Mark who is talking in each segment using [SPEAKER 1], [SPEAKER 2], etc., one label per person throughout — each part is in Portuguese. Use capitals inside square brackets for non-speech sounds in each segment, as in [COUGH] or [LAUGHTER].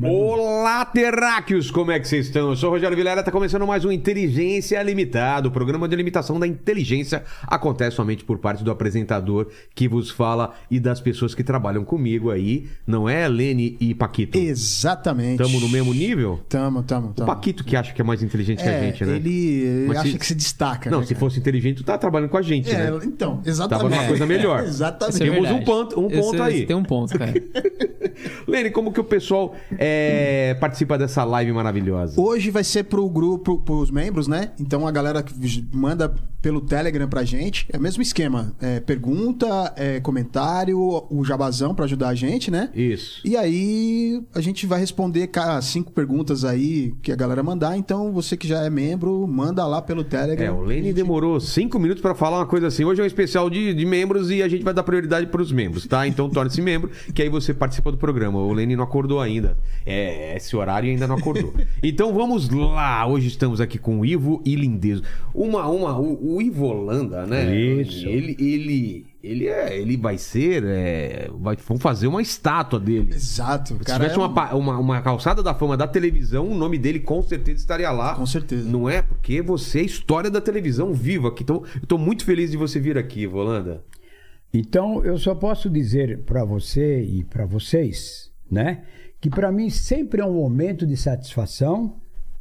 [SPEAKER 1] Olá, terráqueos! Como é que vocês estão? Eu sou o Rogério Vilela, está começando mais um Inteligência Limitada, o programa de limitação da inteligência acontece somente por parte do apresentador que vos fala e das pessoas que trabalham comigo aí, não é, Lene e Paquito?
[SPEAKER 2] Exatamente.
[SPEAKER 1] Estamos no mesmo nível?
[SPEAKER 2] Tamo, tamo,
[SPEAKER 1] O
[SPEAKER 2] tamo.
[SPEAKER 1] Paquito que acha que é mais inteligente que a
[SPEAKER 2] É,
[SPEAKER 1] gente, né?
[SPEAKER 2] Ele, ele
[SPEAKER 1] Mas
[SPEAKER 2] acha
[SPEAKER 1] se-
[SPEAKER 2] que se destaca.
[SPEAKER 1] Não,
[SPEAKER 2] né,
[SPEAKER 1] se
[SPEAKER 2] cara?
[SPEAKER 1] fosse inteligente, tu tá trabalhando com a gente,
[SPEAKER 2] É,
[SPEAKER 1] né?
[SPEAKER 2] então,
[SPEAKER 1] Tava
[SPEAKER 2] exatamente.
[SPEAKER 1] numa coisa melhor.
[SPEAKER 2] [LAUGHS] Exatamente.
[SPEAKER 1] Esse Temos um ponto- um ponto
[SPEAKER 3] Esse-
[SPEAKER 1] aí.
[SPEAKER 3] esse Tem um
[SPEAKER 1] [LAUGHS]
[SPEAKER 3] ponto, cara.
[SPEAKER 1] Lene, como que o pessoal é, participa dessa live maravilhosa?
[SPEAKER 2] Hoje vai ser pro grupo, pros membros, né? Então a galera que j- manda pelo Telegram pra gente. É o mesmo esquema. É, pergunta, é, comentário, o jabazão pra ajudar a gente, né?
[SPEAKER 1] Isso.
[SPEAKER 2] E aí a gente vai responder ca- cinco perguntas aí que a galera mandar. Então você que já é membro, manda lá pelo Telegram.
[SPEAKER 1] É, o
[SPEAKER 2] A
[SPEAKER 1] Lene
[SPEAKER 2] gente-
[SPEAKER 1] demorou cinco minutos pra falar uma coisa assim. Hoje é um especial de, de membros e a gente vai dar prioridade pros membros, tá? Então torne-se membro, que aí você participa do programa. O Lene não acordou ainda. É, esse horário ainda não acordou. Então vamos lá. Hoje estamos aqui com o Ivo e Lindezo. Uma, uma, o, o Ivo Holanda, né?
[SPEAKER 4] Isso.
[SPEAKER 1] Ele, ele, ele, é, ele vai ser, é, vai, vão fazer uma estátua dele.
[SPEAKER 2] Exato.
[SPEAKER 1] Se
[SPEAKER 2] cara
[SPEAKER 1] tivesse
[SPEAKER 2] é
[SPEAKER 1] uma,
[SPEAKER 2] um-
[SPEAKER 1] pa- uma, uma calçada da fama da televisão, o nome dele com certeza estaria lá.
[SPEAKER 2] Com certeza.
[SPEAKER 1] Não é? Porque você é a história da televisão viva aqui. Então, eu tô muito feliz de você vir aqui, Volanda.
[SPEAKER 4] Então, eu só posso dizer para você e para vocês, né, que para mim sempre é um momento de satisfação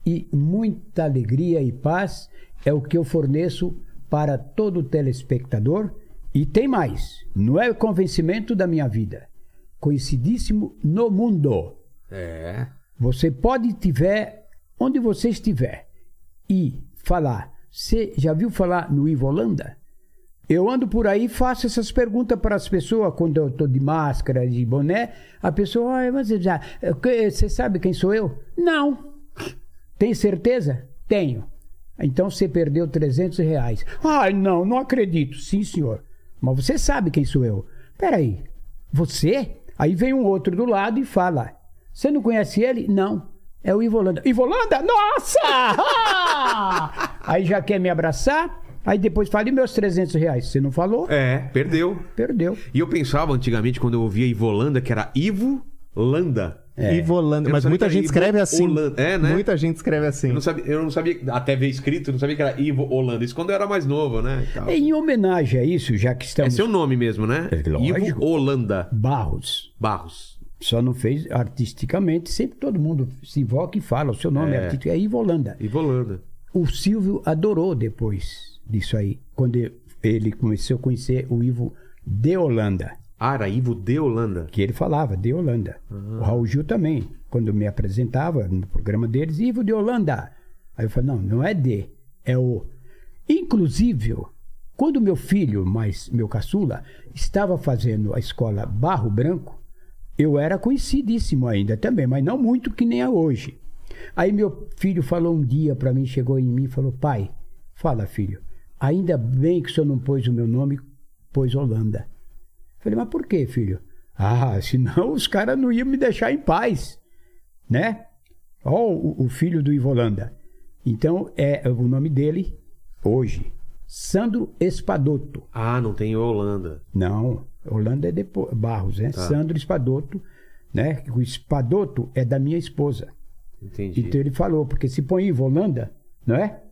[SPEAKER 4] e muita alegria e paz é o que eu forneço para todo telespectador. E tem mais, não é convencimento da minha vida, conhecidíssimo no mundo.
[SPEAKER 1] É.
[SPEAKER 4] Você pode tiver onde você estiver e falar. Você já viu falar no Ivo Holanda? Eu ando por aí e faço essas perguntas para as pessoas quando eu estou de máscara, de boné. A pessoa, "Ah, mas você já, eh, que- você sabe quem sou eu? Não. Tem certeza? Tenho. Então você perdeu 300 reais. Ai, não, não acredito. Sim, senhor. Mas você sabe quem sou eu. Peraí, você? Aí vem um outro do lado e fala. Você não conhece ele? Não. É o Ivolanda.
[SPEAKER 1] [LAUGHS]
[SPEAKER 4] Ivolanda? Nossa! aí já quer me abraçar. Aí depois fala, e meus 300 reais? Você não falou?
[SPEAKER 1] É, perdeu.
[SPEAKER 4] Perdeu.
[SPEAKER 1] E eu pensava antigamente, quando eu ouvia Ivolanda, que era Ivo Landa.
[SPEAKER 4] É.
[SPEAKER 5] Ivo Holanda.
[SPEAKER 1] Eu não
[SPEAKER 5] Mas
[SPEAKER 1] sabia
[SPEAKER 5] muita
[SPEAKER 1] que era
[SPEAKER 5] gente escreve
[SPEAKER 1] Ivo
[SPEAKER 5] assim.
[SPEAKER 1] Holanda. É, né?
[SPEAKER 5] Muita gente escreve assim.
[SPEAKER 1] Eu não, sabia, eu não sabia, até ver escrito, não sabia que era Ivo Holanda. Isso quando eu era mais novo, né? e tal.
[SPEAKER 4] Em homenagem a isso, já que
[SPEAKER 1] É
[SPEAKER 4] estamos...
[SPEAKER 1] seu nome mesmo, né?
[SPEAKER 4] É lógico.
[SPEAKER 1] Ivo Holanda
[SPEAKER 4] Barros.
[SPEAKER 1] Barros.
[SPEAKER 4] Só não fez artisticamente, sempre todo mundo se invoca e fala o seu nome é. artístico, é Ivo Holanda.
[SPEAKER 1] Ivo Holanda.
[SPEAKER 4] O Silvio adorou depois disso aí, quando ele começou a conhecer o Ivo de Holanda,
[SPEAKER 1] Ah, era Ivo de Holanda.
[SPEAKER 4] que ele falava de Holanda. O Raul Gil também, quando me apresentava no programa deles, Ivo de Holanda. Aí eu falei, não, não é de, é o. Inclusive, quando meu filho, mais meu caçula, estava fazendo a escola Barro Branco, eu era conhecidíssimo ainda também, mas não muito que nem é hoje. Aí meu filho falou um dia para mim, chegou em mim e falou: Pai, fala filho, ainda bem que o senhor não pôs o meu nome, pôs Holanda. Falei, mas por quê, filho? Ah, senão os caras não iam me deixar em paz, né? Ó, o, o filho do Ivolanda. Então, é o nome dele, hoje, Sandro Espadoto.
[SPEAKER 1] Ah, não tem Holanda.
[SPEAKER 4] Não, Holanda é depois, Barros, né? Sandro Espadoto, né? O Espadoto é da minha esposa.
[SPEAKER 1] Entendi.
[SPEAKER 4] Então ele falou, porque se põe Ivo Holanda, não é?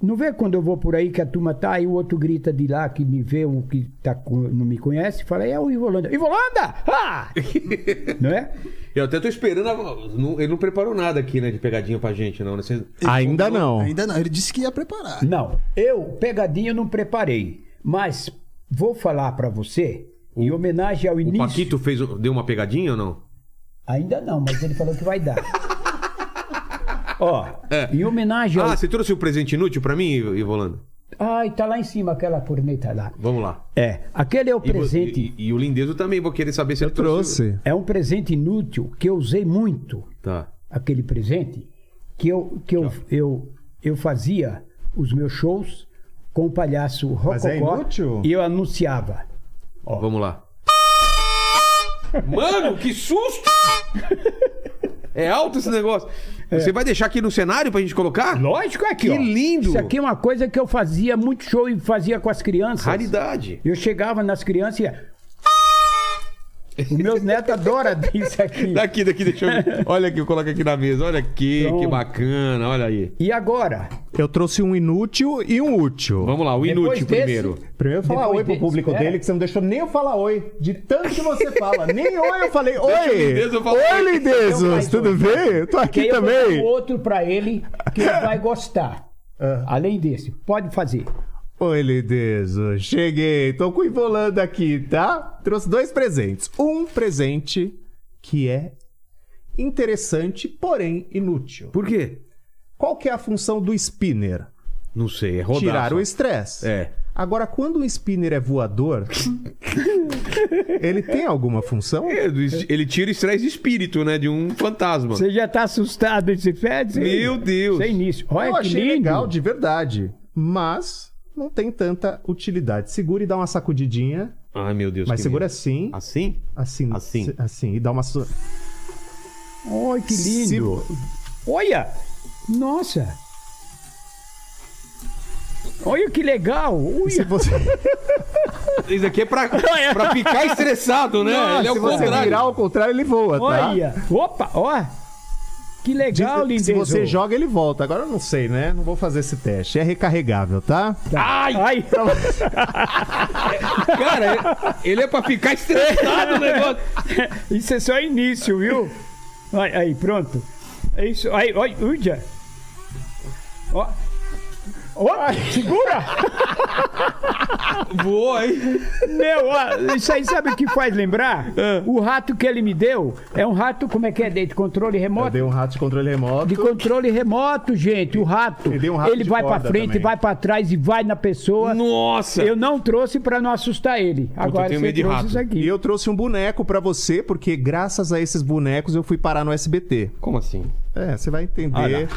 [SPEAKER 4] Não vê quando eu vou por aí que a turma tá e o outro grita de lá que me vê, um que tá, com- não me conhece, fala, é o Ivo Holanda. Ivo Holanda! Ah! [LAUGHS] não é?
[SPEAKER 1] Eu até tô esperando. a- não- Ele não preparou nada aqui, né? De pegadinha pra gente, não. né? Você-
[SPEAKER 5] Ainda não.
[SPEAKER 2] Ainda não, ele disse que ia preparar.
[SPEAKER 4] Não, eu pegadinha não preparei, mas vou falar pra você, em homenagem ao
[SPEAKER 1] O
[SPEAKER 4] início.
[SPEAKER 1] Paquito fez, deu uma pegadinha ou não?
[SPEAKER 4] Ainda não, mas ele falou que
[SPEAKER 1] [LAUGHS]
[SPEAKER 4] vai dar. Ó, em homenagem ao.
[SPEAKER 1] Ah, você trouxe o presente inútil pra mim, Ivo- Ivolanda?
[SPEAKER 4] Ai, tá lá em cima aquela corneta lá.
[SPEAKER 1] Vamos lá.
[SPEAKER 4] É, aquele é o
[SPEAKER 1] E vo-
[SPEAKER 4] presente.
[SPEAKER 1] E, e o Lindezo também, vou querer saber se
[SPEAKER 5] Eu
[SPEAKER 1] ele trouxe.
[SPEAKER 5] trouxe.
[SPEAKER 4] É um presente inútil que eu usei muito.
[SPEAKER 1] Tá.
[SPEAKER 4] Aquele presente que eu, que eu, eu, eu fazia os meus shows com o palhaço Rococó.
[SPEAKER 5] Mas é inútil?
[SPEAKER 4] E eu anunciava. Ó.
[SPEAKER 1] Vamos lá. Mano, que susto! É alto esse negócio. Você vai deixar aqui no cenário pra gente colocar?
[SPEAKER 4] Lógico é aqui,
[SPEAKER 1] Que
[SPEAKER 4] ó.
[SPEAKER 1] lindo!
[SPEAKER 4] Isso aqui é uma coisa que eu fazia muito show e fazia com as crianças.
[SPEAKER 1] Raridade.
[SPEAKER 4] Eu chegava nas crianças e ia... Os meus netos adoram [LAUGHS] isso aqui.
[SPEAKER 1] Daqui, daqui, deixa eu ver. Olha aqui, eu coloco aqui na mesa. Olha aqui,
[SPEAKER 4] Pronto.
[SPEAKER 1] que bacana, olha aí.
[SPEAKER 4] E agora?
[SPEAKER 3] Eu trouxe um inútil e um útil.
[SPEAKER 1] Vamos lá, o
[SPEAKER 4] Depois
[SPEAKER 1] inútil
[SPEAKER 4] desse-
[SPEAKER 1] primeiro.
[SPEAKER 3] Primeiro falar
[SPEAKER 4] Depois
[SPEAKER 3] oi pro
[SPEAKER 4] desse, é.
[SPEAKER 3] público
[SPEAKER 4] espera.
[SPEAKER 3] dele, que você não deixou nem eu falar oi. De tanto que você fala. Nem oi eu falei.
[SPEAKER 1] Deixa o
[SPEAKER 3] Oi!
[SPEAKER 1] Lindezo falar
[SPEAKER 3] Oi,
[SPEAKER 1] oi.
[SPEAKER 4] Então
[SPEAKER 3] Lindezos!
[SPEAKER 4] faz
[SPEAKER 3] Tudo
[SPEAKER 4] oi.
[SPEAKER 3] bem? Eu
[SPEAKER 4] Que
[SPEAKER 3] tô
[SPEAKER 4] aí
[SPEAKER 3] aqui
[SPEAKER 4] eu vou dar um
[SPEAKER 3] também.
[SPEAKER 4] outro pra ele que ele vai
[SPEAKER 3] [LAUGHS]
[SPEAKER 4] gostar.
[SPEAKER 3] Ah.
[SPEAKER 4] Além desse, pode fazer.
[SPEAKER 3] Oi, Lindezo. Cheguei. Tô com o Ivolanda aqui, tá? Trouxe dois presentes. Um presente que é interessante, porém inútil.
[SPEAKER 1] Por quê?
[SPEAKER 3] Qual que é a função do spinner?
[SPEAKER 1] Não sei, é rodar.
[SPEAKER 3] Tirar
[SPEAKER 1] só.
[SPEAKER 3] o estresse.
[SPEAKER 1] É.
[SPEAKER 3] Agora, quando um spinner é voador,
[SPEAKER 4] [LAUGHS]
[SPEAKER 3] ele tem alguma função?
[SPEAKER 1] É, do es- Ele tira o estresse de espírito, né? De um fantasma.
[SPEAKER 4] Você já tá assustado de pede?
[SPEAKER 1] Meu Deus.
[SPEAKER 4] Sem início. Olha
[SPEAKER 3] Eu
[SPEAKER 4] que
[SPEAKER 3] achei
[SPEAKER 4] lindo.
[SPEAKER 3] legal, de verdade. Mas não tem tanta utilidade. Segura e dá uma sacudidinha.
[SPEAKER 1] Ai, meu Deus.
[SPEAKER 3] mas
[SPEAKER 1] que
[SPEAKER 3] segura
[SPEAKER 1] medo.
[SPEAKER 3] assim.
[SPEAKER 1] assim.
[SPEAKER 3] Assim.
[SPEAKER 1] assim.
[SPEAKER 3] se- Assim. E dá uma. su-
[SPEAKER 4] Olha que lindo. Olha. Nossa. Olha que legal. Olha.
[SPEAKER 3] Se, se você,
[SPEAKER 1] Isso aqui é pra, pra ficar estressado, né?
[SPEAKER 3] Ah,
[SPEAKER 1] Ele é
[SPEAKER 3] se
[SPEAKER 1] o
[SPEAKER 3] você
[SPEAKER 1] contrário.
[SPEAKER 3] virar ao contrário, ele voa, tá?
[SPEAKER 4] Olha! Opa, ó! Que
[SPEAKER 3] Diz-
[SPEAKER 4] legal, lindez.
[SPEAKER 3] se você joga, ele volta. Agora eu não sei, né? Não vou fazer esse teste. É recarregável, tá?
[SPEAKER 4] Ai! Ai!
[SPEAKER 1] Cara, ele ele é pra ficar estressado o negócio.
[SPEAKER 4] Isso é só início, viu? Aí, aí pronto. É isso. Aí, olha, uja. Ó. Ó, segura!
[SPEAKER 1] Voou aí.
[SPEAKER 4] Meu, ó, isso aí sabe o que faz lembrar? O rato que ele me deu é um rato, como é que é? De controle
[SPEAKER 3] Eu
[SPEAKER 4] remoto?
[SPEAKER 3] dei um rato de controle remoto.
[SPEAKER 4] De controle remoto, gente, o rato.
[SPEAKER 3] Eu dei um rato
[SPEAKER 4] ele
[SPEAKER 3] de
[SPEAKER 4] vai pra
[SPEAKER 3] corda
[SPEAKER 4] frente,
[SPEAKER 3] também.
[SPEAKER 4] vai pra trás e vai na pessoa.
[SPEAKER 1] Nossa.
[SPEAKER 4] Eu não trouxe pra não assustar ele. Agora
[SPEAKER 1] eu tenho
[SPEAKER 4] você
[SPEAKER 1] medo de
[SPEAKER 4] trouxe
[SPEAKER 1] rato.
[SPEAKER 4] isso aqui.
[SPEAKER 3] E eu trouxe um boneco pra você, porque graças a esses bonecos eu fui parar no SBT.
[SPEAKER 1] Como assim?
[SPEAKER 3] É, você vai
[SPEAKER 1] Olha
[SPEAKER 3] entender.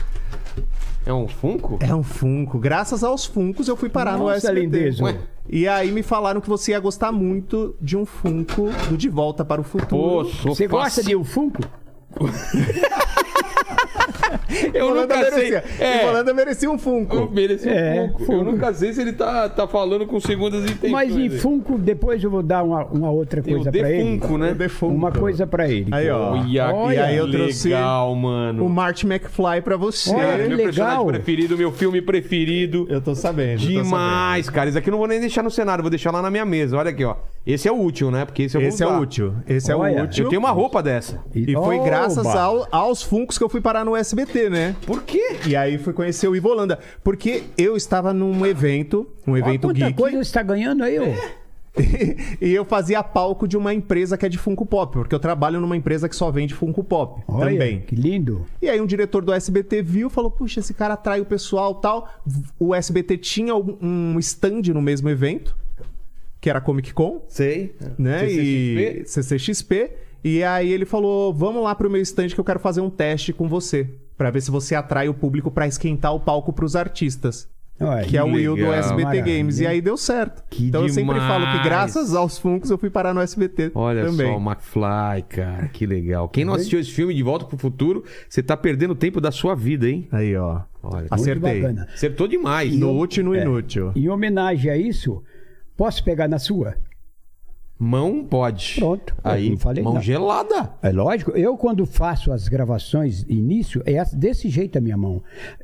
[SPEAKER 1] É um funko?
[SPEAKER 3] É um funko. Graças aos funcos eu fui parar no
[SPEAKER 4] Nossa,
[SPEAKER 3] SBT.
[SPEAKER 4] lindezo.
[SPEAKER 1] Ué.
[SPEAKER 3] E aí me falaram que você ia gostar muito de um funko do De Volta para o
[SPEAKER 1] Pô,
[SPEAKER 3] Futuro.
[SPEAKER 1] sou
[SPEAKER 4] Você gosta
[SPEAKER 1] fácil.
[SPEAKER 4] de um Funko?
[SPEAKER 1] Eu
[SPEAKER 3] Ivolanda
[SPEAKER 1] nunca sei.
[SPEAKER 3] merecia.
[SPEAKER 1] É.
[SPEAKER 3] Ivolanda merecia um
[SPEAKER 1] Eu
[SPEAKER 3] funko.
[SPEAKER 1] mereci um
[SPEAKER 4] É,
[SPEAKER 1] funko. Eu
[SPEAKER 4] funko.
[SPEAKER 1] nunca sei se ele tá, tá falando com segundas intenções.
[SPEAKER 4] Mas em
[SPEAKER 1] aí.
[SPEAKER 4] Funko, depois eu vou dar uma, uma outra
[SPEAKER 1] Tem o
[SPEAKER 4] coisa
[SPEAKER 1] de
[SPEAKER 4] pra ele.
[SPEAKER 1] funko, né?
[SPEAKER 3] Eu dei funko.
[SPEAKER 4] Uma coisa pra ele.
[SPEAKER 3] Aí, ó.
[SPEAKER 1] Olha,
[SPEAKER 3] Olha,
[SPEAKER 1] que
[SPEAKER 3] e aí eu trouxe
[SPEAKER 1] legal, mano.
[SPEAKER 3] o Marty McFly pra você.
[SPEAKER 4] Olha,
[SPEAKER 1] meu
[SPEAKER 4] legal.
[SPEAKER 1] personagem preferido, meu filme preferido.
[SPEAKER 3] Eu tô sabendo. eu tô
[SPEAKER 1] Demais, cara. Isso aqui eu não vou nem deixar no cenário, vou deixar lá na minha mesa. Olha aqui, ó. Esse é o útil, né? Porque esse eu
[SPEAKER 3] sabendo.
[SPEAKER 1] vou
[SPEAKER 3] Esse é
[SPEAKER 1] usar.
[SPEAKER 3] o útil. Esse é
[SPEAKER 4] Olha,
[SPEAKER 3] o
[SPEAKER 4] eu
[SPEAKER 3] útil.
[SPEAKER 1] Eu tenho uma roupa dessa.
[SPEAKER 3] E foi
[SPEAKER 4] Oba!
[SPEAKER 3] graças ao- aos funcos que eu fui parar no SBT, né?
[SPEAKER 1] Por quê?
[SPEAKER 3] E aí fui conhecer o Ivolanda. Porque eu estava num evento, um
[SPEAKER 4] Olha
[SPEAKER 3] evento
[SPEAKER 4] quanta
[SPEAKER 3] geek. É,
[SPEAKER 4] coisa você está ganhando aí, ó.
[SPEAKER 3] [LAUGHS] e eu fazia palco de uma empresa que é de Funko Pop, porque eu trabalho numa empresa que só vende Funko Pop
[SPEAKER 4] Olha,
[SPEAKER 3] também.
[SPEAKER 4] Que lindo.
[SPEAKER 3] E aí um diretor do SBT viu e falou: Puxa, esse cara atrai o pessoal tal. O SBT tinha um um stand no mesmo evento, que era Comic Con,
[SPEAKER 1] Sei.
[SPEAKER 3] né?
[SPEAKER 1] CCXP?
[SPEAKER 3] E CCXP. E aí ele falou: Vamos lá pro meu stand que eu quero fazer um teste com você. Pra ver se você atrai o público pra esquentar o palco pros artistas
[SPEAKER 4] Olha,
[SPEAKER 3] que é o Will do
[SPEAKER 1] legal.
[SPEAKER 3] SBT
[SPEAKER 4] Maravilha.
[SPEAKER 3] Games. E aí deu certo.
[SPEAKER 1] Que
[SPEAKER 3] então eu sempre
[SPEAKER 1] demais.
[SPEAKER 3] falo que graças aos Funkos eu fui parar no SBT
[SPEAKER 1] Olha
[SPEAKER 3] também.
[SPEAKER 1] só, o McFly, cara, que legal. Quem não assistiu esse filme De Volta pro Futuro, você tá perdendo tempo da sua vida, hein?
[SPEAKER 3] Aí, ó.
[SPEAKER 1] Olha, É.
[SPEAKER 4] muito
[SPEAKER 3] Acertei.
[SPEAKER 4] bacana.
[SPEAKER 1] acertou demais.
[SPEAKER 3] No útil e no inútil.
[SPEAKER 4] Em homenagem a isso, posso pegar na sua?
[SPEAKER 1] Mão pode.
[SPEAKER 4] Pronto.
[SPEAKER 1] Aí,
[SPEAKER 4] Não falei
[SPEAKER 1] mão
[SPEAKER 4] nada.
[SPEAKER 1] gelada.
[SPEAKER 4] É lógico, eu quando faço as gravações início, é as- desse jeito a minha mão.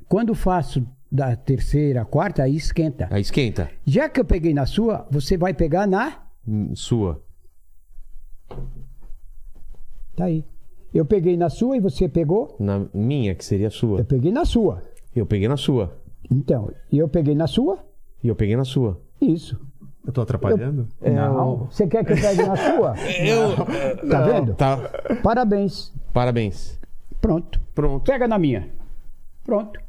[SPEAKER 4] Quando faço da terceira, quarta, aí esquenta.
[SPEAKER 1] Aí esquenta.
[SPEAKER 4] Já que eu peguei na sua, você vai pegar na.
[SPEAKER 1] Hum, Sua.
[SPEAKER 4] Tá aí. Eu peguei na sua e você pegou?
[SPEAKER 1] Na minha, que seria a
[SPEAKER 4] Eu
[SPEAKER 1] sua.
[SPEAKER 4] peguei na sua.
[SPEAKER 1] Eu peguei na sua.
[SPEAKER 4] Então, e eu peguei na sua?
[SPEAKER 1] E eu peguei na sua.
[SPEAKER 4] Isso.
[SPEAKER 3] Eu tô atrapalhando?
[SPEAKER 4] Não. Você quer que eu pegue na sua? Eu. Tá vendo?
[SPEAKER 1] Tá.
[SPEAKER 4] Parabéns.
[SPEAKER 1] Parabéns.
[SPEAKER 4] Pronto.
[SPEAKER 1] Pronto.
[SPEAKER 4] Pega na minha. Pronto.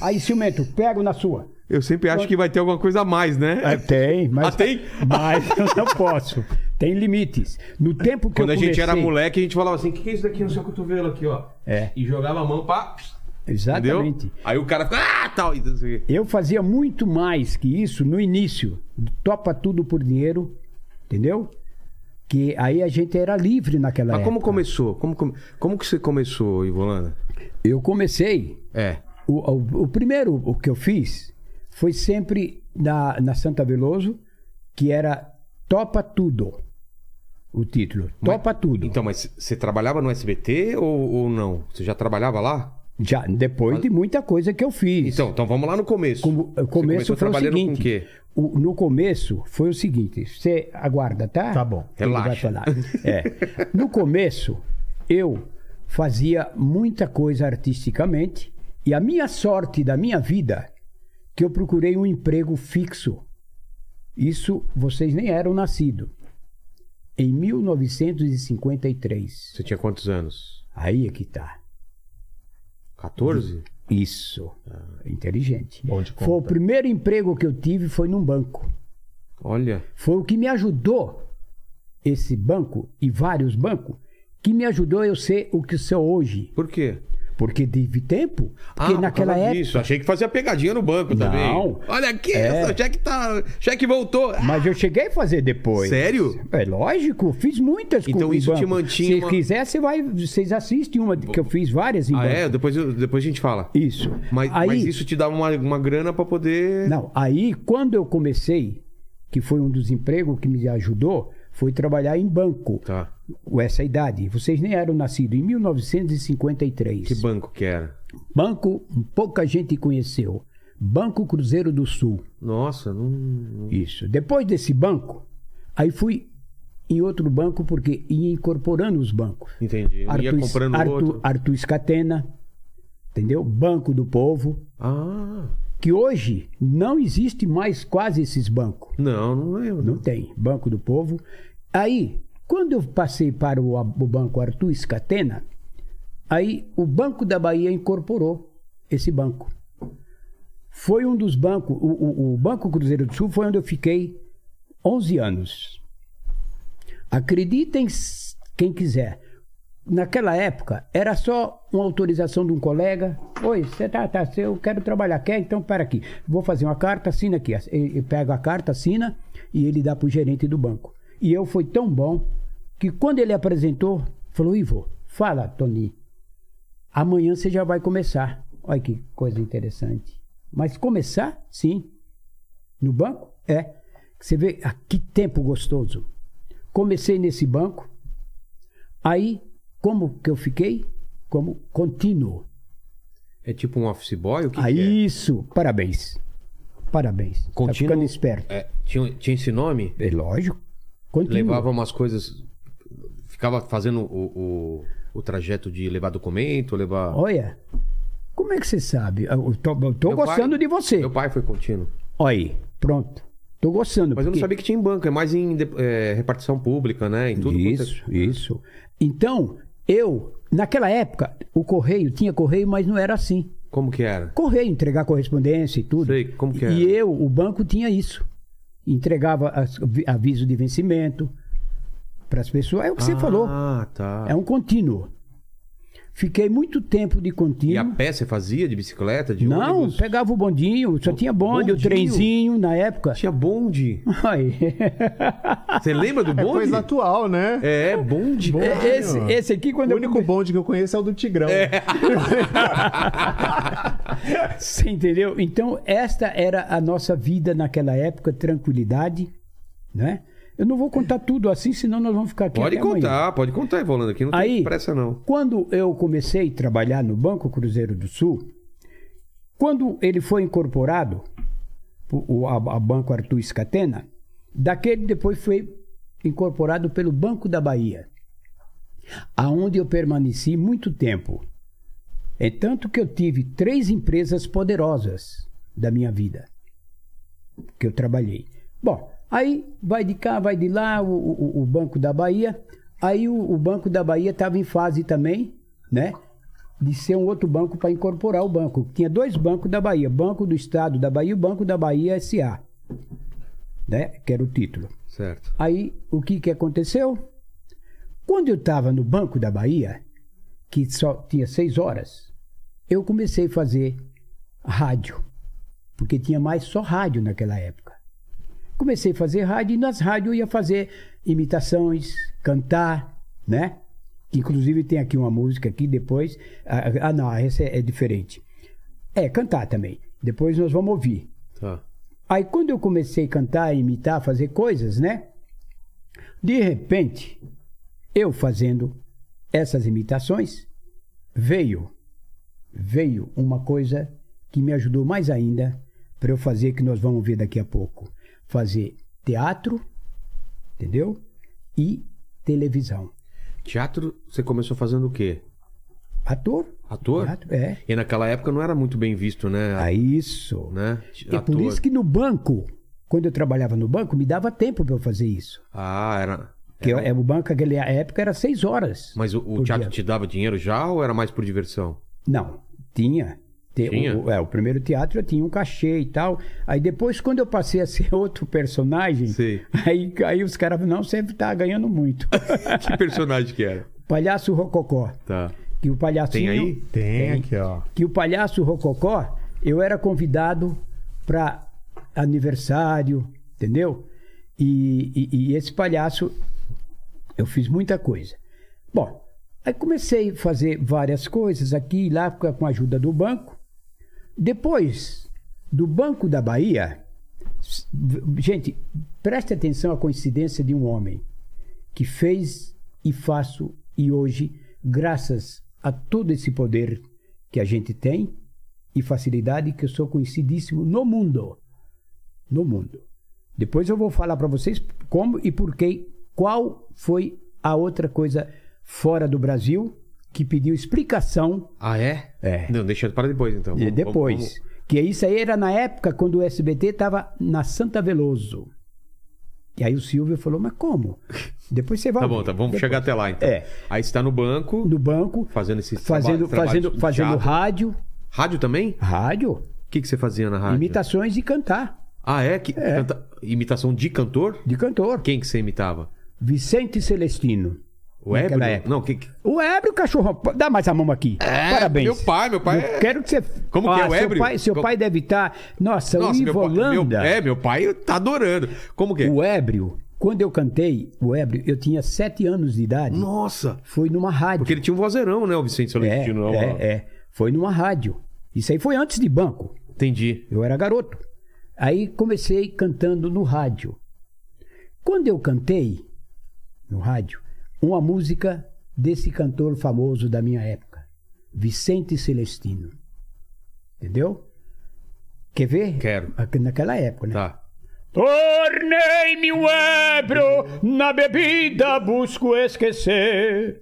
[SPEAKER 4] Aí, ciumento, pego na sua.
[SPEAKER 1] Eu sempre acho que vai ter alguma coisa a mais, né?
[SPEAKER 4] É, tem, mas.
[SPEAKER 1] Ah, tem?
[SPEAKER 4] Mas eu não posso. Tem limites. No tempo que
[SPEAKER 1] Quando
[SPEAKER 4] eu
[SPEAKER 1] a gente era
[SPEAKER 4] comecei-
[SPEAKER 1] moleque, a gente falava assim: o que, que é isso daqui no seu cotovelo aqui, ó?
[SPEAKER 4] É.
[SPEAKER 1] E jogava a mão pra. Entendeu?
[SPEAKER 4] Exatamente.
[SPEAKER 1] Aí o cara fica. Ah, tal. e não sei o quê.
[SPEAKER 4] Eu fazia muito mais que isso no início. Topa tudo por dinheiro, entendeu? Que aí a gente era livre naquela
[SPEAKER 1] Mas como
[SPEAKER 4] época.
[SPEAKER 1] começou? Como, come- como que você começou, Ivolanda?
[SPEAKER 4] Eu comecei
[SPEAKER 1] É.
[SPEAKER 4] O, o- o primeiro o que eu fiz foi sempre na, na Santa Veloso, que era Topa Tudo. O título. Topa Tudo.
[SPEAKER 1] Então, mas você trabalhava no SBT ou, ou não? Você já trabalhava lá?
[SPEAKER 4] Já depois de muita coisa que eu fiz.
[SPEAKER 1] Então, então vamos lá no começo.
[SPEAKER 4] Como-
[SPEAKER 1] Você
[SPEAKER 4] o começo
[SPEAKER 1] começou
[SPEAKER 4] foi o
[SPEAKER 1] trabalhando
[SPEAKER 4] seguinte.
[SPEAKER 1] com o quê?
[SPEAKER 4] o- no começo foi o seguinte. Você aguarda, tá?
[SPEAKER 3] Tá bom.
[SPEAKER 4] Ele vai
[SPEAKER 1] Relaxa.
[SPEAKER 4] falar. É. No começo, eu fazia muita coisa artisticamente e a minha sorte da minha vida que eu procurei um emprego fixo. Isso vocês nem eram nascidos. Em 1953.
[SPEAKER 1] Você tinha quantos anos?
[SPEAKER 4] Aí é que tá.
[SPEAKER 1] 14?
[SPEAKER 4] Isso.
[SPEAKER 1] Ah.
[SPEAKER 4] Inteligente.
[SPEAKER 3] Bom de conta.
[SPEAKER 4] Foi o primeiro emprego que eu tive foi num banco.
[SPEAKER 1] Olha.
[SPEAKER 4] Foi o que me ajudou, esse banco e vários bancos, que me ajudou eu ser o que sou hoje.
[SPEAKER 1] Por quê?
[SPEAKER 4] Porque tive tempo.
[SPEAKER 1] Ah,
[SPEAKER 4] Porque
[SPEAKER 1] por
[SPEAKER 4] naquela
[SPEAKER 1] causa
[SPEAKER 4] época.
[SPEAKER 1] disso. Achei que fazia pegadinha no banco também.
[SPEAKER 4] Não. É.
[SPEAKER 1] Olha aqui, essa cheque tá. Cheque voltou.
[SPEAKER 4] Mas eu cheguei a fazer depois.
[SPEAKER 1] Sério?
[SPEAKER 4] É lógico, fiz muitas
[SPEAKER 1] Então
[SPEAKER 4] em
[SPEAKER 1] isso te
[SPEAKER 4] banco.
[SPEAKER 1] mantinha
[SPEAKER 4] Se
[SPEAKER 1] uma-
[SPEAKER 4] quiser, você vai, vocês assistem uma que eu fiz várias em
[SPEAKER 1] Ah,
[SPEAKER 4] banco.
[SPEAKER 1] é? Depois, eu- depois a gente fala.
[SPEAKER 4] Isso.
[SPEAKER 1] Mas,
[SPEAKER 4] aí,
[SPEAKER 1] mas isso te dá uma, uma grana pra poder.
[SPEAKER 4] Não, aí quando eu comecei, que foi um dos empregos que me ajudou, foi trabalhar em banco.
[SPEAKER 1] Tá.
[SPEAKER 4] Com essa idade. Vocês nem eram nascidos. Em 1953.
[SPEAKER 1] Que banco que era?
[SPEAKER 4] Banco, pouca gente conheceu. Banco Cruzeiro do Sul.
[SPEAKER 1] Nossa, não. não-
[SPEAKER 4] Isso. Depois desse banco, aí fui em outro banco porque ia incorporando os bancos.
[SPEAKER 1] Entendi. Eu ia
[SPEAKER 4] Artus-
[SPEAKER 1] comprando
[SPEAKER 4] Artu-
[SPEAKER 1] outro.
[SPEAKER 4] Artus Catena, entendeu? Banco do Povo,
[SPEAKER 1] Ah,
[SPEAKER 4] que hoje não existe mais quase esses bancos.
[SPEAKER 1] não, não lembro.
[SPEAKER 4] Não tem. Banco do Povo. Aí, quando eu passei para o, a- o Banco Artus Catena, aí o Banco da Bahia incorporou esse banco. Foi um dos bancos, o, o- o Banco Cruzeiro do Sul foi onde eu fiquei 11 anos. Acreditem s- quem quiser. Naquela época era só uma autorização de um colega. Oi, você tá, tá, cê- eu quero trabalhar, quer? Então para aqui. Vou fazer uma carta, assina aqui. Ass- Ele ele pega a carta, assina e ele dá para o gerente do banco. E eu foi tão bom que quando ele apresentou, falou: Ivo, fala, Tony, amanhã você já vai começar. Olha que coisa interessante. Mas começar, sim. No banco? É. Você vê ah, que tempo gostoso. Comecei nesse banco. Aí, como que eu fiquei? Como contínuo.
[SPEAKER 1] É tipo um office boy? O que, que
[SPEAKER 4] Aí,
[SPEAKER 1] é?
[SPEAKER 4] isso. Parabéns. Parabéns. Tá
[SPEAKER 1] Contínuo-
[SPEAKER 4] ficando esperto.
[SPEAKER 1] É, tinha, tinha esse nome?
[SPEAKER 4] É lógico. Contínuo.
[SPEAKER 1] Levava um umas coisas. Ficava fazendo o, o, o trajeto de levar documento, levar.
[SPEAKER 4] Olha, como é que você sabe? Eu tô, eu tô
[SPEAKER 1] Meu
[SPEAKER 4] gostando
[SPEAKER 1] pai-
[SPEAKER 4] de você.
[SPEAKER 1] Meu pai foi contínuo.
[SPEAKER 4] Olha aí, pronto. Tô gostando.
[SPEAKER 1] Mas eu não
[SPEAKER 4] porque-
[SPEAKER 1] sabia que tinha em banco, é mais em de- é, repartição pública, né? Em tudo quanto é-
[SPEAKER 4] Isso, isso. Então, eu, naquela época, o correio, tinha correio, mas não era assim.
[SPEAKER 1] Como que era?
[SPEAKER 4] correio, entregar correspondência e tudo.
[SPEAKER 1] Sei, como que é.
[SPEAKER 4] E
[SPEAKER 1] era?
[SPEAKER 4] eu, o banco tinha isso. Entregava as- aviso de vencimento para as pessoas. É o que você falou.
[SPEAKER 1] Ah, tá.
[SPEAKER 4] É um contínuo. Fiquei muito tempo de contínuo.
[SPEAKER 1] E a pé você fazia de bicicleta, de
[SPEAKER 4] um Não,
[SPEAKER 1] ônibus?
[SPEAKER 4] pegava o bondinho, só tinha bonde,
[SPEAKER 1] bondinho?
[SPEAKER 4] o trenzinho na época. [LAUGHS]
[SPEAKER 1] Tinha bonde.
[SPEAKER 4] Aí.
[SPEAKER 1] Você lembra
[SPEAKER 4] [LAUGHS]
[SPEAKER 1] do
[SPEAKER 3] É
[SPEAKER 1] bonde?
[SPEAKER 3] coisa atual, né?
[SPEAKER 1] É, bonde.
[SPEAKER 3] Bonde.
[SPEAKER 1] cara.
[SPEAKER 4] esse, esse aqui, quando
[SPEAKER 3] O
[SPEAKER 4] eu
[SPEAKER 3] único bonde que eu conheço é o do Tigrão.
[SPEAKER 4] [LAUGHS] Você entendeu? Então, esta era a nossa vida naquela época, tranquilidade, né? Eu não vou contar tudo assim, senão nós vamos ficar aqui
[SPEAKER 1] Pode
[SPEAKER 4] até amanhã.
[SPEAKER 1] contar, pode contar, Evolando. Aqui não tem
[SPEAKER 4] Aí,
[SPEAKER 1] pressa, não.
[SPEAKER 4] Quando eu comecei a trabalhar no Banco Cruzeiro do Sul, quando ele foi incorporado, o, o- a, a Banco Artur Catena, daquele depois foi incorporado pelo Banco da Bahia, aonde eu permaneci muito tempo. É tanto que eu tive três empresas poderosas da minha vida que eu trabalhei. Bom, aí vai de cá, vai de lá, o, o- o Banco da Bahia. Aí o, o Banco da Bahia estava em fase também, né? De ser um outro banco para incorporar o banco. Tinha dois bancos da Bahia: Banco do Estado da Bahia e o Banco da Bahia SA, né? Que era o título.
[SPEAKER 1] Certo.
[SPEAKER 4] Aí o que, que aconteceu? Quando eu estava no Banco da Bahia, que só tinha seis horas, eu comecei a fazer rádio, porque tinha mais só rádio naquela época. Comecei a fazer rádio e nas rádios eu ia fazer imitações, cantar, né? Inclusive tem aqui uma música aqui depois. Ah, ah, não, essa é é diferente. É, cantar também. Depois nós vamos ouvir.
[SPEAKER 1] Tá.
[SPEAKER 4] Aí quando eu comecei a cantar, imitar, fazer coisas, né? De repente, eu fazendo essas imitações, veio, veio uma coisa que me ajudou mais ainda para eu fazer que nós vamos ver daqui a pouco. Fazer teatro, entendeu? E televisão.
[SPEAKER 1] Teatro, você começou fazendo o quê?
[SPEAKER 4] Ator?
[SPEAKER 1] Ator?
[SPEAKER 4] Teatro, é.
[SPEAKER 1] E naquela época não era muito bem visto, né?
[SPEAKER 4] Ah, isso.
[SPEAKER 1] né?
[SPEAKER 4] É por isso que no banco, quando eu trabalhava no banco, me dava tempo para eu fazer isso.
[SPEAKER 1] Ah, era.
[SPEAKER 4] Porque é, o banco naquela época era seis horas.
[SPEAKER 1] Mas o, o
[SPEAKER 4] por
[SPEAKER 1] teatro
[SPEAKER 4] dia.
[SPEAKER 1] te dava dinheiro já ou era mais por
[SPEAKER 4] [LAUGHS]
[SPEAKER 1] diversão?
[SPEAKER 4] Não, tinha. Te-
[SPEAKER 1] Tinha?
[SPEAKER 4] O, é, o primeiro teatro eu tinha um cachê e tal. Aí depois, quando eu passei a ser [LAUGHS] outro personagem,
[SPEAKER 1] Sei.
[SPEAKER 4] aí, aí os caras falaram, não, sempre tá
[SPEAKER 1] [LAUGHS]
[SPEAKER 4] ganhando muito.
[SPEAKER 1] que personagem que era?
[SPEAKER 4] Palhaço Rococó.
[SPEAKER 1] Tá.
[SPEAKER 4] Que o palhacinho,
[SPEAKER 1] Tem aí?
[SPEAKER 3] Tem aqui, ó.
[SPEAKER 4] Que o palhaço Rococó, eu era convidado para aniversário, entendeu? E, e- e esse palhaço, eu fiz muita coisa. Bom, aí comecei a fazer várias coisas aqui e lá com a com a ajuda do banco. Depois do Banco da Bahia, s- v- gente, preste atenção à coincidência de um homem que fez e faço e hoje, graças a todo esse poder que a gente tem e facilidade que eu sou conhecidíssimo no mundo. No mundo. Depois eu vou falar para vocês como e por que, qual foi a outra coisa fora do Brasil que pediu explicação
[SPEAKER 1] Ah, é?
[SPEAKER 4] É.
[SPEAKER 1] Não, deixa para depois então.
[SPEAKER 4] e
[SPEAKER 1] Vamos-
[SPEAKER 4] depois.
[SPEAKER 1] vamos- vamos-
[SPEAKER 4] Que isso aí era na época quando o SBT estava na Santa Veloso. E aí o Silvio falou, mas como? Depois você vai.
[SPEAKER 1] Tá bom,
[SPEAKER 4] ver."
[SPEAKER 1] tá. Vamos
[SPEAKER 4] Depois-
[SPEAKER 1] chegar até lá então.
[SPEAKER 4] É.
[SPEAKER 1] Aí você tá no banco,
[SPEAKER 4] No banco,
[SPEAKER 1] fazendo esse
[SPEAKER 4] fazendo,
[SPEAKER 1] traba- trabalho
[SPEAKER 4] fazendo,
[SPEAKER 1] de
[SPEAKER 4] fazendo
[SPEAKER 1] teatro.
[SPEAKER 4] rádio,
[SPEAKER 1] Rádio também?
[SPEAKER 4] rádio,
[SPEAKER 1] O que, que você fazia na rádio?
[SPEAKER 4] imitações e cantar,
[SPEAKER 1] Ah, é? Que... canta- Imitação de cantor?
[SPEAKER 4] de cantor.
[SPEAKER 1] Quem que você imitava?
[SPEAKER 4] Vicente Celestino.
[SPEAKER 1] O né?
[SPEAKER 4] Naquela
[SPEAKER 1] Ébrio?
[SPEAKER 4] época.
[SPEAKER 1] Não, quem que...
[SPEAKER 4] O ébrio, cachorro. Dá mais a mão aqui. Parabéns.
[SPEAKER 1] É, meu pai, meu pai
[SPEAKER 4] Eu
[SPEAKER 1] é-
[SPEAKER 4] Quero que você. Ah,
[SPEAKER 1] Como que é o
[SPEAKER 4] seu
[SPEAKER 1] ébrio?
[SPEAKER 4] Pai, seu
[SPEAKER 1] Como-
[SPEAKER 4] pai deve estar. Nossa, o
[SPEAKER 1] meu
[SPEAKER 4] Ivo
[SPEAKER 1] pai, meu,
[SPEAKER 4] Holanda.
[SPEAKER 1] é, meu pai tá adorando. Como que é?
[SPEAKER 4] O ébrio. Quando eu cantei o ébrio, eu tinha sete anos de idade.
[SPEAKER 1] Nossa!
[SPEAKER 4] Foi numa rádio.
[SPEAKER 1] Porque ele tinha um vozeirão, né, o Vicente
[SPEAKER 4] é,
[SPEAKER 1] Celestino? lá.
[SPEAKER 4] é, é. Foi numa rádio. Isso aí foi antes de banco.
[SPEAKER 1] Entendi.
[SPEAKER 4] Eu era garoto. Aí comecei cantando no rádio. Quando eu cantei no rádio, uma música desse cantor famoso da minha época, Vicente Celestino. Entendeu? Quer ver?
[SPEAKER 1] Quero.
[SPEAKER 4] Aqui- Naquela época, né?
[SPEAKER 1] Tá.
[SPEAKER 4] Tornei-me um ébrio, na bebida busco esquecer.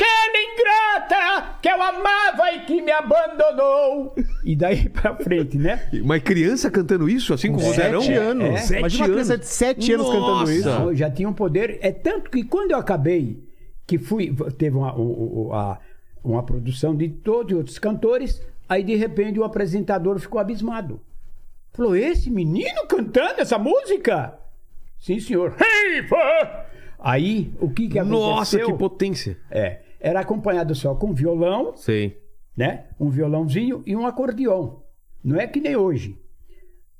[SPEAKER 4] Aquela ingrata que eu amava e que me abandonou. E daí pra frente, né?
[SPEAKER 1] Mas criança cantando isso, assim, com vozeirão?
[SPEAKER 3] Sete anos.
[SPEAKER 4] É.
[SPEAKER 3] Imagina
[SPEAKER 1] Sete
[SPEAKER 3] uma criança
[SPEAKER 1] anos.
[SPEAKER 3] de sete anos cantando
[SPEAKER 1] Nossa.
[SPEAKER 3] isso.
[SPEAKER 4] Não, eu já tinha um poder. É tanto que quando eu acabei, que fui. Teve uma, o- o- a- uma produção de todos os outros cantores, aí de repente o apresentador ficou abismado. Falou: esse menino cantando essa música? Sim, senhor. Hey, pá! Aí, o que, que
[SPEAKER 1] Nossa,
[SPEAKER 4] aconteceu?
[SPEAKER 1] que potência.
[SPEAKER 4] É, era acompanhado só com violão,
[SPEAKER 1] Sei.
[SPEAKER 4] né? Um violãozinho e um acordeão. Não é que nem hoje.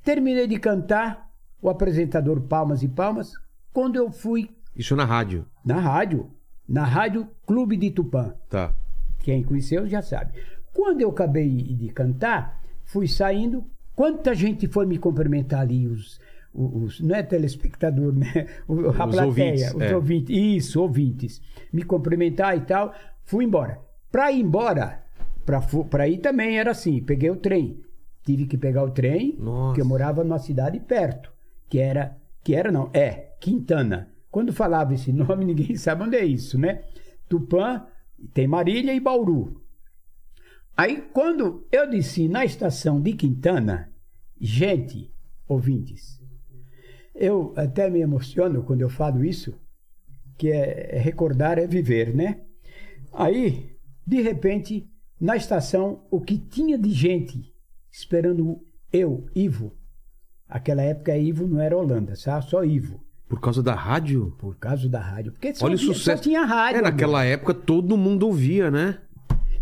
[SPEAKER 4] Terminei de cantar, o apresentador palmas e palmas. Quando eu fui
[SPEAKER 1] Isso é na rádio.
[SPEAKER 4] na rádio, na Rádio Clube de Tupã,
[SPEAKER 1] Tá.
[SPEAKER 4] quem conheceu já sabe. Quando eu acabei de cantar, fui saindo, quanta gente foi me cumprimentar ali, os, os não é telespectador, né? O- a
[SPEAKER 1] Os
[SPEAKER 4] plateia,
[SPEAKER 1] ouvintes,
[SPEAKER 4] os
[SPEAKER 1] é.
[SPEAKER 4] ouvintes, isso, ouvintes, me cumprimentar e tal, fui embora. Para ir embora, para ir também era assim, peguei o trem, tive que pegar o trem,
[SPEAKER 1] Nossa.
[SPEAKER 4] porque eu morava numa cidade perto, que era, que era não, é, Quintana. Quando falava esse [LAUGHS] nome, ninguém sabe onde é isso, né? Tupã, tem Marília e Bauru. Aí, quando eu desci na estação de Quintana, gente, ouvintes, eu até me emociono quando eu falo isso, que é é recordar é viver, né? Aí, de repente, na estação, o que tinha de gente esperando eu, Ivo, aquela época Ivo não era Holanda, sabe? só Ivo,
[SPEAKER 1] Por causa da rádio?
[SPEAKER 4] por causa da rádio. Porque só,
[SPEAKER 1] Olha o
[SPEAKER 4] tinha,
[SPEAKER 1] sucesso.
[SPEAKER 4] só tinha rádio.
[SPEAKER 1] É,
[SPEAKER 4] né?
[SPEAKER 1] naquela época todo mundo ouvia, né?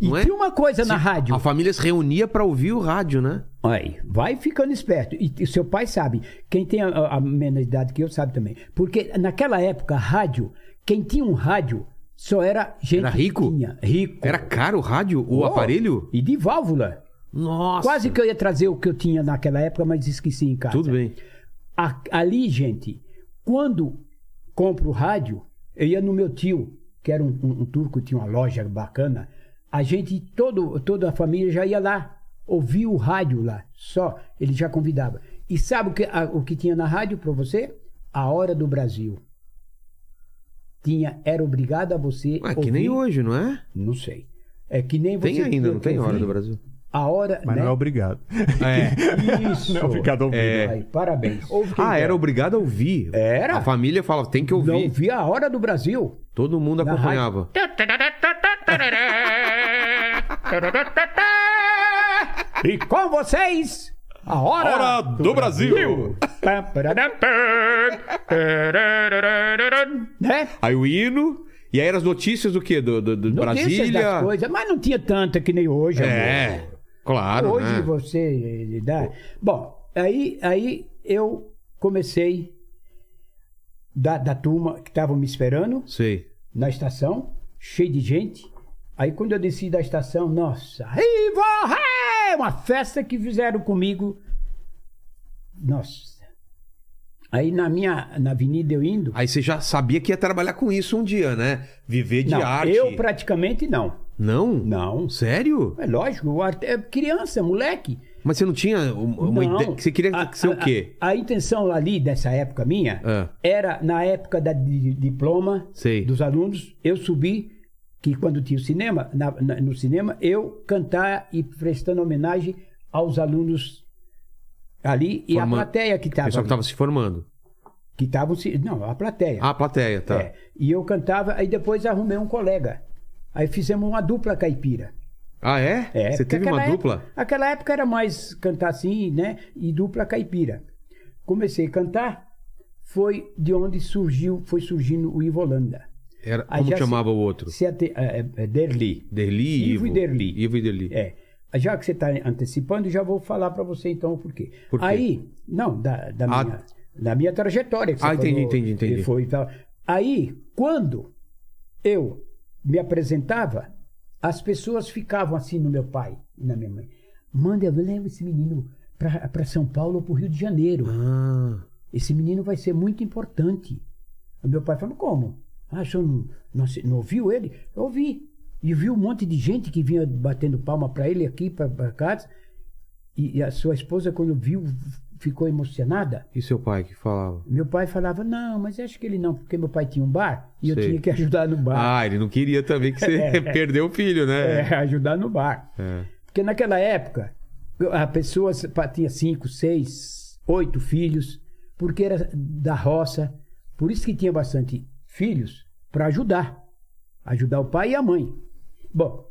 [SPEAKER 4] E
[SPEAKER 1] não é?
[SPEAKER 4] tinha uma coisa na
[SPEAKER 1] Se-
[SPEAKER 4] rádio.
[SPEAKER 1] A família se reunia pra ouvir o rádio, né?
[SPEAKER 4] Aí, vai ficando esperto. E, e seu pai sabe. Quem tem a, a- a menos idade que eu sabe também. Porque naquela época, rádio, quem tinha um rádio só era gente
[SPEAKER 1] Era rico?
[SPEAKER 4] que tinha. Rico.
[SPEAKER 1] Era caro o rádio? O
[SPEAKER 4] Oh,
[SPEAKER 1] aparelho?
[SPEAKER 4] E de válvula.
[SPEAKER 1] Nossa.
[SPEAKER 4] Quase que eu ia trazer o que eu tinha naquela época, mas esqueci em casa.
[SPEAKER 1] Tudo bem.
[SPEAKER 4] A- ali, gente, quando compro o rádio, eu ia no meu tio, que era um, um- um turco, tinha uma loja bacana. A gente, todo, toda a família já ia lá, ouvia o rádio lá, só. Ele já convidava. E sabe o que, a- o que tinha na rádio para você? A Hora do Brasil. Tinha, era obrigado a você.
[SPEAKER 1] Ué, Ah, que nem
[SPEAKER 4] ouvir-
[SPEAKER 1] hoje, não é?
[SPEAKER 4] Não sei. É que nem você.
[SPEAKER 1] Tem ainda, não
[SPEAKER 4] que
[SPEAKER 1] tem
[SPEAKER 4] ouvir
[SPEAKER 1] hora do
[SPEAKER 4] [LAUGHS]
[SPEAKER 1] Brasil.
[SPEAKER 4] A hora.
[SPEAKER 3] Mas
[SPEAKER 4] né?
[SPEAKER 3] não é obrigado.
[SPEAKER 1] É.
[SPEAKER 4] Isso.
[SPEAKER 3] Não é obrigado a ouvir.
[SPEAKER 1] É.
[SPEAKER 4] Aí, parabéns.
[SPEAKER 1] Ah, era obrigado a ouvir.
[SPEAKER 4] é? Era.
[SPEAKER 1] A família falava, tem que ouvir.
[SPEAKER 4] Não vi a hora do Brasil.
[SPEAKER 1] Todo mundo
[SPEAKER 4] Na
[SPEAKER 1] acompanhava.
[SPEAKER 4] E com vocês, a hora,
[SPEAKER 1] Hora do [LAUGHS] Brasil.
[SPEAKER 4] Pá, parará, né?
[SPEAKER 1] Aí o hino, e aí eram as notícias do quê? Do, do, do
[SPEAKER 4] Notícias
[SPEAKER 1] Brasília?
[SPEAKER 4] das coisas, mas não tinha tanta que nem hoje. amor.
[SPEAKER 1] É, claro,
[SPEAKER 4] hoje
[SPEAKER 1] né?
[SPEAKER 4] você eh, dá. Bom, aí, aí eu comecei da, da turma que estavam me esperando
[SPEAKER 1] Sei.
[SPEAKER 4] na estação, cheio de gente. Aí quando eu desci da estação, nossa, Riva Ré! Uma festa que fizeram comigo. Nossa. Aí na minha na avenida eu indo.
[SPEAKER 1] Aí você já sabia que ia trabalhar com isso um dia, né? Viver de
[SPEAKER 4] não,
[SPEAKER 1] arte.
[SPEAKER 4] eu praticamente não.
[SPEAKER 1] Não?
[SPEAKER 4] Não.
[SPEAKER 1] Sério?
[SPEAKER 4] É lógico, o arte- é criança, moleque.
[SPEAKER 1] Mas você não tinha uma uma
[SPEAKER 4] Não. Ah,
[SPEAKER 1] ideia. Você queria
[SPEAKER 4] A-
[SPEAKER 1] ser
[SPEAKER 4] a-
[SPEAKER 1] o quê?
[SPEAKER 4] A, a intenção ali dessa época minha
[SPEAKER 1] Ah.
[SPEAKER 4] era na época da di- diploma
[SPEAKER 1] Sei.
[SPEAKER 4] dos alunos, eu subi que quando tinha o cinema, na- na- no cinema, eu cantar e prestando homenagem aos alunos ali e
[SPEAKER 1] Forma-
[SPEAKER 4] a plateia que
[SPEAKER 1] O
[SPEAKER 4] estava.
[SPEAKER 1] pessoal que tava se formando.
[SPEAKER 4] Que estavam se. Não, a plateia.
[SPEAKER 1] Ah, a plateia, tá.
[SPEAKER 4] É. E eu cantava, aí depois arrumei um colega. Aí fizemos uma dupla caipira.
[SPEAKER 1] Ah, é?
[SPEAKER 4] É,
[SPEAKER 1] você
[SPEAKER 4] porque
[SPEAKER 1] teve uma
[SPEAKER 4] aquela
[SPEAKER 1] dupla?
[SPEAKER 4] época- aquela época era mais cantar assim, né? E dupla caipira. Comecei a cantar, foi de onde surgiu, foi surgindo o Ivolanda.
[SPEAKER 1] Era,
[SPEAKER 4] Aí
[SPEAKER 1] como
[SPEAKER 4] já se-
[SPEAKER 1] chamava o outro?
[SPEAKER 4] Se ate- é, é, é Derli.
[SPEAKER 1] Derli e Ivo.
[SPEAKER 4] Ivo e Derli.
[SPEAKER 1] Ivo e Derli.
[SPEAKER 4] É. Já que você está antecipando, já vou falar para você então o porquê.
[SPEAKER 1] Por quê?
[SPEAKER 4] Aí, não, da, da,
[SPEAKER 1] Ah.
[SPEAKER 4] minha, da minha trajetória. Que você
[SPEAKER 1] Ah, entendi,
[SPEAKER 4] falou,
[SPEAKER 1] entendi, entendi.
[SPEAKER 4] que Foi, e tal. Aí, quando eu me apresentava, as pessoas ficavam assim no meu pai e na minha mãe. Manda, eu levo esse menino para São Paulo ou para o Rio de Janeiro.
[SPEAKER 1] Ah,
[SPEAKER 4] Esse menino vai ser muito importante. O meu pai falou, como? Ah, o senhor não, não, se- não ouviu ele? Eu ouvi. E vi um monte de gente que vinha batendo palma para ele aqui, para casa. E, e a sua esposa, quando viu, ficou emocionada.
[SPEAKER 1] e seu pai que falava?
[SPEAKER 4] Meu pai falava, não, mas acho que ele não, porque meu pai tinha um bar e eu
[SPEAKER 1] Sei.
[SPEAKER 4] tinha que ajudar no bar.
[SPEAKER 1] Ah, ele não queria também
[SPEAKER 4] [LAUGHS]
[SPEAKER 1] que você [LAUGHS] perdeu o filho, né?
[SPEAKER 4] É, [LAUGHS] ajudar no bar.
[SPEAKER 1] É.
[SPEAKER 4] Porque naquela época, eu- a pessoa se- pa- tinha cinco, seis, oito filhos, porque era da roça. Por isso que tinha bastante filhos para ajudar. Ajudar o pai e a mãe. Bom,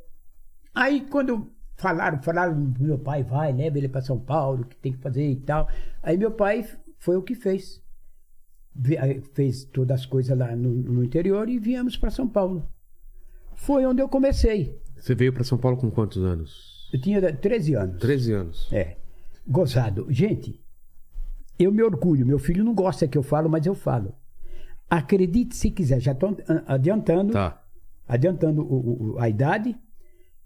[SPEAKER 4] aí quando falaram, falaram, pro meu pai, vai, leva ele para São Paulo, o que tem que fazer e tal. Aí meu pai f- foi o que fez. Ve- aí Fez todas as coisas lá no, no interior e viemos para São Paulo. Foi onde eu comecei.
[SPEAKER 1] Você veio pra São Paulo com quantos anos?
[SPEAKER 4] Eu tinha 13 anos.
[SPEAKER 1] 13 anos.
[SPEAKER 4] É. Gozado. Gente, eu me orgulho. Meu filho não gosta que eu falo, mas eu falo. Acredite se quiser. Já estou adiantando,
[SPEAKER 1] Tá.
[SPEAKER 4] adiantando o- o- a idade.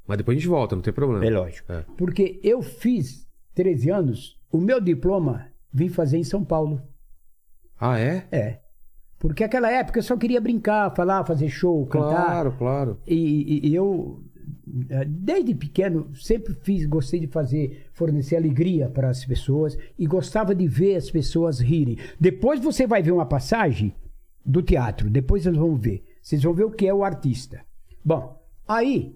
[SPEAKER 1] Mas depois a gente volta, não tem problema.
[SPEAKER 4] É lógico.
[SPEAKER 1] É.
[SPEAKER 4] Porque eu fiz 13 anos, o meu diploma vim fazer em São Paulo.
[SPEAKER 1] Ah, é?
[SPEAKER 4] É. Porque aquela época eu só queria brincar, falar, fazer show, cantar.
[SPEAKER 1] Claro, claro.
[SPEAKER 4] E, e- e eu, eh, desde pequeno, sempre fiz, gostei de fazer, fornecer alegria para as pessoas e gostava de ver as pessoas rirem. Depois você vai ver uma passagem do teatro, depois vocês vão ver. Vocês vão ver o que é o artista. Bom, aí,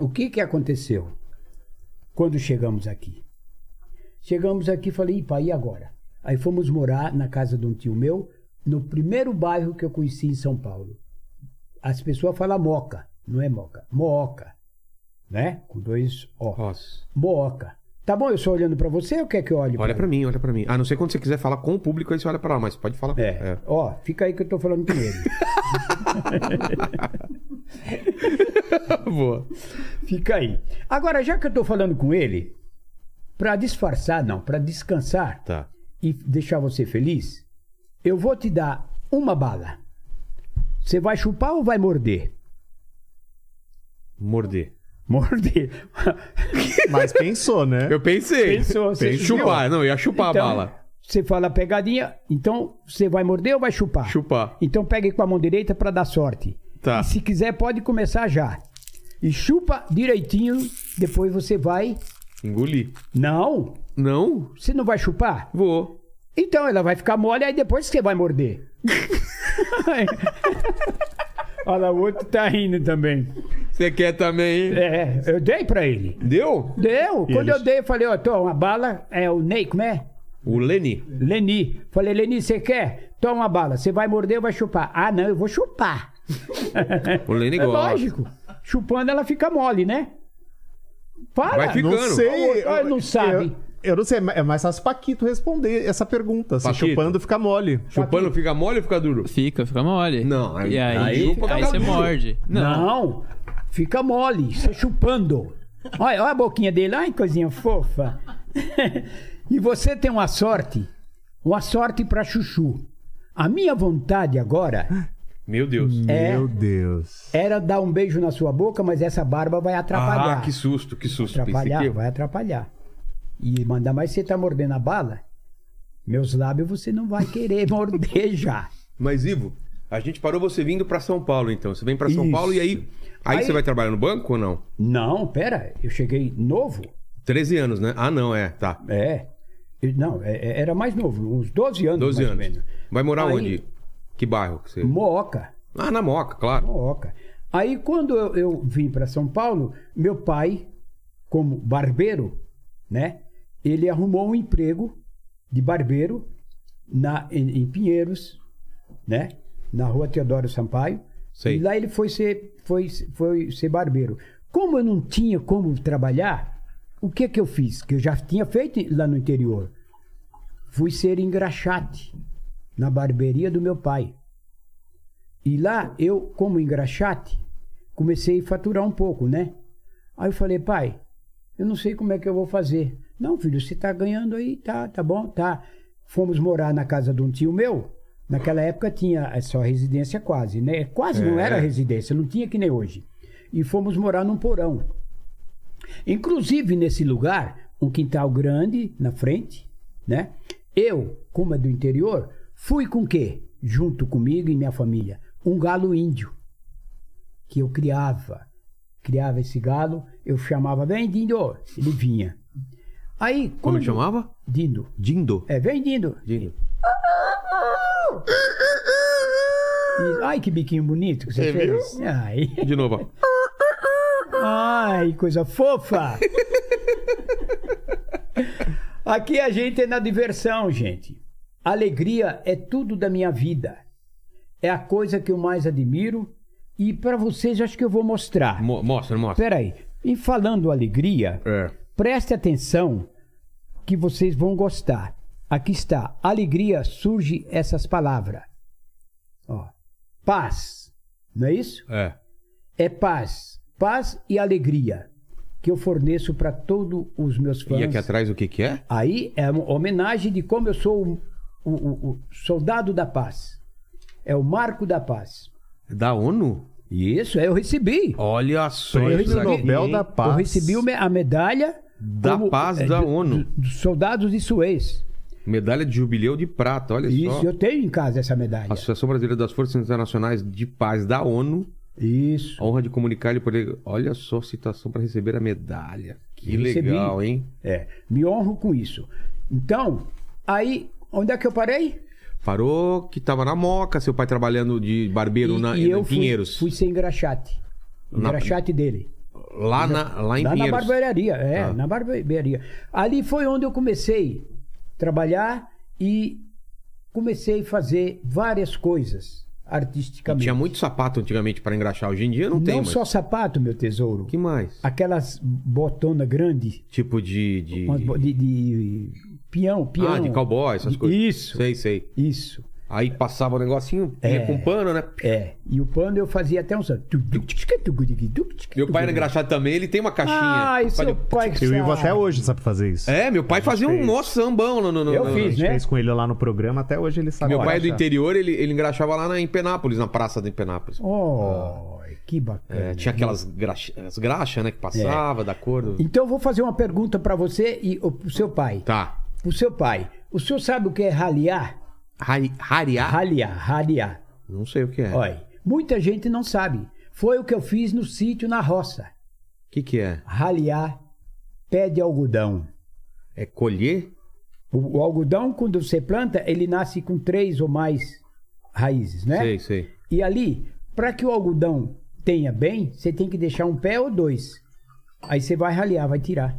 [SPEAKER 4] o que, que aconteceu quando chegamos aqui? Chegamos aqui e falei, "Ih, pai, e agora? Aí fomos morar na casa de um tio meu, no primeiro bairro que eu conheci em São Paulo as pessoas falam moca, não é moca, mooca, né? Com dois O.
[SPEAKER 1] Nossa.
[SPEAKER 4] Mooca. Tá bom, eu sou olhando pra você ou quer que eu olhe?
[SPEAKER 1] Olha pra mim, olha pra mim. A não ser quando você quiser falar com o público, aí você olha pra lá, mas pode falar.
[SPEAKER 4] É. Ó, fica aí que eu tô falando com ele.
[SPEAKER 1] Boa.
[SPEAKER 4] fica aí. Agora, já que eu tô falando com ele, Para disfarçar, não, para descansar
[SPEAKER 1] Tá.
[SPEAKER 4] e deixar você feliz, eu vou te dar uma bala. Você vai chupar ou vai morder?
[SPEAKER 1] Morder.
[SPEAKER 4] Morder.
[SPEAKER 3] Mas pensou, né?
[SPEAKER 1] Eu pensei.
[SPEAKER 4] Pensou, você
[SPEAKER 1] Pensei.
[SPEAKER 4] viu?
[SPEAKER 1] Chupar, não, eu ia chupar
[SPEAKER 4] Então,
[SPEAKER 1] a bala.
[SPEAKER 4] Você fala pegadinha, então você vai morder ou vai chupar?
[SPEAKER 1] Chupar.
[SPEAKER 4] Então pegue com a mão direita para dar sorte.
[SPEAKER 1] Tá.
[SPEAKER 4] E se quiser, pode começar já. E chupa direitinho, depois você vai.
[SPEAKER 1] Engolir.
[SPEAKER 4] Não,
[SPEAKER 1] Não?
[SPEAKER 4] você não vai chupar?
[SPEAKER 1] Vou.
[SPEAKER 4] Então ela vai ficar mole, aí depois você vai morder. [LAUGHS] Olha lá, o outro tá rindo também.
[SPEAKER 1] Você quer também? hein?
[SPEAKER 4] É, eu dei pra ele.
[SPEAKER 1] Deu?
[SPEAKER 4] Deu. Quando
[SPEAKER 3] eles-
[SPEAKER 4] eu dei, eu falei, ó, toma uma bala, é o Ney, como é?
[SPEAKER 1] O Leni.
[SPEAKER 4] Leni. Falei, Leni, você quer? Toma uma bala. Você vai morder ou vai chupar? Ah, não, eu vou chupar.
[SPEAKER 1] O Leni
[SPEAKER 4] [LAUGHS] é
[SPEAKER 1] gosta.
[SPEAKER 4] lógico. Chupando ela fica mole, né? Para.
[SPEAKER 1] Vai ficar-
[SPEAKER 3] Não
[SPEAKER 1] Cano.
[SPEAKER 3] sei.
[SPEAKER 4] Ah, não sabe.
[SPEAKER 3] Eu, eu não sei, é mais fácil Paquito responder essa pergunta. assim, Se
[SPEAKER 1] Paquito.
[SPEAKER 3] chupando fica mole.
[SPEAKER 1] Chupando fica mole ou fica duro?
[SPEAKER 5] Fica, fica mole.
[SPEAKER 1] Não, aí-
[SPEAKER 5] E aí,
[SPEAKER 1] aí
[SPEAKER 5] aí,
[SPEAKER 1] chupa cada
[SPEAKER 5] você
[SPEAKER 1] bicho.
[SPEAKER 5] morde. Não.
[SPEAKER 4] Não. Fica mole. Você chupando. Olha, olha a boquinha dele. Ai, coisinha fofa. [LAUGHS] e você tem uma sorte. Uma sorte pra chuchu. A minha vontade agora
[SPEAKER 1] Meu Deus.
[SPEAKER 4] É.
[SPEAKER 3] Meu Deus.
[SPEAKER 4] era dar um beijo na sua boca, mas essa barba vai atrapalhar.
[SPEAKER 1] Ah, que susto, que susto.
[SPEAKER 4] atrapalhar,
[SPEAKER 1] Pensei que-
[SPEAKER 4] vai atrapalhar. E mandar mais você tá mordendo a bala, meus lábios você não vai querer [LAUGHS] morder já.
[SPEAKER 1] Mas, Ivo, a gente parou você vindo pra São Paulo, então. Você vem pra São
[SPEAKER 4] Isso.
[SPEAKER 1] Paulo e aí... Aí,
[SPEAKER 4] Aí-
[SPEAKER 1] você vai trabalhar no banco ou não?
[SPEAKER 4] Não, pera, eu cheguei novo.
[SPEAKER 1] 13 anos, né? Ah, não, é. Tá.
[SPEAKER 4] É. Eu- Não, é- é- era mais novo, uns 12 anos
[SPEAKER 1] 12
[SPEAKER 4] mais
[SPEAKER 1] anos.
[SPEAKER 4] ou menos.
[SPEAKER 1] Vai morar
[SPEAKER 4] Aí-
[SPEAKER 1] onde? Que bairro que você...
[SPEAKER 4] Mooca,
[SPEAKER 1] Ah, na Moca, claro.
[SPEAKER 4] Mooca. Aí quando eu, eu vim para São Paulo, meu pai, como barbeiro, né? Ele arrumou um emprego de barbeiro na, em, em Pinheiros, né? Na rua Teodoro Sampaio.
[SPEAKER 1] Sei.
[SPEAKER 4] E lá ele foi ser, foi, foi ser barbeiro. Como eu não tinha como trabalhar, o que que eu fiz? Que eu já tinha feito lá no interior. Fui ser engraxate na barbearia do meu pai. E lá eu, como engraxate, comecei a faturar um pouco, né? Aí eu falei, pai, eu não sei como é que eu vou fazer. Não, filho, você tá ganhando aí, tá, tá bom, tá. Fomos morar na casa de um tio meu. Naquela época tinha eh, só residência quase, né? Quase não era residência, não tinha que nem hoje. E fomos morar num porão. Inclusive nesse lugar, um quintal grande na frente, né? Eu, como é do interior, fui com o quê? Junto comigo e minha família, um galo índio que eu criava. Criava esse galo, eu chamava, vem Dindo, ele vinha. Aí,
[SPEAKER 1] Como é
[SPEAKER 4] quando...
[SPEAKER 1] ele chamava?
[SPEAKER 4] Dindo.
[SPEAKER 1] Dindo.
[SPEAKER 4] É, vem Dindo.
[SPEAKER 1] Dindo.
[SPEAKER 4] E- Ai, que biquinho bonito que você
[SPEAKER 1] É
[SPEAKER 4] fez. Ai.
[SPEAKER 1] De novo.
[SPEAKER 4] Ai, coisa fofa! Aqui a gente é na diversão, gente. Alegria é tudo da minha vida. É a coisa que eu mais admiro e para vocês acho que eu vou mostrar.
[SPEAKER 1] Mo- Mostra, mostra.
[SPEAKER 4] Peraí, e falando alegria,
[SPEAKER 1] É.
[SPEAKER 4] preste atenção que vocês vão gostar. Aqui está, alegria surge essas palavras. Ó, paz, não é isso?
[SPEAKER 1] É.
[SPEAKER 4] é paz, paz e alegria que eu forneço para todos os meus fãs.
[SPEAKER 1] E aqui atrás o que que é?
[SPEAKER 4] Aí é uma homenagem de como eu sou um, o, o- o- o um soldado da paz. É o marco da paz.
[SPEAKER 1] Da ONU?
[SPEAKER 4] E isso eu recebi.
[SPEAKER 1] Olha só
[SPEAKER 4] eu
[SPEAKER 1] isso
[SPEAKER 4] recebi,
[SPEAKER 1] aqui.
[SPEAKER 3] Nobel da
[SPEAKER 1] hein?
[SPEAKER 3] Paz.
[SPEAKER 4] Eu recebi o me- a medalha
[SPEAKER 1] Da paz
[SPEAKER 4] eh,
[SPEAKER 1] da
[SPEAKER 4] do-
[SPEAKER 1] ONU.
[SPEAKER 4] do- Dos soldados de Suez.
[SPEAKER 1] Medalha de Jubileu de Prata, olha
[SPEAKER 4] Isso,
[SPEAKER 1] só.
[SPEAKER 4] eu tenho em casa essa medalha.
[SPEAKER 1] Associação Brasileira das Forças Internacionais de Paz da ONU.
[SPEAKER 4] Isso.
[SPEAKER 1] A honra de comunicar e poder. Olha só a citação para receber a medalha. Que
[SPEAKER 4] Eu recebi.
[SPEAKER 1] legal, hein?
[SPEAKER 4] É, me honro com isso. Então, aí, onde é que eu parei?
[SPEAKER 1] Parou que tava na moca, seu pai trabalhando de barbeiro na, em
[SPEAKER 4] fui-
[SPEAKER 1] Pinheiros.
[SPEAKER 4] Fui, ser engraxate.
[SPEAKER 1] Na-
[SPEAKER 4] Engraxate dele.
[SPEAKER 1] Lá, na, lá em
[SPEAKER 4] lá na
[SPEAKER 1] Pinheiros.
[SPEAKER 4] barbearia, é,
[SPEAKER 1] Ah.
[SPEAKER 4] na barbearia. Ali foi onde eu comecei a trabalhar e comecei a fazer várias coisas artisticamente.
[SPEAKER 1] Tinha muito sapato antigamente para engraxar. Hoje em dia não,
[SPEAKER 4] não
[SPEAKER 1] tem mais.
[SPEAKER 4] só sapato, meu tesouro.
[SPEAKER 1] que mais?
[SPEAKER 4] Aquelas botona grande,
[SPEAKER 1] Tipo de. de...
[SPEAKER 4] umas bo- de, de peão, peão.
[SPEAKER 1] Ah, de cowboy, essas coisas.
[SPEAKER 4] Isso,
[SPEAKER 1] Sei, sei.
[SPEAKER 4] isso.
[SPEAKER 1] Aí passava o negocinho, vinha
[SPEAKER 4] É.
[SPEAKER 1] com pano, né?
[SPEAKER 4] É. E o pano eu fazia até um. som.
[SPEAKER 1] Meu pai era engraxado também, ele tem uma caixinha.
[SPEAKER 4] Ah, e
[SPEAKER 1] Fazia-
[SPEAKER 4] seu pai que
[SPEAKER 3] E o Ivo
[SPEAKER 4] sabe.
[SPEAKER 3] até hoje sabe fazer isso.
[SPEAKER 1] É, meu pai fazia um
[SPEAKER 3] fez.
[SPEAKER 1] mó sambão no, no, no-
[SPEAKER 4] Eu
[SPEAKER 1] no-
[SPEAKER 4] fiz,
[SPEAKER 3] A gente
[SPEAKER 4] né?
[SPEAKER 3] fez com ele lá no programa, até hoje ele sabe.
[SPEAKER 1] Meu pai é do
[SPEAKER 3] achar.
[SPEAKER 1] interior, ele, ele engraxava lá na, em Penápolis, na praça de Penápolis.
[SPEAKER 4] Oh, que bacana.
[SPEAKER 1] É, tinha aquelas graxa, as graxas, né,
[SPEAKER 4] É.
[SPEAKER 1] que passava da cor do...
[SPEAKER 4] Então eu vou fazer uma pergunta pra você e o- pro seu pai.
[SPEAKER 1] Tá.
[SPEAKER 4] Pro seu pai. O senhor sabe o que é raliar?
[SPEAKER 1] Hari- Hariá?
[SPEAKER 4] Raliar, raliar.
[SPEAKER 1] Não sei o que é. O
[SPEAKER 4] Olha, muita gente não sabe. Foi o que eu fiz no sítio, na roça.
[SPEAKER 1] que que é?
[SPEAKER 4] Raliar pé de algodão.
[SPEAKER 1] É colher?
[SPEAKER 4] O, o algodão, quando você planta, ele nasce com três ou mais raízes, né?
[SPEAKER 1] Sei, sei.
[SPEAKER 4] E ali, para que o algodão tenha bem, você tem que deixar um pé ou dois. Aí você vai raliar, vai tirar.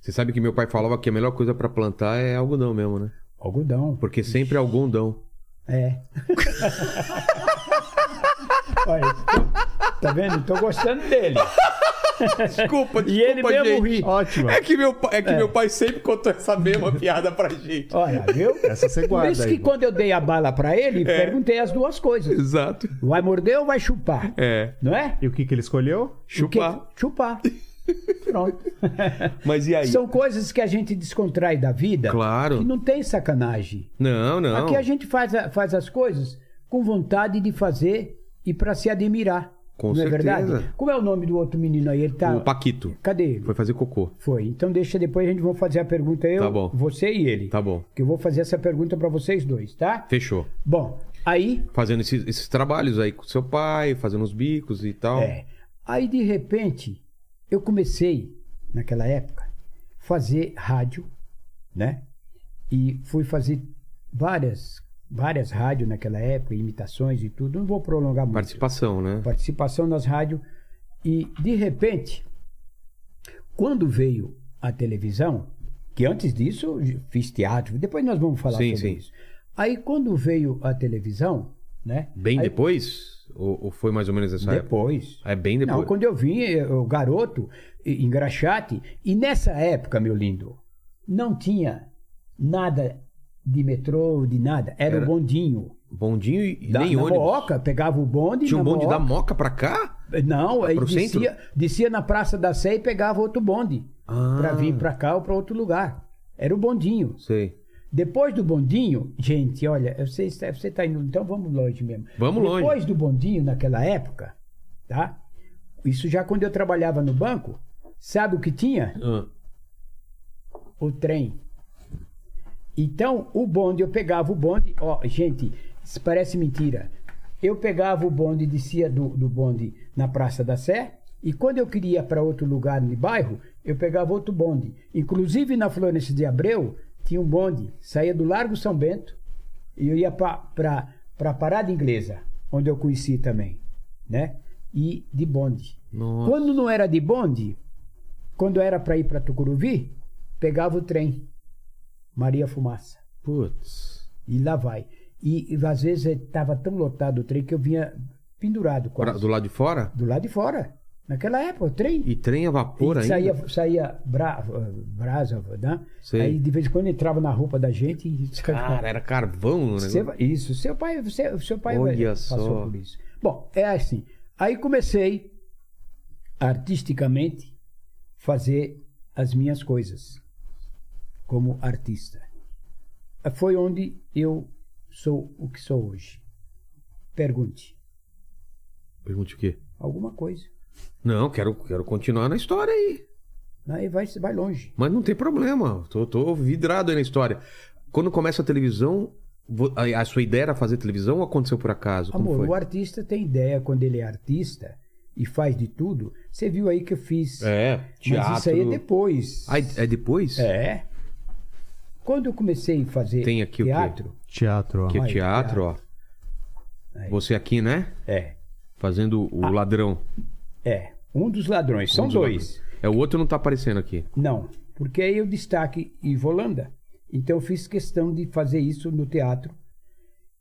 [SPEAKER 1] Você sabe que meu pai falava que a melhor coisa pra plantar é algodão mesmo, né?
[SPEAKER 4] Algodão.
[SPEAKER 1] Porque sempre é algodão.
[SPEAKER 4] É. [LAUGHS] Olha, tá vendo? Tô gostando dele.
[SPEAKER 1] Desculpa,
[SPEAKER 4] [LAUGHS] E ele mesmo ri.
[SPEAKER 3] Ótimo.
[SPEAKER 1] É que, meu, pa- é que meu pai sempre contou essa
[SPEAKER 4] [LAUGHS]
[SPEAKER 1] mesma piada pra gente.
[SPEAKER 4] Olha, viu?
[SPEAKER 3] Essa você
[SPEAKER 4] Por
[SPEAKER 3] guarda.
[SPEAKER 4] isso que
[SPEAKER 3] Ivo.
[SPEAKER 4] quando eu dei a bala pra ele,
[SPEAKER 1] É.
[SPEAKER 4] perguntei as duas coisas.
[SPEAKER 1] Exato.
[SPEAKER 4] Vai morder ou vai chupar?
[SPEAKER 1] É.
[SPEAKER 4] Não é?
[SPEAKER 3] E o que, que ele escolheu?
[SPEAKER 1] Chupar.
[SPEAKER 4] O que- Chupar. Pronto.
[SPEAKER 1] Mas e [LAUGHS] aí?
[SPEAKER 4] São coisas que a gente descontrai da vida.
[SPEAKER 1] Claro.
[SPEAKER 4] Que não tem sacanagem.
[SPEAKER 1] Não, não.
[SPEAKER 4] Aqui a gente faz, a- faz as coisas com vontade de fazer e pra se admirar.
[SPEAKER 1] Com
[SPEAKER 4] não é
[SPEAKER 1] certeza.
[SPEAKER 4] verdade? Como é o nome do outro menino aí? Ele tá.
[SPEAKER 1] O Paquito
[SPEAKER 4] Cadê ele?
[SPEAKER 1] foi fazer cocô.
[SPEAKER 4] Foi. Então deixa depois a gente vai fazer a pergunta eu,
[SPEAKER 1] Tá bom.
[SPEAKER 4] você e ele.
[SPEAKER 1] Tá bom.
[SPEAKER 4] Que eu vou fazer essa pergunta pra vocês dois, tá?
[SPEAKER 1] Fechou.
[SPEAKER 4] Bom, aí
[SPEAKER 1] Fazendo esses, esses trabalhos aí com seu pai, fazendo os bicos e tal.
[SPEAKER 4] é, aí de repente eu comecei naquela época fazer rádio, né? E fui fazer várias várias rádios naquela época, imitações e tudo. Não vou prolongar muito.
[SPEAKER 1] Participação, né?
[SPEAKER 4] participação nas rádios. E, de repente, quando veio a televisão, que antes disso eu fiz teatro, depois nós vamos falar
[SPEAKER 1] Sim,
[SPEAKER 4] sobre
[SPEAKER 1] sim.
[SPEAKER 4] isso. Aí, quando veio a televisão, né?
[SPEAKER 1] Bem
[SPEAKER 4] aí-
[SPEAKER 1] depois? Ou, ou foi mais ou menos essa época?
[SPEAKER 4] Depois.
[SPEAKER 1] É bem depois.
[SPEAKER 4] Não, quando eu vim, eu garoto, e- engraxate, e nessa época, meu lindo, não tinha nada de metrô, de nada. Era,
[SPEAKER 1] Era
[SPEAKER 4] o bondinho.
[SPEAKER 1] Bondinho e
[SPEAKER 4] Da,
[SPEAKER 1] nem
[SPEAKER 4] na
[SPEAKER 1] ônibus.
[SPEAKER 4] Mooca, pegava o bonde.
[SPEAKER 1] Tinha um
[SPEAKER 4] na
[SPEAKER 1] bonde da
[SPEAKER 4] Mooca.
[SPEAKER 1] Moca pra cá?
[SPEAKER 4] Não, aí
[SPEAKER 1] pro
[SPEAKER 4] descia, descia na Praça da Sé e pegava outro bonde.
[SPEAKER 1] Ah.
[SPEAKER 4] Pra vir pra cá ou pra outro lugar. Era o bondinho.
[SPEAKER 1] Sei.
[SPEAKER 4] Depois do bondinho, gente, olha, eu sei, se você tá indo, então vamos longe mesmo.
[SPEAKER 1] Vamos longe.
[SPEAKER 4] Depois do bondinho, naquela época, tá? Isso já quando eu trabalhava no banco, sabe o que tinha?
[SPEAKER 1] Ah,
[SPEAKER 4] O trem. Então, o bonde, eu pegava o bonde, ó, gente, isso parece mentira. Eu pegava o bonde, descia do, do bonde na Praça da Sé, e quando eu queria ir para outro lugar no bairro, eu pegava outro bonde. Inclusive na Florêncio de Abreu, tinha um bonde, saía do Largo São Bento, e eu ia para a Parada Inglesa, onde eu conheci também, né? E de bonde.
[SPEAKER 1] Nossa.
[SPEAKER 4] Quando não era de bonde, quando era para ir para Tucuruvi, pegava o trem, Maria Fumaça.
[SPEAKER 1] Putz.
[SPEAKER 4] E lá vai. E, e às vezes estava tão lotado o trem que eu vinha pendurado
[SPEAKER 1] Pra-
[SPEAKER 4] quase.
[SPEAKER 1] Do lado de fora?
[SPEAKER 4] Do lado de fora. Naquela época, o trem.
[SPEAKER 1] E trem a vapor ainda?
[SPEAKER 4] saía, saía bra, eh, brasa, né?
[SPEAKER 1] Sei.
[SPEAKER 4] Aí de vez em quando entrava na roupa da gente e
[SPEAKER 1] Cara, era carvão no
[SPEAKER 4] Você
[SPEAKER 1] negócio.
[SPEAKER 4] vai- isso, seu pai, você, seu pai
[SPEAKER 1] né? Olha
[SPEAKER 4] vai-
[SPEAKER 1] só.
[SPEAKER 4] passou por isso. Bom, é assim. Aí comecei artisticamente fazer as minhas coisas como artista. Foi onde eu sou o que sou hoje. Pergunte
[SPEAKER 1] Pergunte o quê?
[SPEAKER 4] alguma coisa.
[SPEAKER 1] Não, quero, quero continuar na história aí.
[SPEAKER 4] Aí né? vai, vai longe.
[SPEAKER 1] Mas não tem problema. Tô, tô vidrado aí na história. Quando começa a televisão, vo- a, a sua ideia era fazer televisão ou aconteceu por acaso? Como
[SPEAKER 4] Amor,
[SPEAKER 1] foi?
[SPEAKER 4] o artista tem ideia quando ele é artista e faz de tudo. Você viu aí que eu fiz.
[SPEAKER 1] É, teatro.
[SPEAKER 4] Mas isso aí é depois.
[SPEAKER 1] Ah, é depois?
[SPEAKER 4] É. Quando eu comecei a fazer
[SPEAKER 1] Tem aqui o quê?
[SPEAKER 4] teatro,
[SPEAKER 3] Teatro, ó.
[SPEAKER 1] Que é
[SPEAKER 4] Olha,
[SPEAKER 1] teatro, ó.
[SPEAKER 4] Aí. Ah.
[SPEAKER 1] Você aqui, né?
[SPEAKER 4] é,
[SPEAKER 1] Fazendo o ladrão.
[SPEAKER 4] é. Um dos ladrões, são
[SPEAKER 1] Um dos
[SPEAKER 4] dois.
[SPEAKER 1] É, o outro não tá aparecendo aqui.
[SPEAKER 4] Não, porque aí eu destaque e Volanda. Então eu fiz questão de fazer isso no teatro.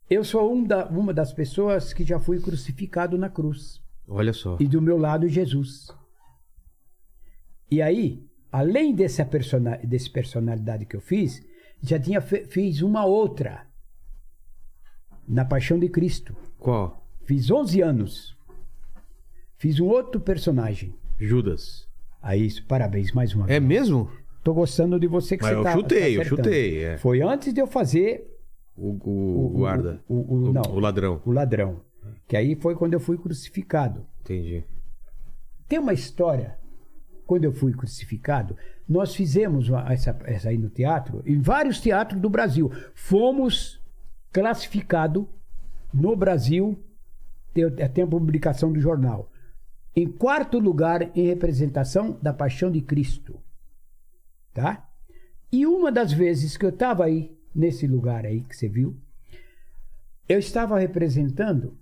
[SPEAKER 4] Eu sou um da- uma das pessoas que já fui crucificado na cruz.
[SPEAKER 1] Olha só.
[SPEAKER 4] E do meu lado, Jesus. E aí, além dessa, persona, desse personalidade que eu fiz, já tinha fe, fiz uma outra. na Paixão de Cristo.
[SPEAKER 1] Qual?
[SPEAKER 4] Fiz 11 anos. Fiz um outro personagem.
[SPEAKER 1] Judas.
[SPEAKER 4] Aí, isso, parabéns mais uma
[SPEAKER 1] É
[SPEAKER 4] vez.
[SPEAKER 1] mesmo?
[SPEAKER 4] Tô gostando de você que
[SPEAKER 1] Mas
[SPEAKER 4] você
[SPEAKER 1] eu
[SPEAKER 4] tá.
[SPEAKER 1] chutei,
[SPEAKER 4] tá
[SPEAKER 1] eu
[SPEAKER 4] acertando.
[SPEAKER 1] chutei, é.
[SPEAKER 4] Foi antes de eu fazer
[SPEAKER 1] O, o- o guarda.
[SPEAKER 4] O, o- o- não,
[SPEAKER 1] o ladrão.
[SPEAKER 4] o ladrão. Que aí foi quando eu fui crucificado.
[SPEAKER 1] Entendi.
[SPEAKER 4] Tem uma história. Quando eu fui crucificado, nós fizemos uma- essa, essa aí no teatro, em vários teatros do Brasil. Fomos classificado no Brasil, tem até a publicação do jornal, em quarto lugar em representação da Paixão de Cristo. Tá? E uma das vezes que eu estava aí, nesse lugar aí que você viu, eu estava representando,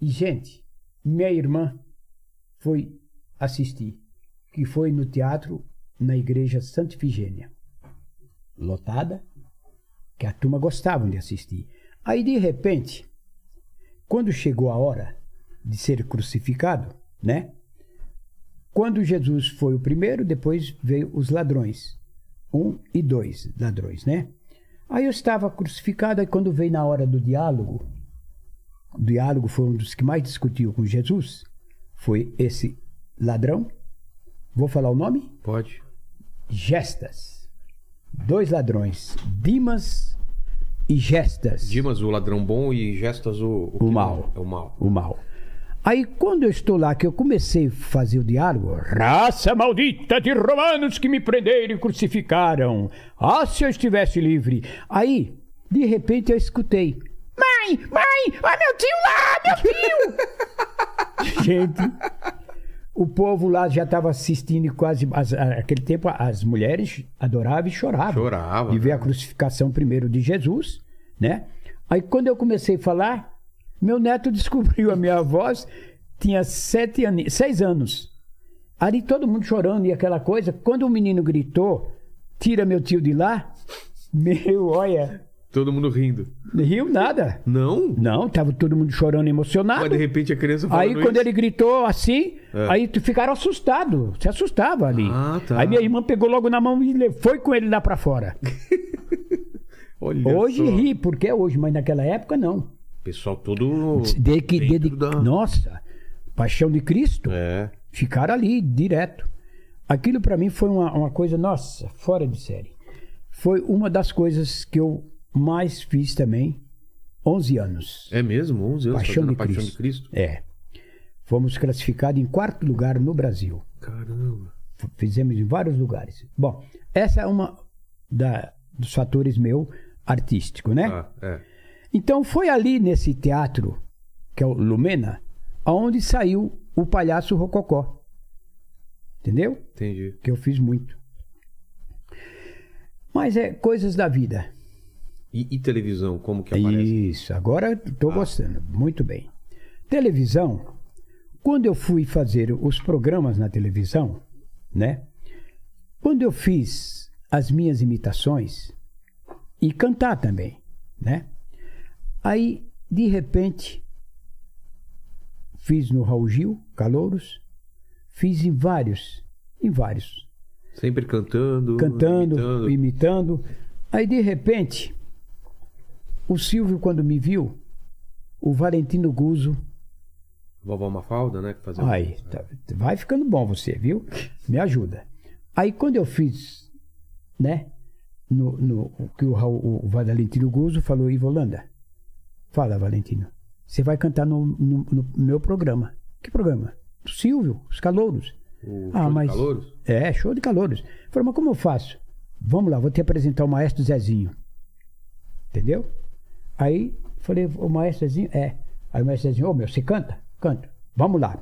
[SPEAKER 4] e gente, minha irmã foi assistir, que foi no teatro na igreja Santa Ifigênia. Lotada, que a turma gostava de assistir. Aí de repente, quando chegou a hora de ser crucificado, né? Quando Jesus foi o primeiro, depois veio os ladrões. Um e dois ladrões, né? Aí eu estava crucificado, aí quando veio na hora do diálogo, o diálogo foi um dos que mais discutiu com Jesus, foi esse ladrão, vou falar o nome,
[SPEAKER 1] Pode.
[SPEAKER 4] Gestas. Dois ladrões, Dimas e Gestas.
[SPEAKER 1] Dimas, o ladrão bom e Gestas, o... O, que não-
[SPEAKER 4] mal.
[SPEAKER 1] É o mal.
[SPEAKER 4] o mal. Aí quando eu estou lá, que eu comecei a fazer o diálogo, raça maldita de romanos que me prenderam e crucificaram. Ah, se eu estivesse livre. Aí, de repente, eu escutei. Mãe! Mãe! Olha meu tio lá! Meu tio! [LAUGHS] Gente, o povo lá já estava assistindo e quase. as- a- aquele tempo, as mulheres adoravam e choravam.
[SPEAKER 1] Chorava,
[SPEAKER 4] De ver a
[SPEAKER 1] né?
[SPEAKER 4] crucificação primeiro de Jesus, né? Aí quando eu comecei a falar, meu neto [LAUGHS] descobriu a minha voz, tinha sete anos, seis anos. Ali todo mundo chorando e aquela coisa. Quando o menino gritou, tira meu tio de lá, meu, olha,
[SPEAKER 1] Todo mundo rindo.
[SPEAKER 4] riu nada.
[SPEAKER 1] Não?
[SPEAKER 4] Não, tava todo mundo chorando emocionado.
[SPEAKER 1] Mas de repente a criança falando
[SPEAKER 4] Aí quando
[SPEAKER 1] isso.
[SPEAKER 4] ele gritou assim,
[SPEAKER 1] É.
[SPEAKER 4] aí tu ficaram assustado, se assustava ali.
[SPEAKER 1] Ah, tá.
[SPEAKER 4] Aí minha irmã pegou logo na mão e le- foi com ele lá pra fora.
[SPEAKER 1] [LAUGHS] Olha
[SPEAKER 4] Hoje
[SPEAKER 1] só.
[SPEAKER 4] ri, porque é hoje, mas naquela época não.
[SPEAKER 1] Pessoal todo...
[SPEAKER 4] De que,
[SPEAKER 1] dentro
[SPEAKER 4] de,
[SPEAKER 1] da-
[SPEAKER 4] Nossa, Paixão de Cristo,
[SPEAKER 1] É.
[SPEAKER 4] ficaram ali direto. Aquilo pra mim foi uma, uma coisa, nossa, fora de série. Foi uma das coisas que eu mais fiz também, 11 anos.
[SPEAKER 1] É mesmo? 11 anos
[SPEAKER 4] Paixão
[SPEAKER 1] fazendo
[SPEAKER 4] de,
[SPEAKER 1] a Paixão
[SPEAKER 4] Cristo.
[SPEAKER 1] de Cristo?
[SPEAKER 4] É. Fomos classificados em quarto lugar no Brasil.
[SPEAKER 1] Caramba.
[SPEAKER 4] F- Fizemos em vários lugares. Bom, essa é uma da, dos fatores meu artístico, né?
[SPEAKER 1] Ah, é.
[SPEAKER 4] Então foi ali nesse teatro, que é o Lumena, aonde saiu o palhaço Rococó. Entendeu?
[SPEAKER 1] Entendi.
[SPEAKER 4] Que eu fiz muito. Mas é coisas da vida.
[SPEAKER 1] E, e televisão, como que aparece? Ah.
[SPEAKER 4] Isso, agora estou gostando. Muito bem. Televisão, quando eu fui fazer os programas na televisão, né? Quando eu fiz as minhas imitações e cantar também, né? Aí, de repente, fiz no Raul Gil, Calouros, fiz em vários, em vários
[SPEAKER 1] Sempre cantando,
[SPEAKER 4] cantando,
[SPEAKER 1] imitando.
[SPEAKER 4] imitando. Aí de repente, o Silvio quando me viu, o Valentino Guzzo,
[SPEAKER 1] Vovó Mafalda, né? Que fazia...
[SPEAKER 4] aí, tá- vai ficando bom você, viu? Me ajuda. Aí quando eu fiz, né, no, no o que o, Raul- o Valentino Guzzo falou, Ivolanda, fala Valentino, você vai cantar no, no- no meu programa. Que programa? Do Silvio, os calouros.
[SPEAKER 1] O
[SPEAKER 4] Ah,
[SPEAKER 1] show de
[SPEAKER 4] mas-
[SPEAKER 1] calouros?
[SPEAKER 4] É, show de calouros. Falei, mas como eu faço? Vamos lá, vou te apresentar o maestro Zezinho. Entendeu? Aí falei, o maestro Zezinho, é. Aí o maestro Zezinho, ô meu, você canta? Canto. Vamos lá.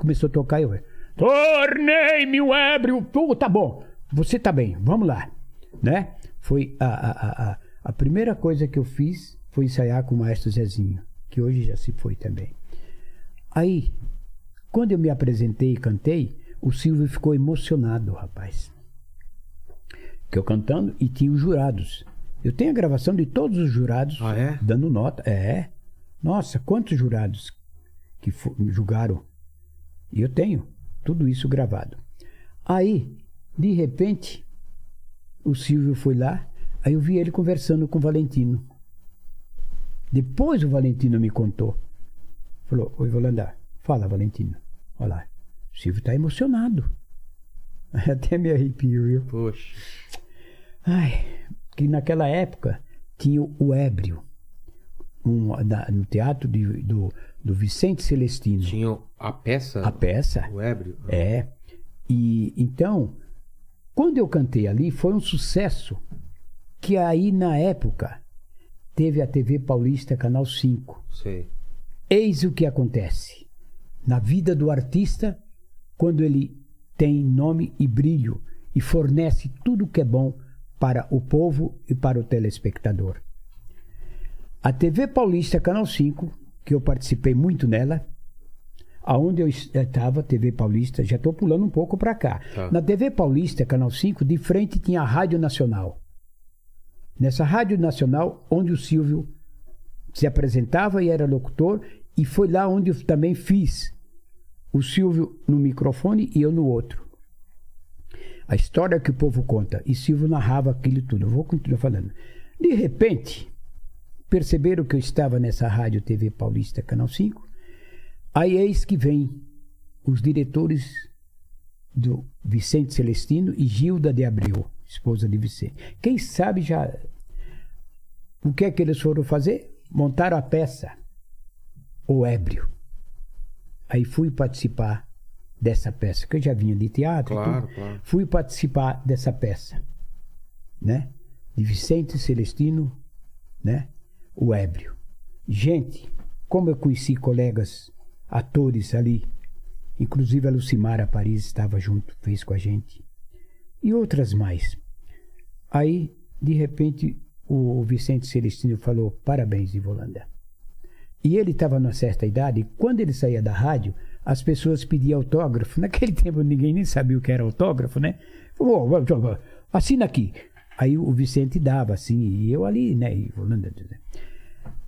[SPEAKER 4] Começou a tocar eu. Tornei-me um ébrio. Pô, tá bom. Você tá bem, vamos lá. Né? Foi a, a, a, a, a primeira coisa que eu fiz foi ensaiar com o maestro Zezinho, que hoje já se foi também. Aí, quando eu me apresentei e cantei, o Silvio ficou emocionado, rapaz. Que eu cantando e tinha os jurados. Eu tenho a gravação de todos os jurados
[SPEAKER 1] Ah, é?
[SPEAKER 4] dando nota. É. Nossa, quantos jurados que fo- julgaram? E eu tenho tudo isso gravado. Aí, de repente, o Silvio foi lá, aí eu vi ele conversando com o Valentino. Depois o Valentino me contou. Falou, oi, Volanda. Fala, Valentino. Olha lá. O Silvio tá emocionado. [LAUGHS] Até me arrepio, viu?
[SPEAKER 1] Poxa.
[SPEAKER 4] Ai, que naquela época tinha o ébrio um, da- no teatro de- do, do Vicente Celestino.
[SPEAKER 1] Tinha a peça,
[SPEAKER 4] A peça.
[SPEAKER 1] o ébrio.
[SPEAKER 4] É. E então, quando eu cantei ali, foi um sucesso que aí na época teve a TV Paulista Canal 5.
[SPEAKER 1] Sei.
[SPEAKER 4] Eis o que acontece na vida do artista quando ele tem nome e brilho e fornece tudo o que é bom para o povo e para o telespectador. A TV Paulista Canal 5, que eu participei muito nela, aonde eu estava, TV Paulista, já estou pulando um pouco para cá.
[SPEAKER 1] Tá.
[SPEAKER 4] Na TV Paulista Canal 5, de frente tinha a Rádio Nacional. Nessa Rádio Nacional, onde o Silvio se apresentava e era locutor, e foi lá onde eu também fiz. O Silvio no microfone e eu no outro. A história que o povo conta. E Silvio narrava aquilo tudo. Eu vou continuar falando. De repente, perceberam que eu estava nessa rádio TV Paulista, Canal 5. Aí eis que vem os diretores do Vicente Celestino e Gilda de Abreu, esposa de Vicente. Quem sabe já o que é que eles foram fazer? Montaram a peça. O ébrio. Aí fui participar dessa peça, que eu já vinha de teatro. e
[SPEAKER 1] Claro,
[SPEAKER 4] tudo.
[SPEAKER 1] claro.
[SPEAKER 4] Fui participar dessa peça, né? De Vicente Celestino, né? O ébrio. Gente, como eu conheci colegas atores ali, inclusive a Lucimara Paris estava junto, fez com a gente, e outras mais. Aí, de repente, o Vicente Celestino falou: Parabéns, Ivolanda. E ele estava numa certa idade, e quando ele saía da rádio, as pessoas pediam autógrafo. [LAUGHS] Naquele tempo ninguém nem sabia o que era autógrafo, né? Falou, "Ó, ó, ó, assina aqui. Aí o Vicente dava assim, e eu ali, né? e Ivolanda.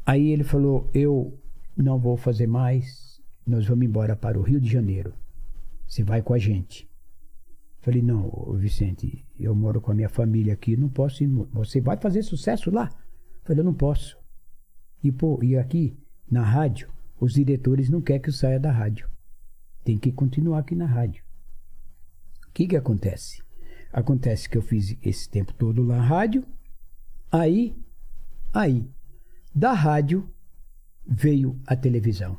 [SPEAKER 4] Aí ele falou: Eu não vou fazer mais, nós vamos embora para o Rio de Janeiro. Você vai com a gente. Falei, não, ô Vicente, eu moro com a minha família aqui, não posso ir. mu- Você vai fazer sucesso lá? Falei, eu não posso. E, pô, e aqui, na rádio, os diretores não querem que eu saia da rádio. Tem que continuar aqui na rádio. O que que acontece? Acontece que eu fiz esse tempo todo lá na rádio, aí, aí, da rádio veio a televisão.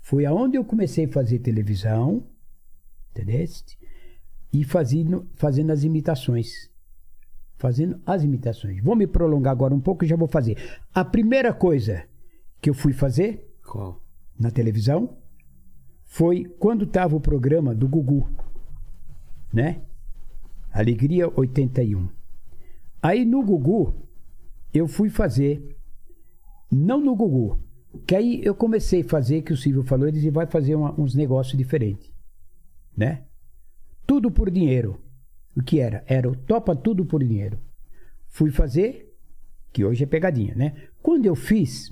[SPEAKER 4] Foi aonde eu comecei a fazer televisão, entendeste? E fazendo, fazendo as imitações. Fazendo as imitações. Vou me prolongar agora um pouco e já vou fazer. A primeira coisa que eu fui fazer
[SPEAKER 1] Qual?
[SPEAKER 4] na televisão foi quando estava o programa do Gugu, né? Alegria 81. Aí no Gugu eu fui fazer, não no Gugu, que aí eu comecei a fazer que o Silvio falou, ele disse, vai fazer uma- uns negócios diferentes, né? Tudo por dinheiro. O que era? Era o topa tudo por dinheiro. Fui fazer, que hoje é pegadinha, né? Quando eu fiz,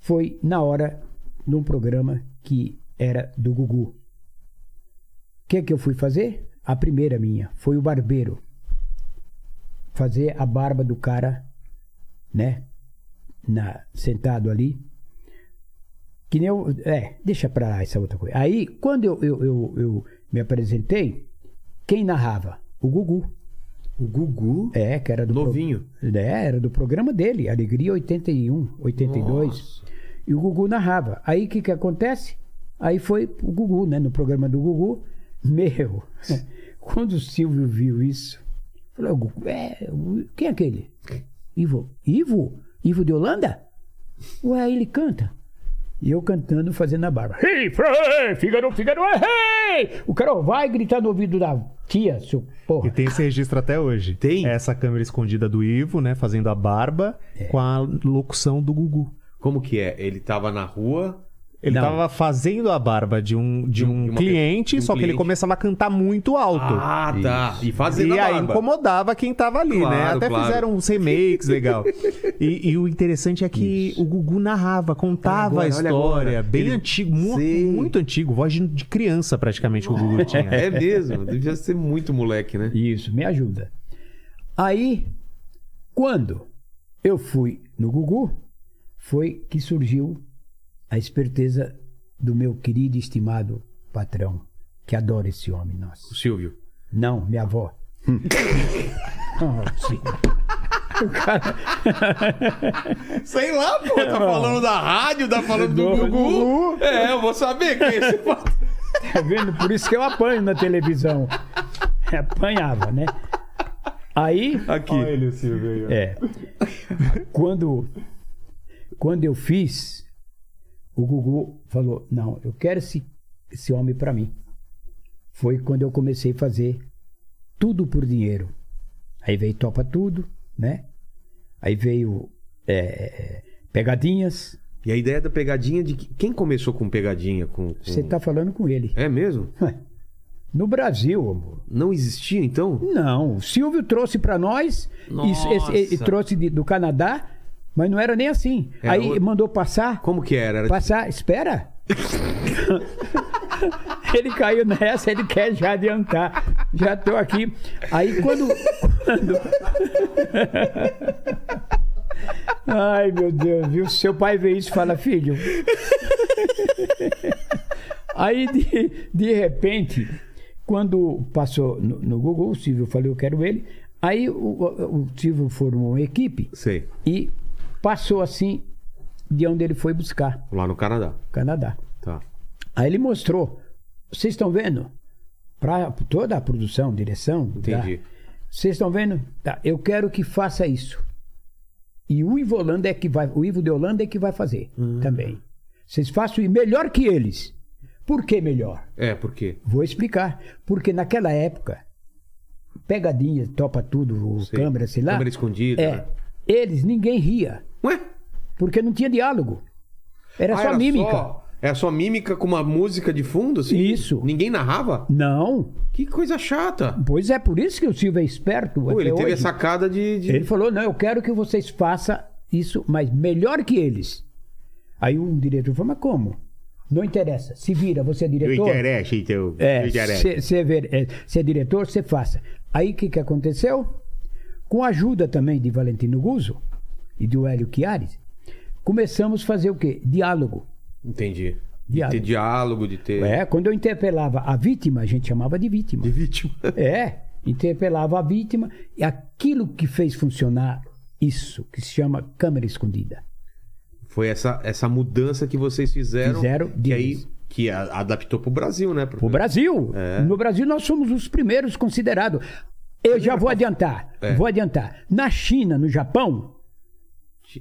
[SPEAKER 4] foi na hora num programa que era do Gugu. O que que eu fui fazer? A primeira minha foi o barbeiro. Fazer a barba do cara, né? Na, sentado ali. Que nem eu, é, deixa pra lá essa outra coisa. Aí, quando eu, eu, eu, eu me apresentei, quem narrava? O Gugu.
[SPEAKER 1] O Gugu.
[SPEAKER 4] É, que era do pro-
[SPEAKER 1] Novinho.
[SPEAKER 4] É, era do programa dele, Alegria 81, 82.
[SPEAKER 1] Nossa.
[SPEAKER 4] E o Gugu narrava. Aí o que, que acontece? Aí foi o Gugu, né? No programa do Gugu. Meu, [LAUGHS] quando o Silvio viu isso, falou: Gugu, é, o- quem é aquele? Ivo. Ivo? Ivo de Holanda? Ué, ele canta. E eu cantando, fazendo a barba. Hey, Fra- hey, Figaro, Figaro, hey! O cara vai gritar no ouvido da tia, seu porra.
[SPEAKER 3] E tem esse registro até hoje. É
[SPEAKER 1] Tem? É.
[SPEAKER 3] Essa câmera escondida do Ivo, né? Fazendo a barba com a locução do Gugu.
[SPEAKER 1] Como que é? Ele tava na rua.
[SPEAKER 3] Ele
[SPEAKER 4] Não.
[SPEAKER 3] tava fazendo a barba de um, de um
[SPEAKER 1] de uma-
[SPEAKER 3] cliente,
[SPEAKER 1] de um
[SPEAKER 3] só que ele
[SPEAKER 1] cliente.
[SPEAKER 3] começava a cantar muito alto.
[SPEAKER 1] Ah, tá. E fazendo
[SPEAKER 3] E
[SPEAKER 1] a
[SPEAKER 3] aí
[SPEAKER 1] barba.
[SPEAKER 3] incomodava quem tava ali, né?
[SPEAKER 1] Claro,
[SPEAKER 3] Até
[SPEAKER 1] claro.
[SPEAKER 3] fizeram uns
[SPEAKER 1] [LAUGHS]
[SPEAKER 3] remakes legal. E, e o interessante é que o Gugu narrava, contava
[SPEAKER 1] Olha agora,
[SPEAKER 3] a
[SPEAKER 1] olha
[SPEAKER 3] história,
[SPEAKER 1] agora.
[SPEAKER 3] bem
[SPEAKER 1] Ele-
[SPEAKER 3] antigo, mu-
[SPEAKER 1] Sei.
[SPEAKER 3] muito antigo, voz de, de criança praticamente que
[SPEAKER 1] [LAUGHS]
[SPEAKER 3] o Gugu tinha.
[SPEAKER 1] É mesmo. Devia ser muito moleque, né?
[SPEAKER 4] Isso, me ajuda. Aí, quando Eu fui no Gugu, foi que surgiu a esperteza do meu querido e estimado patrão, que adora esse homem, nossa.
[SPEAKER 1] O Silvio.
[SPEAKER 4] Não, minha
[SPEAKER 3] [LAUGHS]
[SPEAKER 4] avó. Oh, sim.
[SPEAKER 1] Sei lá, pô.
[SPEAKER 3] [LAUGHS]
[SPEAKER 1] Tá falando da rádio, tá falando do
[SPEAKER 4] Do
[SPEAKER 1] Gugu. É, eu vou saber quem é esse patrão.
[SPEAKER 4] Tá vendo? Por isso que eu apanho na televisão. [LAUGHS] Apanhava, né? Aí,
[SPEAKER 1] Aqui.
[SPEAKER 3] Olha ele, o Silvio aí, ó.
[SPEAKER 4] é. Quando, quando eu fiz, o Gugu falou: Não, eu quero esse, esse homem pra mim. Foi quando eu comecei a fazer tudo por dinheiro. Aí veio Topa Tudo, né? Aí veio é, Pegadinhas.
[SPEAKER 1] E a ideia da pegadinha de que- quem começou com pegadinha com, com-
[SPEAKER 4] Você tá falando com ele.
[SPEAKER 1] É mesmo?
[SPEAKER 4] No Brasil, amor.
[SPEAKER 1] Não existia então?
[SPEAKER 4] Não, o Silvio trouxe para nós
[SPEAKER 5] Nossa.
[SPEAKER 4] e, esse- e trouxe de- do Canadá, mas não era nem assim.
[SPEAKER 1] Era
[SPEAKER 4] Aí
[SPEAKER 1] outro.
[SPEAKER 4] mandou passar,
[SPEAKER 1] Como que era? Era-
[SPEAKER 4] passar, espera. ele caiu nessa, ele quer já adiantar. Já tô aqui. Aí quando, quando- Ai, meu Deus, viu? Seu pai vê isso e fala, filho. Aí, de, de repente, quando passou no, no Google, o Silvio falou, eu quero ele. Aí o, o- o Silvio formou uma equipe
[SPEAKER 1] tipo, Sei.
[SPEAKER 4] e passou assim de onde ele foi buscar,
[SPEAKER 1] Lá no Canadá.
[SPEAKER 4] Canadá.
[SPEAKER 1] Tá.
[SPEAKER 4] Aí ele mostrou. Vocês estão vendo? Para toda a produção, direção. tá?
[SPEAKER 1] Entendi.
[SPEAKER 4] Vocês estão vendo? Tá, eu quero que faça isso. E o Ivo Holanda é que vai, o Ivo de Holanda é que vai fazer
[SPEAKER 1] Hum.
[SPEAKER 4] também. Vocês façam e melhor que eles. Por que melhor?
[SPEAKER 1] É, por quê?
[SPEAKER 4] Vou explicar. Porque naquela época, pegadinha, topa tudo, o
[SPEAKER 1] Sei.
[SPEAKER 4] câmera, sei lá.
[SPEAKER 1] Câmera escondida.
[SPEAKER 4] É, eles, ninguém ria.
[SPEAKER 1] Ué?
[SPEAKER 4] Porque não tinha diálogo. Era
[SPEAKER 1] Ah,
[SPEAKER 4] só mímica.
[SPEAKER 1] Só... É só mímica com uma música de fundo, assim?
[SPEAKER 4] Isso.
[SPEAKER 1] Ninguém narrava?
[SPEAKER 4] Não.
[SPEAKER 1] Que coisa chata.
[SPEAKER 4] Pois é, por isso que o Silvio é esperto.
[SPEAKER 1] Pô,
[SPEAKER 4] até
[SPEAKER 1] ele teve
[SPEAKER 4] hoje.
[SPEAKER 1] a sacada de. de-
[SPEAKER 4] Ele falou: não, eu quero que vocês façam isso, mas melhor que eles. Aí um diretor falou: mas como? Não interessa, se vira, você é diretor.
[SPEAKER 3] então.
[SPEAKER 4] É, você é, cê é diretor, você faça. Aí o que, que aconteceu? Com a ajuda também de Valentino Guzzo e do Hélio Chiares, começamos a fazer o quê? Diálogo.
[SPEAKER 1] Entendi. De
[SPEAKER 4] Diálogo.
[SPEAKER 1] ter diálogo, de ter.
[SPEAKER 4] É, quando eu interpelava a vítima, a gente chamava de vítima.
[SPEAKER 1] De vítima.
[SPEAKER 4] É, interpelava a vítima e aquilo que fez funcionar isso, que se chama câmera escondida.
[SPEAKER 1] Foi essa, essa mudança que vocês fizeram.
[SPEAKER 4] Fizeram
[SPEAKER 1] Que
[SPEAKER 4] de-
[SPEAKER 1] aí que a- adaptou pro Brasil, né?
[SPEAKER 4] O Brasil,
[SPEAKER 1] É.
[SPEAKER 4] no Brasil nós somos os primeiros considerados. Eu já vou adiantar,
[SPEAKER 1] É.
[SPEAKER 4] vou adiantar. Na China, no Japão,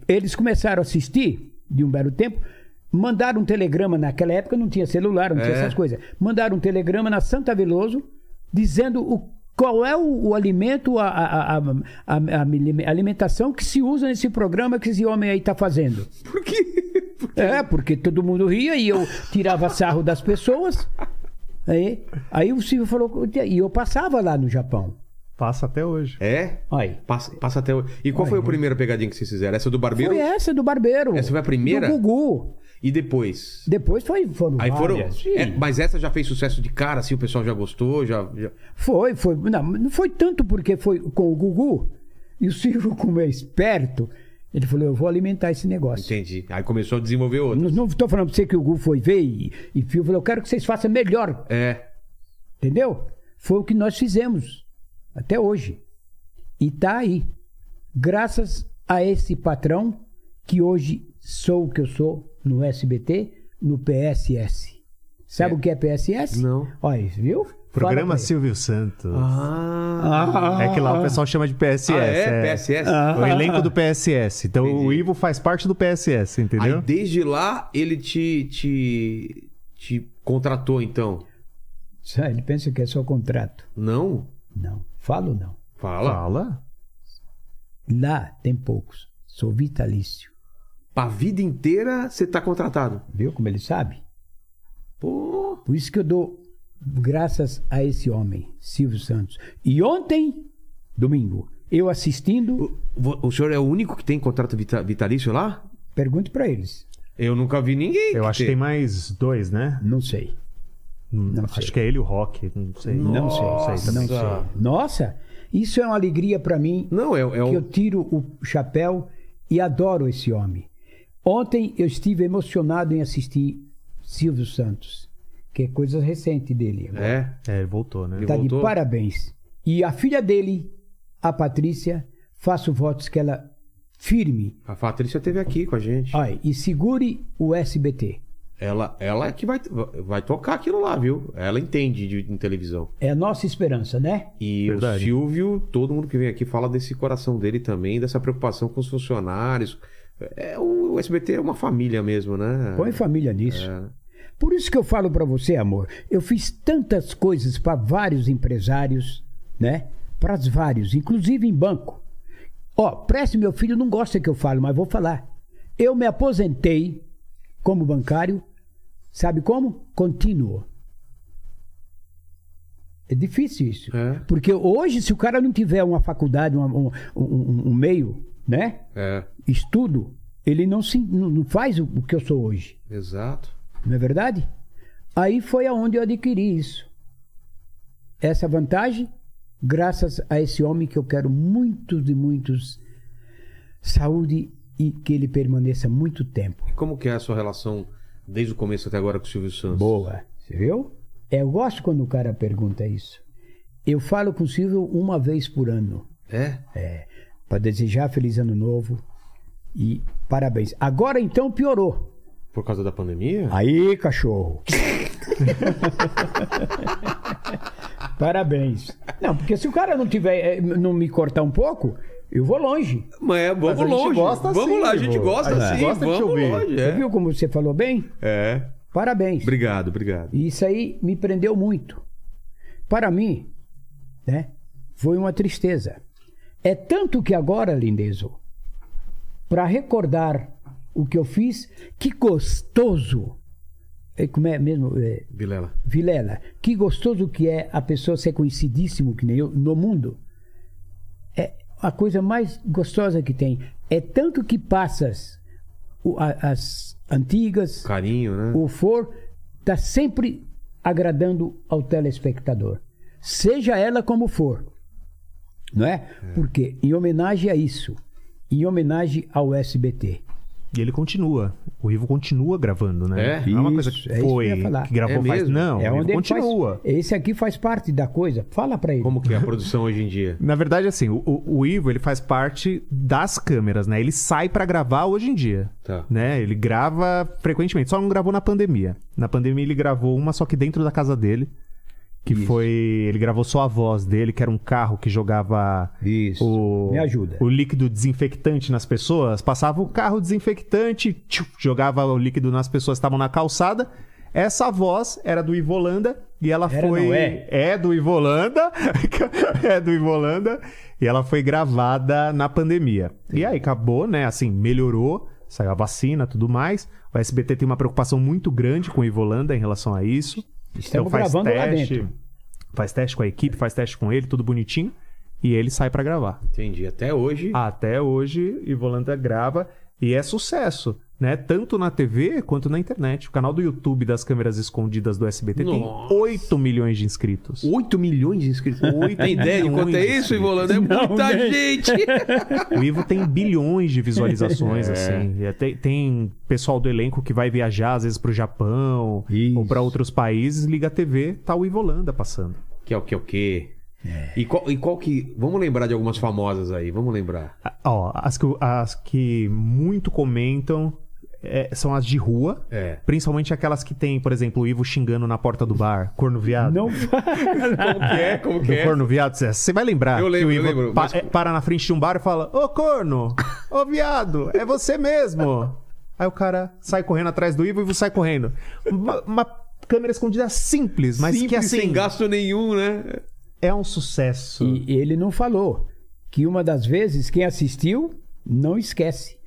[SPEAKER 4] eles começaram a assistir de um belo tempo, mandaram um telegrama, naquela época não tinha celular, não tinha
[SPEAKER 1] É.
[SPEAKER 4] essas coisas. Mandaram um telegrama na Santa Veloso dizendo o qual é o, o alimento, a, a- a- a- a- a mili- alimentação que se usa nesse programa que esse homem aí está fazendo.
[SPEAKER 1] Por
[SPEAKER 4] [LAUGHS]
[SPEAKER 1] quê? Por-
[SPEAKER 4] É, porque todo mundo ria e eu tirava sarro das pessoas. Aí, aí o Silvio falou. E eu passava lá no Japão.
[SPEAKER 3] Passa até hoje.
[SPEAKER 1] É?
[SPEAKER 4] Aí.
[SPEAKER 1] Passa, passa até. o- E qual foi a primeira pegadinha que vocês fizeram? Essa do barbeiro?
[SPEAKER 4] Foi essa do barbeiro.
[SPEAKER 1] Essa foi a primeira?
[SPEAKER 4] Do Gugu.
[SPEAKER 1] E depois?
[SPEAKER 4] Depois foi, foram.
[SPEAKER 1] Aí foram.
[SPEAKER 4] várias. Sim.
[SPEAKER 1] É, mas essa já fez sucesso de cara, assim, o pessoal já gostou, já. já-
[SPEAKER 4] Foi, foi. Não, não foi tanto porque foi com o Gugu. E o Silvio, [LAUGHS] como é esperto, ele falou: eu vou alimentar esse negócio.
[SPEAKER 1] Entendi. Aí começou a desenvolver outro.
[SPEAKER 4] Não estou falando pra você que o Gugu foi ver e, e Fio falou: eu quero que vocês façam melhor.
[SPEAKER 1] É.
[SPEAKER 4] Entendeu? Foi o que nós fizemos até hoje. E tá aí. Graças a esse patrão que hoje sou o que eu sou no SBT, no PSS. Sabe
[SPEAKER 1] É.
[SPEAKER 4] o que é PSS?
[SPEAKER 1] Não.
[SPEAKER 4] Olha, viu?
[SPEAKER 3] Programa
[SPEAKER 4] Silvio.
[SPEAKER 3] Silvio Santos.
[SPEAKER 1] Ah.
[SPEAKER 3] É que lá o pessoal chama de PSS.
[SPEAKER 1] Ah, é? PSS?
[SPEAKER 3] O elenco do PSS. Então o
[SPEAKER 1] Entendi.
[SPEAKER 3] Ivo faz parte do PSS, entendeu?
[SPEAKER 1] Aí desde lá ele te. te. te contratou, então.
[SPEAKER 4] Ele pensa que é só contrato.
[SPEAKER 1] Não?
[SPEAKER 4] Não, falo não.
[SPEAKER 1] Fala.
[SPEAKER 3] Fala.
[SPEAKER 4] Lá tem poucos. Sou vitalício.
[SPEAKER 1] Pra vida inteira você tá contratado.
[SPEAKER 4] Viu como ele sabe?
[SPEAKER 1] Pô.
[SPEAKER 4] Por isso que eu dou graças a esse homem, Silvio Santos. E ontem, domingo, eu assistindo,
[SPEAKER 1] O, vo- o senhor é o único que tem contrato vita- vitalício lá?
[SPEAKER 4] pergunte pra eles.
[SPEAKER 1] Eu nunca vi ninguém.
[SPEAKER 3] Eu acho que tem mais dois, né?
[SPEAKER 4] Não sei.
[SPEAKER 3] Hum,
[SPEAKER 4] Não
[SPEAKER 3] acho
[SPEAKER 4] sei.
[SPEAKER 3] que é ele e o Rock. Não sei.
[SPEAKER 4] Não sei.
[SPEAKER 3] Não sei também.
[SPEAKER 4] Não sei. Nossa, isso é uma alegria pra mim
[SPEAKER 1] Não, é, é
[SPEAKER 4] que
[SPEAKER 1] um.
[SPEAKER 4] eu tiro o chapéu e adoro esse homem. Ontem eu estive emocionado em assistir Silvio Santos, que é coisa recente dele. agora.
[SPEAKER 1] É.
[SPEAKER 3] É, ele voltou, né?
[SPEAKER 1] Ele
[SPEAKER 4] Tá
[SPEAKER 1] voltou?
[SPEAKER 4] de parabéns. E a filha dele, a Patrícia, faço votos que ela firme
[SPEAKER 1] A Patrícia esteve aqui com a gente.
[SPEAKER 4] ai, e segure o SBT.
[SPEAKER 1] Ela, ela é que vai, vai tocar aquilo lá, viu? Ela entende de, de televisão.
[SPEAKER 4] É a nossa esperança, né?
[SPEAKER 1] E
[SPEAKER 3] Verdade.
[SPEAKER 1] o Silvio, todo mundo que vem aqui fala desse coração dele também, dessa preocupação com os funcionários. É, o, o SBT é uma família mesmo, né?
[SPEAKER 4] Põe família nisso.
[SPEAKER 1] É.
[SPEAKER 4] Por isso que eu falo pra você, amor, eu fiz tantas coisas pra vários empresários, né? Para vários, inclusive em banco. Ó, preste meu filho não gosta que eu falo, mas vou falar. Eu me aposentei como bancário, sabe como? Contínuo. É difícil isso.
[SPEAKER 1] É.
[SPEAKER 4] Porque hoje, se o cara não tiver uma faculdade, uma- um- um- um meio, né?
[SPEAKER 1] É,
[SPEAKER 4] Estudo, ele não, se, não não faz o- o que eu sou hoje.
[SPEAKER 1] exato.
[SPEAKER 4] Não é verdade? Aí foi aonde eu adquiri isso. Essa vantagem, graças a esse homem que eu quero muitos e muitos saúde e que ele permaneça muito tempo.
[SPEAKER 1] E como que é a sua relação desde o começo até agora com o Silvio Santos?
[SPEAKER 4] Boa, você viu? Eu gosto quando o cara pergunta isso. Eu falo com o Silvio uma vez por ano.
[SPEAKER 1] É?
[SPEAKER 4] É, para desejar feliz ano novo e parabéns. Agora então piorou.
[SPEAKER 1] Por causa da pandemia?
[SPEAKER 4] Aí,
[SPEAKER 1] [LAUGHS]
[SPEAKER 4] cachorro. Parabéns. Não, porque se o cara não tiver, eh, não me cortar um pouco, eu vou longe.
[SPEAKER 1] Mas é, vamos
[SPEAKER 3] Mas a gente
[SPEAKER 1] longe.
[SPEAKER 3] gosta
[SPEAKER 1] vamos
[SPEAKER 3] sim,
[SPEAKER 1] lá, a gente
[SPEAKER 3] pô.
[SPEAKER 1] gosta
[SPEAKER 3] A gente
[SPEAKER 1] sim.
[SPEAKER 3] gosta de te
[SPEAKER 1] vamos
[SPEAKER 3] ouvir.
[SPEAKER 1] longe.
[SPEAKER 4] Você
[SPEAKER 1] É.
[SPEAKER 4] viu como você falou bem?
[SPEAKER 1] é.
[SPEAKER 4] Parabéns.
[SPEAKER 1] Obrigado, obrigado.
[SPEAKER 4] E isso aí me prendeu muito. Para mim, né, foi uma tristeza. É tanto que agora, Lindezo, para recordar o que eu fiz, que gostoso. eh, Como é mesmo? eh,
[SPEAKER 1] Vilela.
[SPEAKER 4] Vilela, que gostoso que é a pessoa ser conhecidíssimo que nem eu no mundo. É a coisa mais gostosa que tem. É tanto que passas o- a- as antigas,
[SPEAKER 1] Carinho, né?
[SPEAKER 4] o for, tá sempre agradando ao telespectador. Seja ela como for. Não é? Porque em homenagem a isso, em homenagem ao SBT.
[SPEAKER 3] E ele continua. O Rivo continua gravando, né?
[SPEAKER 1] É?
[SPEAKER 3] Não é uma coisa
[SPEAKER 4] Isso,
[SPEAKER 3] que
[SPEAKER 4] é isso que
[SPEAKER 3] foi,
[SPEAKER 4] eu ia falar.
[SPEAKER 3] que gravou
[SPEAKER 1] É
[SPEAKER 3] faz.
[SPEAKER 1] mesmo?
[SPEAKER 3] Não,
[SPEAKER 4] é
[SPEAKER 3] o
[SPEAKER 4] onde
[SPEAKER 3] Rivo
[SPEAKER 4] ele faz-
[SPEAKER 3] continua.
[SPEAKER 4] Esse aqui faz parte da coisa. Fala pra ele.
[SPEAKER 1] Como que é a produção hoje em dia?
[SPEAKER 3] Na verdade, assim, o, o- o Ivo ele faz parte das câmeras, né? Ele sai pra gravar hoje em dia.
[SPEAKER 1] Tá.
[SPEAKER 3] Né? Ele grava frequentemente, só não gravou na pandemia. Na pandemia ele gravou uma só que dentro da casa dele, que foi, ele gravou só a voz dele, que era um carro que jogava
[SPEAKER 4] Isso.
[SPEAKER 3] o
[SPEAKER 4] Me ajuda.
[SPEAKER 3] o líquido desinfectante nas pessoas, passava o carro desinfectante, tchiu, jogava o líquido nas pessoas que estavam na calçada. Essa voz era do Ivolanda e ela
[SPEAKER 4] Era,
[SPEAKER 3] foi
[SPEAKER 4] não é?
[SPEAKER 3] do Ivolanda, [LAUGHS] é do Ivolanda e ela foi gravada na pandemia. E aí acabou, né, assim, melhorou, saiu a vacina, tudo mais. O SBT tem uma preocupação muito grande com o Ivolanda em relação a isso. Então
[SPEAKER 4] Estamos gravando lá dentro.
[SPEAKER 3] Faz teste com a equipe, faz teste com ele, tudo bonitinho. E ele sai pra gravar.
[SPEAKER 1] Entendi. Até hoje.
[SPEAKER 3] Até hoje, Ivolanda grava e é sucesso, né? Tanto na TV quanto na internet. O canal do YouTube das câmeras escondidas do SBT
[SPEAKER 1] Nossa.
[SPEAKER 3] tem 8 milhões de inscritos.
[SPEAKER 1] 8 milhões de inscritos. [LAUGHS] Tem ideia de
[SPEAKER 3] milhões
[SPEAKER 1] quanto é
[SPEAKER 3] de
[SPEAKER 1] isso,
[SPEAKER 3] inscritos.
[SPEAKER 1] Ivolando? É muita gente!
[SPEAKER 3] O Ivo tem bilhões de [LAUGHS] visualizações, assim. E Tem, tem pessoal do elenco que vai viajar, às vezes, pro Japão ou pra outros países, liga a TV, tá o Ivolanda passando.
[SPEAKER 1] Que é o que é o que? E, qual, e qual que. Vamos lembrar de algumas famosas aí, vamos lembrar.
[SPEAKER 3] Ah, Ó, as que, as que muito comentam é, são as de rua.
[SPEAKER 1] É.
[SPEAKER 3] Principalmente aquelas que tem, por exemplo, o Ivo xingando na porta do bar, corno viado.
[SPEAKER 4] Não
[SPEAKER 1] Como que é? Como que
[SPEAKER 3] Do
[SPEAKER 1] é?
[SPEAKER 3] corno viado, Zé. você vai lembrar.
[SPEAKER 1] Eu lembro,
[SPEAKER 3] que o
[SPEAKER 1] eu
[SPEAKER 3] Ivo
[SPEAKER 1] lembro,
[SPEAKER 3] pa-
[SPEAKER 1] mas-
[SPEAKER 3] é, para na frente de um bar e fala: Ô corno, ô viado, é
[SPEAKER 1] [LAUGHS]
[SPEAKER 3] você mesmo. Aí o cara sai correndo atrás do Ivo e o Ivo sai correndo. Uma, uma câmera escondida simples, mas
[SPEAKER 1] Simples,
[SPEAKER 3] que assim
[SPEAKER 1] sem gasto nenhum, né?
[SPEAKER 3] é um sucesso.
[SPEAKER 4] E ele não falou que uma das vezes quem assistiu não esquece.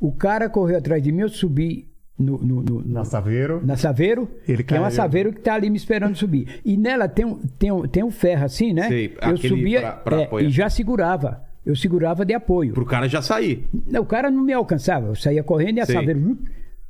[SPEAKER 4] O cara correu atrás de mim, eu subi no, no, no- no-
[SPEAKER 3] Na Saveiro.
[SPEAKER 4] na Saveiro,
[SPEAKER 3] Ele
[SPEAKER 4] que é uma
[SPEAKER 3] caiu.
[SPEAKER 4] Saveiro que tá ali me esperando subir. E nela tem um, tem um, tem um ferro assim, né?
[SPEAKER 1] Sei,
[SPEAKER 4] eu
[SPEAKER 1] aquele
[SPEAKER 4] subia
[SPEAKER 1] pra- pra
[SPEAKER 4] é,
[SPEAKER 1] apoiar.
[SPEAKER 4] e já segurava. Eu segurava de apoio.
[SPEAKER 1] Pro cara já sair.
[SPEAKER 4] Não, O cara não me alcançava. Eu saía correndo e a
[SPEAKER 1] Sei.
[SPEAKER 4] saber.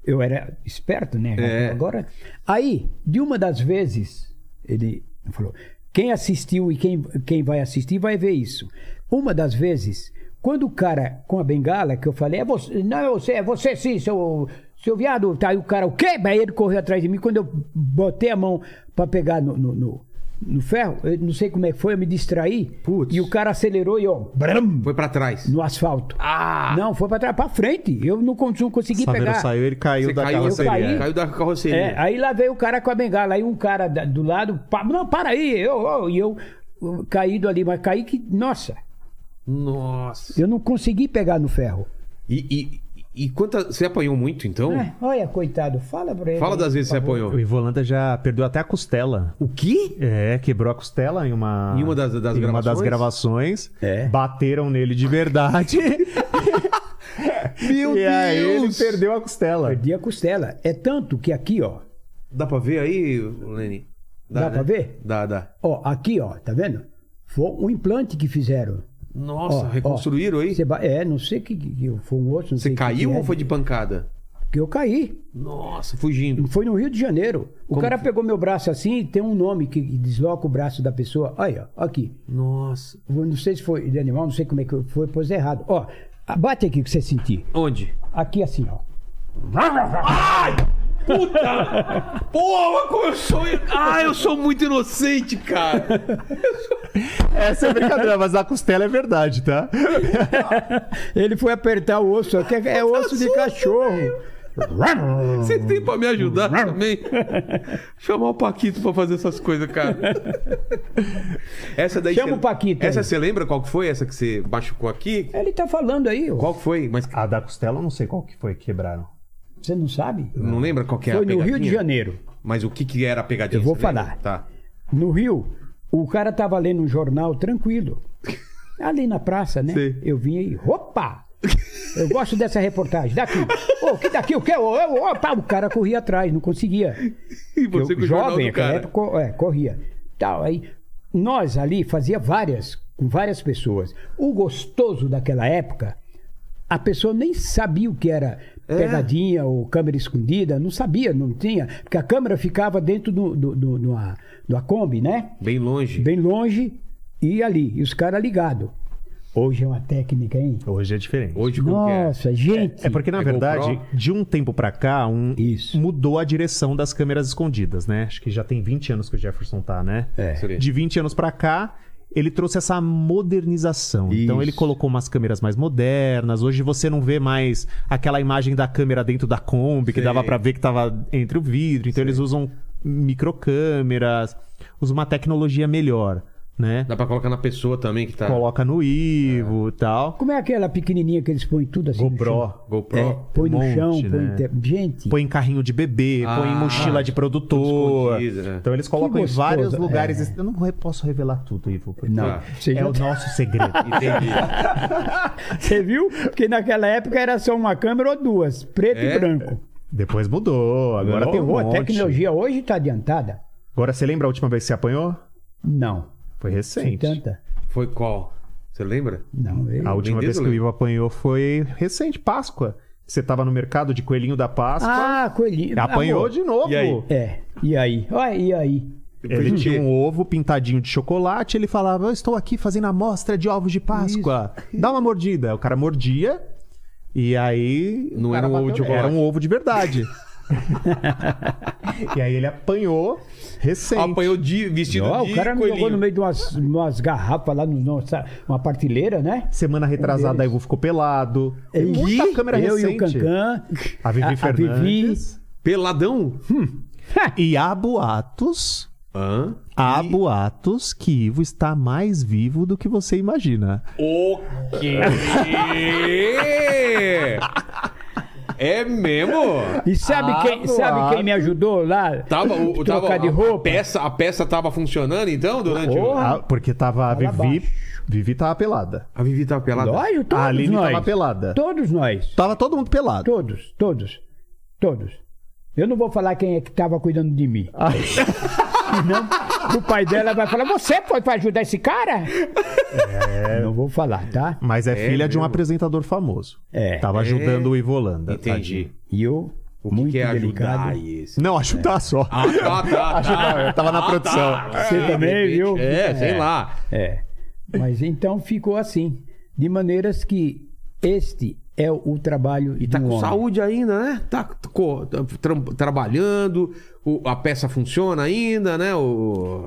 [SPEAKER 4] Eu era esperto, né?
[SPEAKER 1] É.
[SPEAKER 4] Agora. Aí, de uma das vezes, ele falou: quem assistiu e quem, quem vai assistir vai ver isso. Uma das vezes, Quando o cara com a bengala, que eu falei, é você, não é você, é você sim, seu, seu viado. Tá aí o cara, o quê? Aí ele correu atrás de mim. Quando eu botei a mão pra pegar no, no, no- no ferro, eu não sei como é que foi, eu me distraí.
[SPEAKER 3] Putz.
[SPEAKER 4] E o cara acelerou e ó, bram,
[SPEAKER 1] Foi pra trás.
[SPEAKER 4] no asfalto.
[SPEAKER 1] Ah!
[SPEAKER 4] Não, foi pra trás, pra frente. Eu não, con- não consegui
[SPEAKER 3] Saveiro
[SPEAKER 4] pegar.
[SPEAKER 3] saiu, ele caiu
[SPEAKER 1] Você
[SPEAKER 3] da
[SPEAKER 1] caiu,
[SPEAKER 4] carroceria.
[SPEAKER 1] eu caí.
[SPEAKER 4] Aí-
[SPEAKER 1] caiu da carroceria.
[SPEAKER 4] É, aí lá veio o cara com a bengala. Aí um cara da- do lado, pá, não, para aí, eu, eu- e eu, eu caído ali, mas caí que, nossa,
[SPEAKER 1] Nossa.
[SPEAKER 4] eu não consegui pegar no ferro.
[SPEAKER 1] E, e, e quantas. Você apanhou muito, então?
[SPEAKER 4] É, olha, coitado, fala pra ele.
[SPEAKER 1] Fala das vezes que você apanhou.
[SPEAKER 3] O Ivolanda já perdeu até a costela.
[SPEAKER 1] O quê?
[SPEAKER 3] É, quebrou a costela em uma,
[SPEAKER 1] Em uma das- das É.
[SPEAKER 3] em uma das gravações. Bateram nele de verdade.
[SPEAKER 1] [LAUGHS] Meu
[SPEAKER 3] e aí ele
[SPEAKER 1] Deus!
[SPEAKER 3] perdeu a costela.
[SPEAKER 4] Perdi a costela. É tanto que aqui, ó,
[SPEAKER 1] Dá pra ver aí, Leni?
[SPEAKER 4] Dá pra ver?
[SPEAKER 1] Dá, dá.
[SPEAKER 4] ó, aqui, ó, tá vendo? Foi um implante que fizeram.
[SPEAKER 1] Nossa,
[SPEAKER 4] Ó,
[SPEAKER 1] reconstruíram
[SPEAKER 4] ó,
[SPEAKER 1] aí?
[SPEAKER 4] você ba- é, não sei que, que- que foi um outro. não
[SPEAKER 1] Você
[SPEAKER 4] sei que
[SPEAKER 1] caiu
[SPEAKER 4] que é,
[SPEAKER 1] ou foi de pancada?
[SPEAKER 4] Que eu caí.
[SPEAKER 1] Nossa, fugindo.
[SPEAKER 4] Foi no Rio de Janeiro. O
[SPEAKER 1] Como
[SPEAKER 4] cara
[SPEAKER 1] que-
[SPEAKER 4] pegou meu braço assim, tem um nome que desloca o braço da pessoa. Olha, ó, aqui.
[SPEAKER 1] Nossa.
[SPEAKER 4] Eu Não sei se foi de animal, não sei como é que foi, pôs errado. Ó, bate aqui que você sentir.
[SPEAKER 1] Onde?
[SPEAKER 4] Aqui assim, ó. [LAUGHS]
[SPEAKER 1] Ai! Puta! Porra, como eu sou. Ah, eu sou muito inocente, cara.
[SPEAKER 3] Essa é brincadeira, mas a costela é verdade, tá?
[SPEAKER 4] Ele foi apertar o osso, aqui
[SPEAKER 1] Tá
[SPEAKER 4] é, é osso de cachorro.
[SPEAKER 1] Você tem pra me ajudar
[SPEAKER 4] [LAUGHS]
[SPEAKER 1] também? Chamar o Paquito pra fazer essas coisas, cara. Essa daí.
[SPEAKER 4] Chama
[SPEAKER 1] você-
[SPEAKER 4] o Paquito aí.
[SPEAKER 1] Essa você lembra qual que foi? Essa que você machucou aqui?
[SPEAKER 4] Ele tá falando aí, ó.
[SPEAKER 1] Qual que foi? Mas
[SPEAKER 4] Ah,
[SPEAKER 3] A da costela eu não sei qual que foi que quebraram.
[SPEAKER 4] você não sabe?
[SPEAKER 1] não lembra qual que era
[SPEAKER 4] Foi
[SPEAKER 1] a
[SPEAKER 4] no
[SPEAKER 1] pegadinha?
[SPEAKER 4] Rio de Janeiro.
[SPEAKER 1] Mas o que que era a pegadinha?
[SPEAKER 4] Eu vou
[SPEAKER 1] você lembra?
[SPEAKER 4] falar.
[SPEAKER 1] Tá.
[SPEAKER 4] No Rio, o cara tava lendo um jornal tranquilo. Ali na praça, né?
[SPEAKER 1] Sim.
[SPEAKER 4] Eu vim aí, opa! Eu gosto dessa reportagem, daqui. Ô, que daqui, o quê? Ô, ô, opa! O cara corria atrás, não conseguia.
[SPEAKER 1] E
[SPEAKER 4] Que
[SPEAKER 1] você
[SPEAKER 4] eu-
[SPEAKER 1] com o jornal
[SPEAKER 4] jovem,
[SPEAKER 1] do
[SPEAKER 4] naquela
[SPEAKER 1] cara.
[SPEAKER 4] época, co- é, corria. Tal, aí, nós ali fazia várias, com várias pessoas. O gostoso daquela época, a pessoa nem sabia o que era
[SPEAKER 1] É.
[SPEAKER 4] pegadinha ou câmera escondida, não sabia, não tinha, porque a câmera ficava dentro do, do, do, de uma- de uma Kombi, né?
[SPEAKER 1] Bem longe.
[SPEAKER 4] Bem longe e ali, e os caras ligados. Hoje é uma técnica, hein?
[SPEAKER 3] Hoje é diferente.
[SPEAKER 1] Hoje como que é?
[SPEAKER 4] Nossa, gente.
[SPEAKER 3] É porque, na
[SPEAKER 1] É
[SPEAKER 3] verdade,
[SPEAKER 1] GoPro?
[SPEAKER 3] de um tempo pra cá, um-
[SPEAKER 4] Isso.
[SPEAKER 3] mudou a direção das câmeras escondidas, né? Acho que já tem 20 anos que o Jefferson tá, né?
[SPEAKER 4] É.
[SPEAKER 1] Seria.
[SPEAKER 3] De 20 anos pra cá, ele trouxe essa modernização. Então,
[SPEAKER 4] Isso.
[SPEAKER 3] ele colocou umas câmeras mais modernas. Hoje você não vê mais aquela imagem da câmera dentro da Kombi, que
[SPEAKER 1] Sei.
[SPEAKER 3] dava pra ver que tava entre o vidro. Então, eles usam microcâmeras, usam uma tecnologia melhor, né?
[SPEAKER 1] Dá pra colocar na pessoa também que tá.
[SPEAKER 3] Coloca no Ivo e tal.
[SPEAKER 4] Como é aquela pequenininha que eles põem tudo assim? no chão?
[SPEAKER 3] GoPro.
[SPEAKER 1] GoPro.
[SPEAKER 4] É, põe no
[SPEAKER 3] monte,
[SPEAKER 4] chão, põe
[SPEAKER 3] né?
[SPEAKER 4] em te- Gente,
[SPEAKER 3] Põe em carrinho de bebê,
[SPEAKER 1] Ah,
[SPEAKER 3] põe em mochila de produtor.
[SPEAKER 1] tudo escondido, né?
[SPEAKER 3] Então eles colocam em
[SPEAKER 4] gostoso,
[SPEAKER 3] vários lugares.
[SPEAKER 4] é.
[SPEAKER 3] Eu não re- posso revelar tudo, Ivo. porque
[SPEAKER 4] Não,
[SPEAKER 1] Tá.
[SPEAKER 4] você
[SPEAKER 3] É
[SPEAKER 4] já
[SPEAKER 3] o nosso
[SPEAKER 4] [LAUGHS]
[SPEAKER 3] segredo.
[SPEAKER 4] É.
[SPEAKER 1] Entendi.
[SPEAKER 4] Você viu? Porque naquela época era só uma câmera ou duas, preto
[SPEAKER 1] É?
[SPEAKER 4] e branco.
[SPEAKER 3] Depois mudou, agora tem um
[SPEAKER 4] Ô,
[SPEAKER 3] monte.
[SPEAKER 4] A tecnologia hoje está adiantada?
[SPEAKER 3] Agora você lembra a última vez que você apanhou?
[SPEAKER 4] Não.
[SPEAKER 3] Foi
[SPEAKER 4] Tem
[SPEAKER 3] recente.
[SPEAKER 4] tanta?
[SPEAKER 1] Foi qual? Você lembra?
[SPEAKER 4] Não. eu-
[SPEAKER 3] A última
[SPEAKER 1] Nem
[SPEAKER 3] vez
[SPEAKER 1] Deus
[SPEAKER 3] que o
[SPEAKER 1] lembra.
[SPEAKER 3] Ivo apanhou foi recente, Páscoa. Você tava no mercado de coelhinho da Páscoa,
[SPEAKER 4] Ah, coelhinho.
[SPEAKER 3] apanhou
[SPEAKER 4] Amor.
[SPEAKER 3] de novo.
[SPEAKER 1] E aí?
[SPEAKER 4] É. E aí? Olha, e aí?
[SPEAKER 3] Ele
[SPEAKER 1] Por quê?
[SPEAKER 3] tinha um ovo pintadinho de chocolate, ele falava: Eu estou aqui fazendo a amostra de ovos de Páscoa. Dá uma mordida. O cara mordia, e aí. o
[SPEAKER 1] Não era
[SPEAKER 3] cara
[SPEAKER 1] um ovo
[SPEAKER 3] bateu-
[SPEAKER 1] de chocolate.
[SPEAKER 3] Era um ovo de [LAUGHS] verdade. e aí ele apanhou recente.
[SPEAKER 1] Apanhou de vestido
[SPEAKER 4] Ó,
[SPEAKER 1] de
[SPEAKER 4] um o cara me
[SPEAKER 1] coelhinho.
[SPEAKER 4] jogou no meio de umas, umas garrafas lá, no, nossa, uma partilheira, né?
[SPEAKER 3] Semana retrasada,
[SPEAKER 4] deles.
[SPEAKER 3] aí o Ivo ficou pelado. Tem
[SPEAKER 4] Eu-
[SPEAKER 3] É muita câmera
[SPEAKER 4] eu e o
[SPEAKER 3] recente.
[SPEAKER 4] Cancan.
[SPEAKER 3] a Vivi Fernandes.
[SPEAKER 1] Peladão?
[SPEAKER 3] E há boatos.
[SPEAKER 1] Hã?
[SPEAKER 3] Há boatos que Ivo está mais vivo do que você imagina.
[SPEAKER 1] O quê? é mesmo?
[SPEAKER 4] E sabe,
[SPEAKER 3] Ah,
[SPEAKER 4] quem, sabe quem me ajudou lá?
[SPEAKER 1] Tava, o, tava,
[SPEAKER 4] trocar de
[SPEAKER 1] a- A
[SPEAKER 4] roupa?
[SPEAKER 1] peça, a peça tava funcionando então durante o...
[SPEAKER 4] Porra.
[SPEAKER 3] Ah, porque tava a
[SPEAKER 4] Fala
[SPEAKER 3] Vivi. Vivi tava pelada.
[SPEAKER 1] A Vivi tava pelada?
[SPEAKER 4] Lógico, todos
[SPEAKER 3] A Aline
[SPEAKER 4] nós.
[SPEAKER 3] tava pelada.
[SPEAKER 4] Todos nós.
[SPEAKER 3] Tava todo mundo pelado.
[SPEAKER 4] Todos, todos, todos. Eu não vou falar quem é que estava cuidando de mim.
[SPEAKER 1] Ah.
[SPEAKER 4] [LAUGHS] Senão o pai dela vai falar: Você foi pra ajudar esse cara?
[SPEAKER 1] É.
[SPEAKER 4] Não vou falar, tá?
[SPEAKER 3] Mas é, filha de um
[SPEAKER 1] mesmo?
[SPEAKER 3] apresentador famoso.
[SPEAKER 4] É.
[SPEAKER 3] Tava ajudando o Ivo Holanda.
[SPEAKER 1] Entendi.
[SPEAKER 3] tadinho.
[SPEAKER 4] E eu,
[SPEAKER 1] O que
[SPEAKER 4] Tá muito
[SPEAKER 1] que é ajudar
[SPEAKER 4] delicado.
[SPEAKER 1] esse?
[SPEAKER 3] Não, ajudar só. [LAUGHS]
[SPEAKER 1] Ah, tá, tá,
[SPEAKER 3] Ajudar,
[SPEAKER 1] tá.
[SPEAKER 3] eu tava na produção.
[SPEAKER 1] tá.
[SPEAKER 4] Você
[SPEAKER 1] É,
[SPEAKER 4] também,
[SPEAKER 1] de repente.
[SPEAKER 4] viu?
[SPEAKER 1] É, sei lá.
[SPEAKER 4] É. Mas então ficou assim. De maneiras que este é o trabalho
[SPEAKER 1] E tá
[SPEAKER 4] de um
[SPEAKER 1] com
[SPEAKER 4] homem.
[SPEAKER 1] saúde ainda, né? Tá co- tá tra- trabalhando, o- a peça funciona ainda, né? O...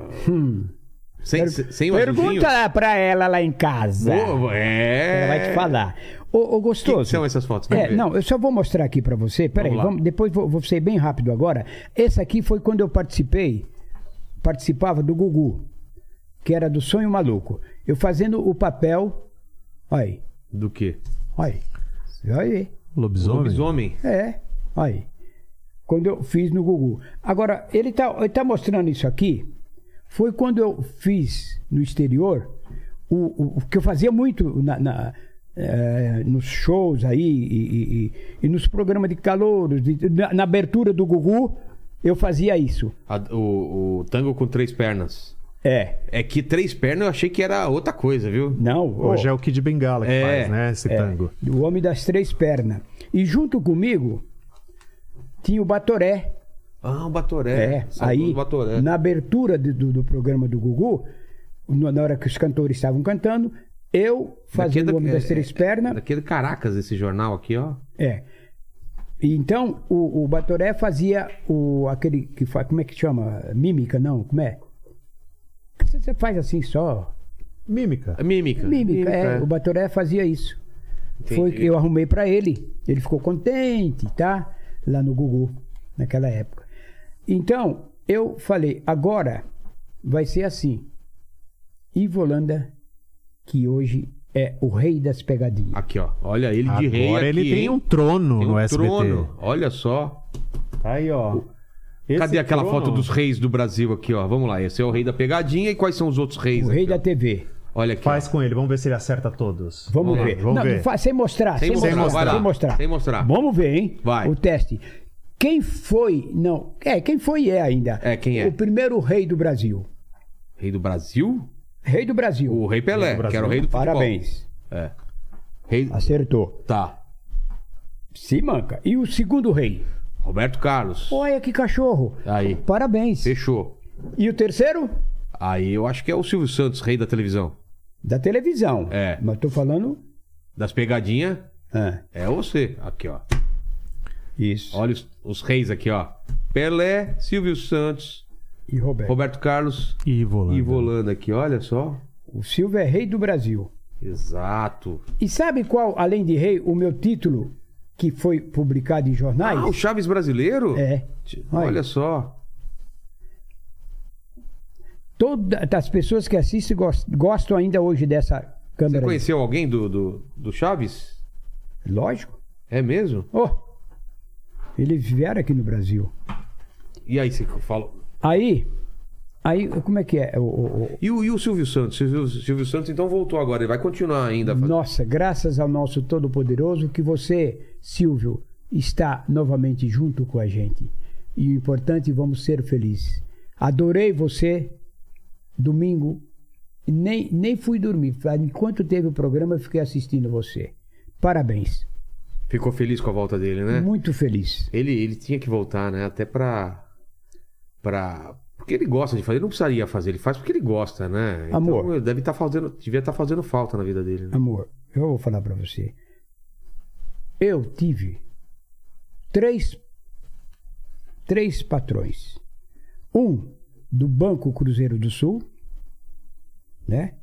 [SPEAKER 1] Sem, sem o
[SPEAKER 4] Hum. Pergunta
[SPEAKER 1] azulzinho.
[SPEAKER 4] lá pra ela lá em casa.
[SPEAKER 1] Boa, é.
[SPEAKER 4] Ela vai te falar. Ô, ô
[SPEAKER 1] O
[SPEAKER 4] gostoso.
[SPEAKER 1] que são essas fotos? Vai
[SPEAKER 4] É,
[SPEAKER 1] ver.
[SPEAKER 4] não, eu só vou mostrar aqui pra você. Peraí,
[SPEAKER 1] Vamos lá.
[SPEAKER 4] vamos, depois vou, vou ser bem rápido agora. Esse aqui foi quando eu participei, participava do Gugu, que era do Sonho Maluco. Eu fazendo o papel. Olha aí,
[SPEAKER 1] Do quê?
[SPEAKER 4] olha aí. Olha aí.
[SPEAKER 3] Lobisomem?
[SPEAKER 1] Lobisomem?
[SPEAKER 4] É, olha aí. Quando eu fiz no Gugu. Agora, ele tá, ele tá mostrando isso aqui. Foi quando eu fiz no exterior, o, o- o que eu fazia muito na- na, eh, nos shows aí e, e- e- e nos programas de calouros, de- na, na abertura do Gugu, eu fazia isso.
[SPEAKER 1] A- o, o tango com três pernas.
[SPEAKER 4] É.
[SPEAKER 1] É que três pernas eu achei que era outra coisa, viu?
[SPEAKER 4] Não, ô,
[SPEAKER 3] Hoje é o Kid Bengala que
[SPEAKER 1] É,
[SPEAKER 3] faz, né? Esse tango.
[SPEAKER 4] O Homem das Três Pernas. E junto comigo tinha o Batoré.
[SPEAKER 1] Ah, o Batoré.
[SPEAKER 4] É,
[SPEAKER 1] Saudoso
[SPEAKER 4] aí,
[SPEAKER 1] Batoré.
[SPEAKER 4] na abertura de- do, do programa do Gugu, no- na hora que os cantores estavam cantando, eu fazendo
[SPEAKER 1] Daqui é
[SPEAKER 4] o Homem
[SPEAKER 1] da-
[SPEAKER 4] das Três
[SPEAKER 1] é-
[SPEAKER 4] Pernas.
[SPEAKER 1] Daquele Caracas, esse jornal aqui, ó.
[SPEAKER 4] É. E Então, o, o Batoré fazia o, aquele que faz, como é que chama? Mímica, não? Como é? Você você faz assim só.
[SPEAKER 3] Mímica.
[SPEAKER 1] É mímica.
[SPEAKER 4] Mímica, é.
[SPEAKER 3] é.
[SPEAKER 4] O Batoré fazia isso.
[SPEAKER 1] Entendi.
[SPEAKER 4] Foi que eu arrumei pra ele. Ele ficou contente, tá? Lá no Gugu, naquela época. Então, eu falei, agora vai ser assim. Ivolanda, que hoje é o rei das pegadinhas.
[SPEAKER 1] Aqui, ó. Olha ele de
[SPEAKER 3] Agora
[SPEAKER 1] rei aqui,
[SPEAKER 3] ele tem
[SPEAKER 1] hein?
[SPEAKER 3] um trono
[SPEAKER 1] Tem um
[SPEAKER 3] no SBT.
[SPEAKER 1] trono. Olha só.
[SPEAKER 3] Tá aí, ó.
[SPEAKER 1] Cadê aquela foto dos reis do Brasil aqui, ó? Vamos lá. Esse é o rei da pegadinha e quais são os outros reis?
[SPEAKER 4] o rei
[SPEAKER 1] aqui,
[SPEAKER 4] da
[SPEAKER 1] ó?
[SPEAKER 4] TV.
[SPEAKER 1] Olha aqui. ó.
[SPEAKER 3] Faz com ele, vamos ver se ele acerta todos.
[SPEAKER 4] Vamos,
[SPEAKER 1] Vamos lá,
[SPEAKER 4] ver.
[SPEAKER 3] vamos
[SPEAKER 4] Não,
[SPEAKER 3] ver.
[SPEAKER 4] não fa- sem mostrar, sem,
[SPEAKER 1] Sem
[SPEAKER 4] mostrar,
[SPEAKER 1] mostrar, vai lá.
[SPEAKER 4] sem mostrar.
[SPEAKER 1] Sem mostrar.
[SPEAKER 4] Vamos ver, hein?
[SPEAKER 1] Vai.
[SPEAKER 4] O teste. Quem foi, não, é, quem foi e é ainda.
[SPEAKER 1] É, quem é?
[SPEAKER 4] O primeiro rei do Brasil.
[SPEAKER 1] Rei do Brasil?
[SPEAKER 4] Rei do Brasil.
[SPEAKER 1] O rei Pelé,
[SPEAKER 3] Rei do Brasil.
[SPEAKER 1] que era o rei do futebol.
[SPEAKER 4] Parabéns.
[SPEAKER 1] É. Rei...
[SPEAKER 4] Acertou.
[SPEAKER 1] Tá.
[SPEAKER 4] Se manca. E o segundo rei?
[SPEAKER 1] Roberto Carlos.
[SPEAKER 4] Olha que cachorro.
[SPEAKER 1] Aí.
[SPEAKER 4] Parabéns.
[SPEAKER 1] Fechou.
[SPEAKER 4] E o terceiro?
[SPEAKER 1] Aí eu acho que é o Silvio Santos, rei da televisão.
[SPEAKER 4] Da televisão.
[SPEAKER 1] É.
[SPEAKER 4] Mas tô falando.
[SPEAKER 1] Das pegadinhas,
[SPEAKER 4] Ah,
[SPEAKER 1] é você. Aqui, ó.
[SPEAKER 4] isso.
[SPEAKER 1] Olha os, os reis aqui, ó. Pelé, Silvio Santos,
[SPEAKER 4] E Roberto.
[SPEAKER 1] Roberto Carlos
[SPEAKER 3] E volando.
[SPEAKER 1] e Volando aqui, olha só.
[SPEAKER 4] O Silvio é rei do Brasil.
[SPEAKER 1] Exato.
[SPEAKER 4] E sabe qual, além de rei, o meu título que foi publicado em jornais?
[SPEAKER 1] Ah, o Chaves brasileiro?
[SPEAKER 4] É.
[SPEAKER 1] Olha,
[SPEAKER 4] Olha.
[SPEAKER 1] só.
[SPEAKER 4] Todas as pessoas que assistem gos- gostam ainda hoje dessa
[SPEAKER 1] Você
[SPEAKER 4] câmera. aí.
[SPEAKER 1] conheceu alguém do, do, do Chaves?
[SPEAKER 4] Lógico.
[SPEAKER 1] É mesmo?
[SPEAKER 4] Oh, eles vieram aqui no Brasil.
[SPEAKER 1] E aí você fala.
[SPEAKER 4] Aí, aí como é que é? O- o- o-
[SPEAKER 1] E o, e o Silvio Santos? Silvio, Silvio Santos então voltou agora, ele vai continuar ainda. Tá fazendo.
[SPEAKER 4] Nossa, graças ao nosso Todo-Poderoso que você, Silvio, está novamente junto com a gente. E o importante, vamos ser felizes. Adorei você domingo. Nem, nem fui dormir. Enquanto teve o programa, eu fiquei assistindo você. Parabéns.
[SPEAKER 1] Ficou feliz com a volta dele, né?
[SPEAKER 4] Muito feliz.
[SPEAKER 1] Ele, ele tinha que voltar, né? Até pra. pra. Porque ele gosta de fazer, ele não precisaria fazer, ele faz porque ele gosta, né? Então,
[SPEAKER 4] Amor.
[SPEAKER 1] Deve estar fazendo. Devia estar fazendo falta na vida dele, né?
[SPEAKER 4] Amor, eu vou falar pra você. Eu tive três, três patrões. Um do Banco Cruzeiro do Sul, né?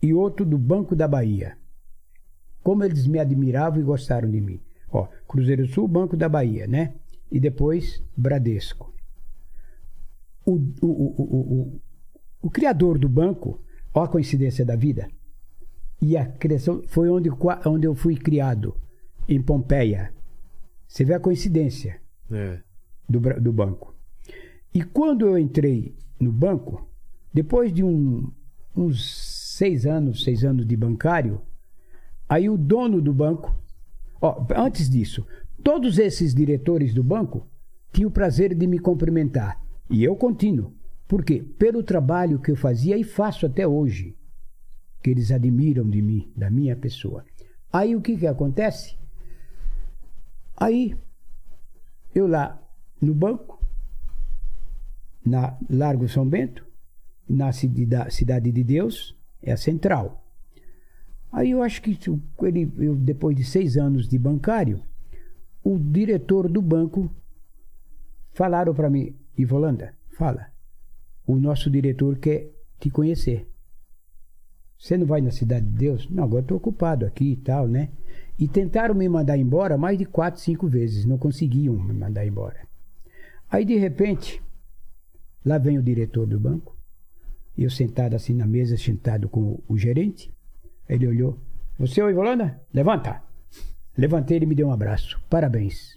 [SPEAKER 4] E outro do Banco da Bahia. Como eles me admiravam e gostaram de mim. Ó, Cruzeiro do Sul, Banco da Bahia, né? E depois Bradesco. O, o, o, o, o, o- o criador do banco, ó a coincidência da vida, e a criação foi onde, qua- onde eu fui criado, em Pompeia. Você vê a coincidência
[SPEAKER 1] É.
[SPEAKER 4] do, bra- do banco. E quando eu entrei no banco, depois de um- uns seis anos, seis anos de bancário, aí o dono do banco, ó, antes disso, todos esses diretores do banco tinham o prazer de me cumprimentar. E eu continuo. Por quê? Pelo trabalho que eu fazia e faço até hoje que eles admiram de mim, da minha pessoa. Aí o que que acontece? Aí eu lá no banco, na Largo São Bento, na cida- Cidade de Deus, é a central. Aí eu acho que isso- ele, eu, depois de seis anos de bancário, o diretor do banco falaram para mim, Ivolanda, fala, o nosso diretor quer te conhecer. Você não vai na Cidade de Deus? Não, agora estou ocupado aqui e tal, né? E tentaram me mandar embora mais de quatro, cinco vezes. Não conseguiam me mandar embora. Aí, de repente, lá vem o diretor do banco. Eu sentado assim na mesa, sentado com o gerente. Ele olhou. Você, ô Ivolanda? Levanta. Levantei, ele me deu um abraço. Parabéns.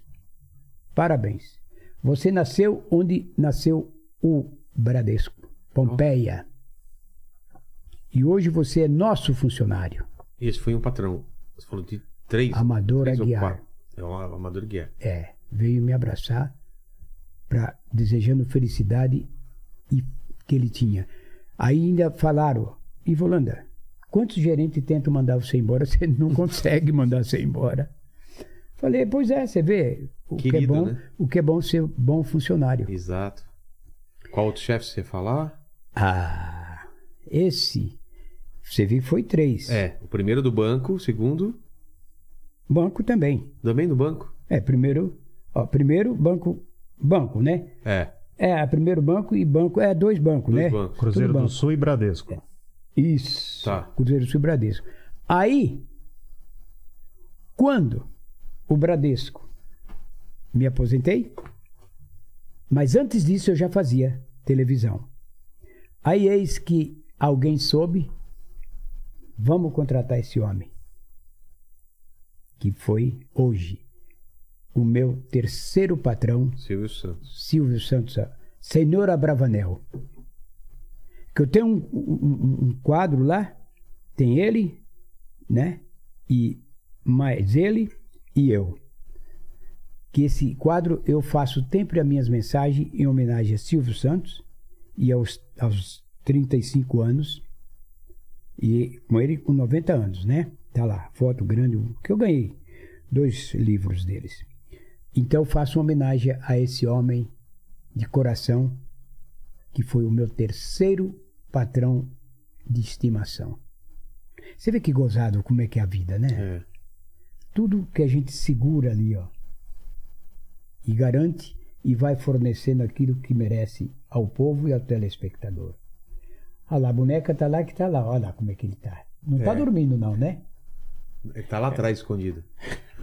[SPEAKER 4] Parabéns. Você nasceu onde nasceu o Bradesco, Pompeia. E hoje você é nosso funcionário.
[SPEAKER 1] Esse foi um patrão. Você falou de três.
[SPEAKER 4] Amador
[SPEAKER 1] três
[SPEAKER 4] Aguiar.
[SPEAKER 1] Ou quatro. É o Amador Aguiar.
[SPEAKER 4] É, veio me abraçar pra, desejando felicidade e que ele tinha. Aí ainda falaram, Ivolanda, quantos gerentes tentam mandar você embora? [LAUGHS] Você não consegue mandar você embora. Falei, pois é, você vê o que é
[SPEAKER 1] Querido,
[SPEAKER 4] bom,
[SPEAKER 1] né?
[SPEAKER 4] o que é bom ser bom funcionário.
[SPEAKER 1] Exato. Qual outro chefe você ia falar?
[SPEAKER 4] Ah, esse, você viu que foi três.
[SPEAKER 1] É, o primeiro do banco, o segundo
[SPEAKER 4] Banco também.
[SPEAKER 1] também do banco.
[SPEAKER 4] É, primeiro, ó, primeiro banco, banco, né?
[SPEAKER 1] É,
[SPEAKER 4] É, primeiro banco e banco, é dois bancos,
[SPEAKER 1] dois
[SPEAKER 4] né?
[SPEAKER 1] bancos.
[SPEAKER 3] Cruzeiro
[SPEAKER 4] Tudo
[SPEAKER 3] do
[SPEAKER 4] bom.
[SPEAKER 3] Sul e Bradesco.
[SPEAKER 4] Isso.
[SPEAKER 1] Tá.
[SPEAKER 4] Cruzeiro do Sul e Bradesco. Aí, quando o Bradesco me aposentei, mas antes disso eu já fazia televisão. Aí eis que alguém soube, vamos contratar esse homem. Que foi hoje o meu terceiro patrão
[SPEAKER 1] Silvio Santos.
[SPEAKER 4] Silvio Santos, Senhora Bravanel. Que eu tenho um, um- um- um quadro lá, tem ele, né? E mais ele e eu. Que esse quadro eu faço sempre as minhas mensagens em homenagem a Silvio Santos e aos, aos 35 anos. E com ele com 90 anos, né? Tá lá, foto grande, que eu ganhei dois livros deles. Então eu faço uma homenagem a esse homem de coração que foi o meu terceiro patrão de estimação. Você vê que gozado como é que é a vida, né?
[SPEAKER 1] É.
[SPEAKER 4] Tudo que a gente segura ali, ó, e garante e vai fornecendo aquilo que merece ao povo e ao telespectador. Olha lá, a boneca tá lá que tá lá, olha lá como é que ele tá. Não tá
[SPEAKER 1] É.
[SPEAKER 4] dormindo não, né?
[SPEAKER 1] Ele tá lá atrás escondido.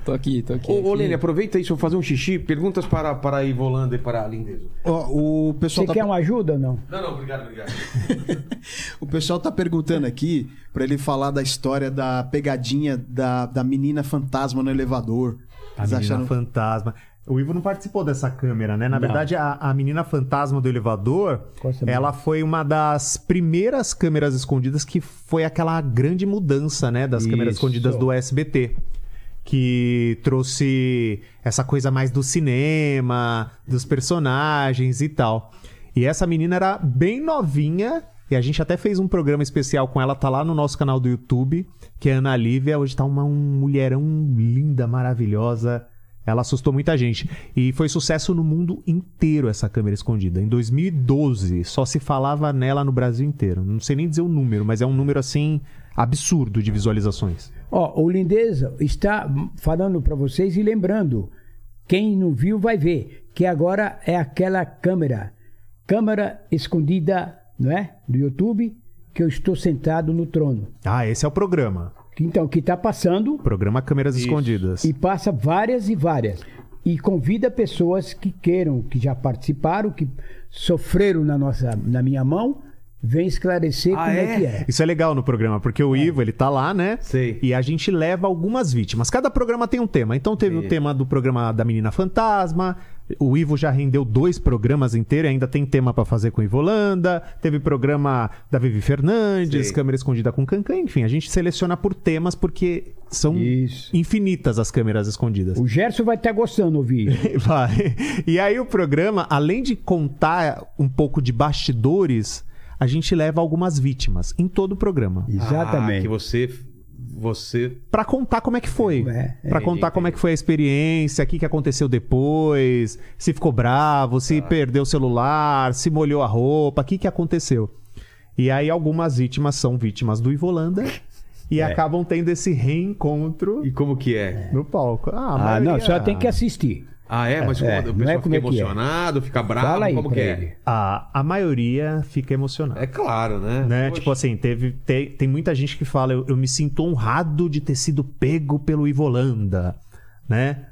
[SPEAKER 5] Tô aqui, tô aqui.
[SPEAKER 1] Ô, ô
[SPEAKER 5] aqui.
[SPEAKER 1] Lene, aproveita isso, eu vou fazer um xixi. Perguntas para, para a Ivolanda e para a Lindezo.
[SPEAKER 2] Ó, o pessoal
[SPEAKER 4] Você
[SPEAKER 2] tá
[SPEAKER 4] quer uma ajuda ou não?
[SPEAKER 1] Não, não, obrigado, obrigado.
[SPEAKER 2] O pessoal tá perguntando aqui pra ele falar da história da pegadinha da, da menina fantasma no elevador.
[SPEAKER 3] A
[SPEAKER 2] Vocês
[SPEAKER 3] menina
[SPEAKER 2] acharam-
[SPEAKER 3] fantasma. O Ivo não participou dessa câmera, né? Na verdade, a, a menina fantasma do elevador,
[SPEAKER 4] Qual essa
[SPEAKER 3] ela foi uma das primeiras câmeras escondidas que foi aquela grande mudança, né? Das câmeras
[SPEAKER 1] Isso.
[SPEAKER 3] escondidas do SBT. Que trouxe essa coisa mais do cinema, dos personagens e tal. E essa menina era bem novinha. E a gente até fez um programa especial com ela, tá lá no nosso canal do YouTube, que é a Ana Lívia. Hoje tá uma um mulherão linda, maravilhosa. Ela assustou muita gente. E foi sucesso no mundo inteiro essa câmera escondida. Em 2012, só se falava nela no Brasil inteiro. Não sei nem dizer o número, mas é um número assim absurdo de visualizações.
[SPEAKER 4] Ó, o Lindeza está falando para vocês e lembrando, quem não viu vai ver, que agora é aquela câmera, câmera escondida, não é? Do YouTube, que eu estou sentado no trono.
[SPEAKER 3] Ah, esse é o programa.
[SPEAKER 4] Então, que está passando
[SPEAKER 3] Programa Câmeras Escondidas.
[SPEAKER 4] e passa várias e várias. E convida pessoas que queiram, que já participaram, que sofreram na, nossa, na minha mão, vem esclarecer
[SPEAKER 1] Ah,
[SPEAKER 4] como é?
[SPEAKER 1] é?
[SPEAKER 4] que é.
[SPEAKER 3] Isso é legal no programa, porque o Ivo, ele tá lá, né?
[SPEAKER 1] Sei.
[SPEAKER 3] E a gente leva algumas vítimas. Cada programa tem um tema. Então teve o tema do programa da Menina Fantasma. O Ivo já rendeu dois programas inteiros, ainda tem tema pra fazer com o Ivo Holanda. Teve programa da Vivi Fernandes,
[SPEAKER 1] Sei.
[SPEAKER 3] câmera escondida com Cancan. Enfim, a gente seleciona por temas porque são
[SPEAKER 4] Isso.
[SPEAKER 3] infinitas as câmeras escondidas.
[SPEAKER 4] O Gerson vai estar gostando de ouvir.
[SPEAKER 1] Ah,
[SPEAKER 4] isso.
[SPEAKER 3] [LAUGHS] Vai. E aí o programa, além de contar um pouco de bastidores, a gente leva algumas vítimas em todo o programa.
[SPEAKER 1] Ah,
[SPEAKER 4] Exatamente.
[SPEAKER 1] que você. Você.
[SPEAKER 3] Pra contar como é que foi.
[SPEAKER 4] É,
[SPEAKER 3] Pra contar como é que foi a experiência, o que, que aconteceu depois, se ficou bravo, se
[SPEAKER 4] Tá.
[SPEAKER 3] perdeu o celular, se molhou a roupa, o que, que aconteceu. E aí algumas vítimas são vítimas do Ivolanda E
[SPEAKER 4] É.
[SPEAKER 3] acabam tendo esse reencontro
[SPEAKER 1] E como que é?
[SPEAKER 3] no palco. Ah, a
[SPEAKER 4] Ah, não,
[SPEAKER 3] maioria-
[SPEAKER 4] só tem que assistir.
[SPEAKER 1] Ah, é? Mas
[SPEAKER 4] É,
[SPEAKER 1] quando o
[SPEAKER 4] não é
[SPEAKER 1] pessoal
[SPEAKER 4] como
[SPEAKER 1] fica
[SPEAKER 4] é que é.
[SPEAKER 1] emocionado, fica bravo,
[SPEAKER 4] Fala aí
[SPEAKER 1] como
[SPEAKER 4] pra
[SPEAKER 1] que
[SPEAKER 4] ele.
[SPEAKER 1] é?
[SPEAKER 3] Ah, A, a maioria fica emocionada.
[SPEAKER 1] É claro, né?
[SPEAKER 3] né?
[SPEAKER 1] Poxa.
[SPEAKER 3] Tipo assim, teve, tem, tem muita gente que fala, eu, eu me sinto honrado de ter sido pego pelo Ivolanda, né?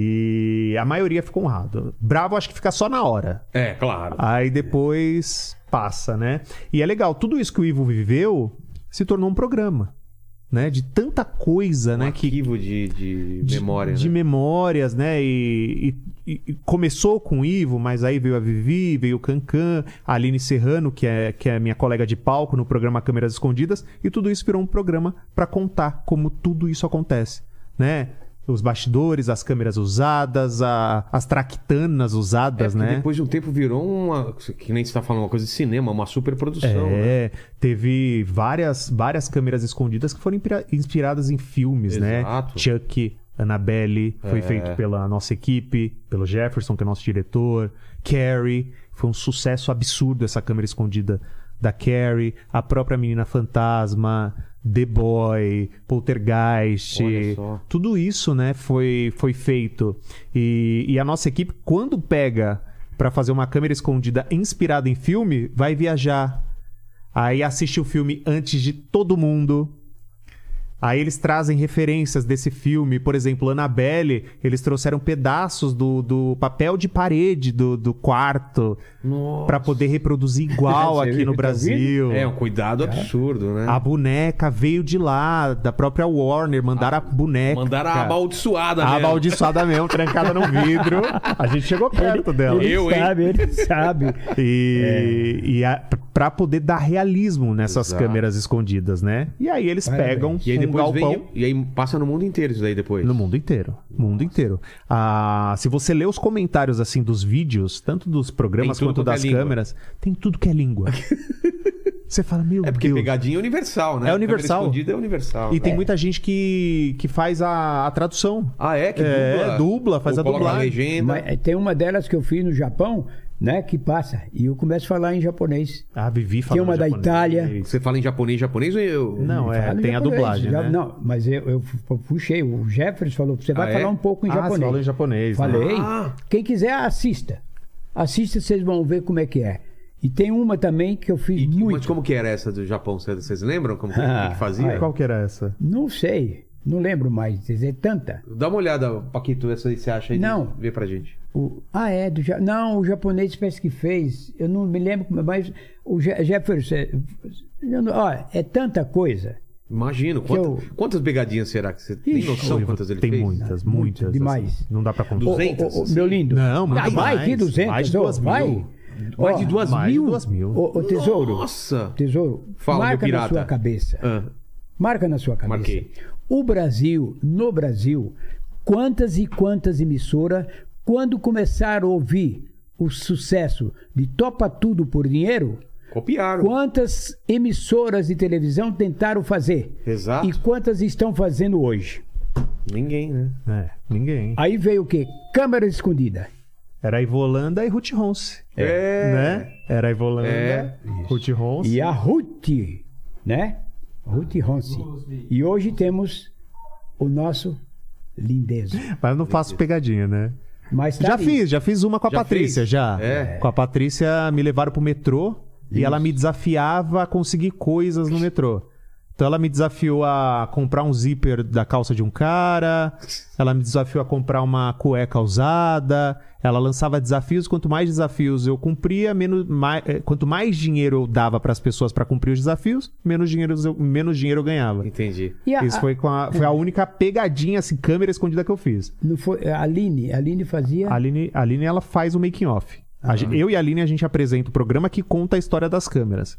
[SPEAKER 3] E a maioria ficou honrado. Bravo acho que fica só na hora.
[SPEAKER 1] É, claro.
[SPEAKER 3] Aí depois passa, né? E é legal, tudo isso que o Ivo viveu se tornou um programa, né? De tanta coisa,
[SPEAKER 1] um
[SPEAKER 3] né? Que,
[SPEAKER 1] arquivo de, de memória,
[SPEAKER 3] de
[SPEAKER 1] né?
[SPEAKER 3] memórias, né? E, e- e começou com o Ivo, mas aí veio a Vivi, veio o Cancan, a Aline Serrano, que é, que é minha colega de palco no programa Câmeras Escondidas, e tudo isso virou um programa para contar como tudo isso acontece, né? Os bastidores, as câmeras usadas, a- as tractanas
[SPEAKER 1] É,
[SPEAKER 3] usadas,
[SPEAKER 1] porque
[SPEAKER 3] né?
[SPEAKER 1] Depois de um tempo virou uma. Que nem você tá falando uma coisa de cinema, uma superprodução. né?
[SPEAKER 3] É, teve várias, várias câmeras escondidas que foram inspira- inspiradas em filmes,
[SPEAKER 1] Exato.
[SPEAKER 3] né? Chuck, Annabelle, foi
[SPEAKER 1] É.
[SPEAKER 3] feito pela nossa equipe, pelo Jefferson, que é nosso diretor, Carrie, foi um sucesso absurdo essa câmera escondida da Carrie, a própria Menina Fantasma, The Boy, Poltergeist,
[SPEAKER 1] Olha só.
[SPEAKER 3] tudo isso, né, foi, foi feito. E, e a nossa equipe, quando pega pra fazer uma câmera escondida inspirada em filme, vai viajar. Aí assiste o filme antes de todo mundo. Aí eles trazem referências desse filme. Por exemplo, Annabelle, eles trouxeram pedaços do, do papel de parede do, do quarto
[SPEAKER 1] Nossa.
[SPEAKER 3] pra poder reproduzir
[SPEAKER 1] [LAUGHS]
[SPEAKER 3] igual
[SPEAKER 4] Você
[SPEAKER 3] aqui no
[SPEAKER 4] viu? Tá vendo?
[SPEAKER 3] Brasil.
[SPEAKER 1] É, um cuidado absurdo, né?
[SPEAKER 3] A boneca veio de lá, da própria Warner, mandaram a, boneca.
[SPEAKER 1] Ah, Mandaram a
[SPEAKER 3] cara.
[SPEAKER 1] amaldiçoada, né?
[SPEAKER 3] Amaldiçoada mesmo, trancada no vidro. A gente chegou perto dela.
[SPEAKER 4] Ele
[SPEAKER 1] Eu, hein?
[SPEAKER 4] sabe, ele sabe.
[SPEAKER 1] É.
[SPEAKER 3] E, e a- pra poder dar realismo nessas
[SPEAKER 1] Exato.
[SPEAKER 3] câmeras escondidas, né? E aí eles
[SPEAKER 4] Parabéns.
[SPEAKER 3] pegam
[SPEAKER 1] E aí
[SPEAKER 3] um
[SPEAKER 1] depois
[SPEAKER 3] galpão
[SPEAKER 1] vem. E aí passa no mundo inteiro isso daí depois.
[SPEAKER 3] no mundo inteiro. Mundo inteiro. Ah, se você lê os comentários assim dos vídeos, tanto dos programas
[SPEAKER 1] Tem tudo
[SPEAKER 3] quanto
[SPEAKER 1] quanto é
[SPEAKER 3] das
[SPEAKER 1] língua.
[SPEAKER 3] câmeras, tem tudo que
[SPEAKER 1] [LAUGHS]
[SPEAKER 3] é língua. você fala, meu
[SPEAKER 1] É porque
[SPEAKER 3] Deus.
[SPEAKER 1] pegadinha é universal, né?
[SPEAKER 3] É universal.
[SPEAKER 1] Câmera escondida é universal.
[SPEAKER 3] E
[SPEAKER 1] né?
[SPEAKER 3] tem muita gente que, que faz a, a tradução.
[SPEAKER 1] Ah, é? Que
[SPEAKER 3] É,
[SPEAKER 1] dubla?
[SPEAKER 3] dubla, faz
[SPEAKER 1] Ou
[SPEAKER 3] a
[SPEAKER 1] coloca
[SPEAKER 3] dublagem.
[SPEAKER 1] legenda.
[SPEAKER 4] Mas é, tem uma delas que eu fiz no Japão, né? Que passa. E eu começo a falar em japonês.
[SPEAKER 3] Ah, Vivi falando
[SPEAKER 4] Tem uma da
[SPEAKER 3] japonês.
[SPEAKER 4] Itália.
[SPEAKER 1] Você fala em japonês, japonês ou eu?
[SPEAKER 3] Não, é,
[SPEAKER 4] Falo em
[SPEAKER 3] tem a
[SPEAKER 4] japonês,
[SPEAKER 3] dublagem,
[SPEAKER 4] já-
[SPEAKER 3] né?
[SPEAKER 4] Não, mas eu, eu fu- puxei. O Jefferson falou: você vai
[SPEAKER 1] Ah, é?
[SPEAKER 4] falar um pouco em
[SPEAKER 3] Ah,
[SPEAKER 4] japonês.
[SPEAKER 3] você falou em japonês, né?
[SPEAKER 4] Falei.
[SPEAKER 1] Ah.
[SPEAKER 4] Quem quiser, assista. Assista, vocês vão ver como é que é. E tem uma também que eu fiz
[SPEAKER 1] E,
[SPEAKER 4] muito.
[SPEAKER 1] Mas como que era essa do Japão? Vocês vocês lembram como que,
[SPEAKER 4] Ah,
[SPEAKER 1] que
[SPEAKER 3] [LAUGHS]
[SPEAKER 1] fazia?
[SPEAKER 3] Qual que era essa?
[SPEAKER 4] Não sei, não lembro mais. Quer dizer, tanta.
[SPEAKER 1] Dá uma olhada, Paquito, essa aí você acha aí?
[SPEAKER 4] Não.
[SPEAKER 1] Vê pra gente.
[SPEAKER 4] O- ah, é, do, Ja- não, o japonês parece que fez. Eu não me lembro, como- mas o Je- Jefferson. é, eu não- Olha, é tanta coisa.
[SPEAKER 1] Imagino. quantas-
[SPEAKER 4] eu-
[SPEAKER 1] Quantas pegadinhas será que você tem
[SPEAKER 4] Ixi,
[SPEAKER 1] noção
[SPEAKER 3] Ivo,
[SPEAKER 1] quantas ele
[SPEAKER 3] tem
[SPEAKER 1] fez?
[SPEAKER 3] muitas,
[SPEAKER 4] Muito,
[SPEAKER 3] muitas. assim.
[SPEAKER 4] demais.
[SPEAKER 3] não dá pra contar.
[SPEAKER 1] Do-
[SPEAKER 4] Ô, ô, ô,
[SPEAKER 1] 200,
[SPEAKER 4] meu lindo.
[SPEAKER 3] Não, muito
[SPEAKER 4] Ai, Vai,
[SPEAKER 3] mais.
[SPEAKER 4] que 200.
[SPEAKER 3] Mais de
[SPEAKER 4] ô,
[SPEAKER 3] duas mil.
[SPEAKER 4] vai.
[SPEAKER 1] Mais
[SPEAKER 4] Ó,
[SPEAKER 1] de duas
[SPEAKER 3] mais de
[SPEAKER 1] mil?
[SPEAKER 3] duas mil.
[SPEAKER 4] Ô, ô, tesouro.
[SPEAKER 1] Nossa!
[SPEAKER 4] Tesouro,
[SPEAKER 1] Fala,
[SPEAKER 4] marca
[SPEAKER 1] meu
[SPEAKER 4] na
[SPEAKER 1] pirata.
[SPEAKER 4] sua cabeça.
[SPEAKER 1] Ah,
[SPEAKER 4] Marca na sua cabeça.
[SPEAKER 1] Marquei.
[SPEAKER 4] O Brasil, no Brasil, quantas e quantas emissoras, quando começaram a ouvir o sucesso de Topa Tudo por Dinheiro,
[SPEAKER 1] copiaram.
[SPEAKER 4] quantas emissoras de televisão tentaram fazer?
[SPEAKER 1] Exato.
[SPEAKER 4] E quantas estão fazendo hoje?
[SPEAKER 1] Ninguém, né?
[SPEAKER 3] É, ninguém.
[SPEAKER 4] Aí veio o quê? Câmera escondida.
[SPEAKER 3] Era a Ivolanda e Ruth Ronce.
[SPEAKER 1] É.
[SPEAKER 3] Né? Era a Ivolanda,
[SPEAKER 1] É.
[SPEAKER 3] Ruth Ronce.
[SPEAKER 4] E a Ruth, né? Ruth Ronce. E hoje temos o nosso lindezo.
[SPEAKER 3] Mas eu não faço pegadinha, né?
[SPEAKER 4] Mas tá
[SPEAKER 3] já
[SPEAKER 4] ali.
[SPEAKER 3] fiz, já fiz uma com a
[SPEAKER 1] Já
[SPEAKER 3] Patrícia,
[SPEAKER 1] fez?
[SPEAKER 3] já.
[SPEAKER 1] É.
[SPEAKER 3] Com a Patrícia me levaram pro metrô e ela me desafiava a conseguir coisas no metrô. Então ela me desafiou a comprar um zíper da calça de um cara, ela me desafiou a comprar uma cueca usada, ela lançava desafios, quanto mais desafios eu cumpria, menos, mai- eh, quanto mais dinheiro eu dava pras pessoas pra cumprir os desafios, menos dinheiro eu, menos dinheiro eu ganhava.
[SPEAKER 1] Entendi.
[SPEAKER 4] E a-
[SPEAKER 3] Isso foi, com a, foi a única pegadinha, assim, câmera escondida que eu fiz.
[SPEAKER 4] Não foi, a Aline, a Aline fazia.
[SPEAKER 3] A Aline, a Aline ela faz o making off.
[SPEAKER 4] Ah.
[SPEAKER 3] Eu e a Aline a gente apresenta o programa que conta a história das câmeras.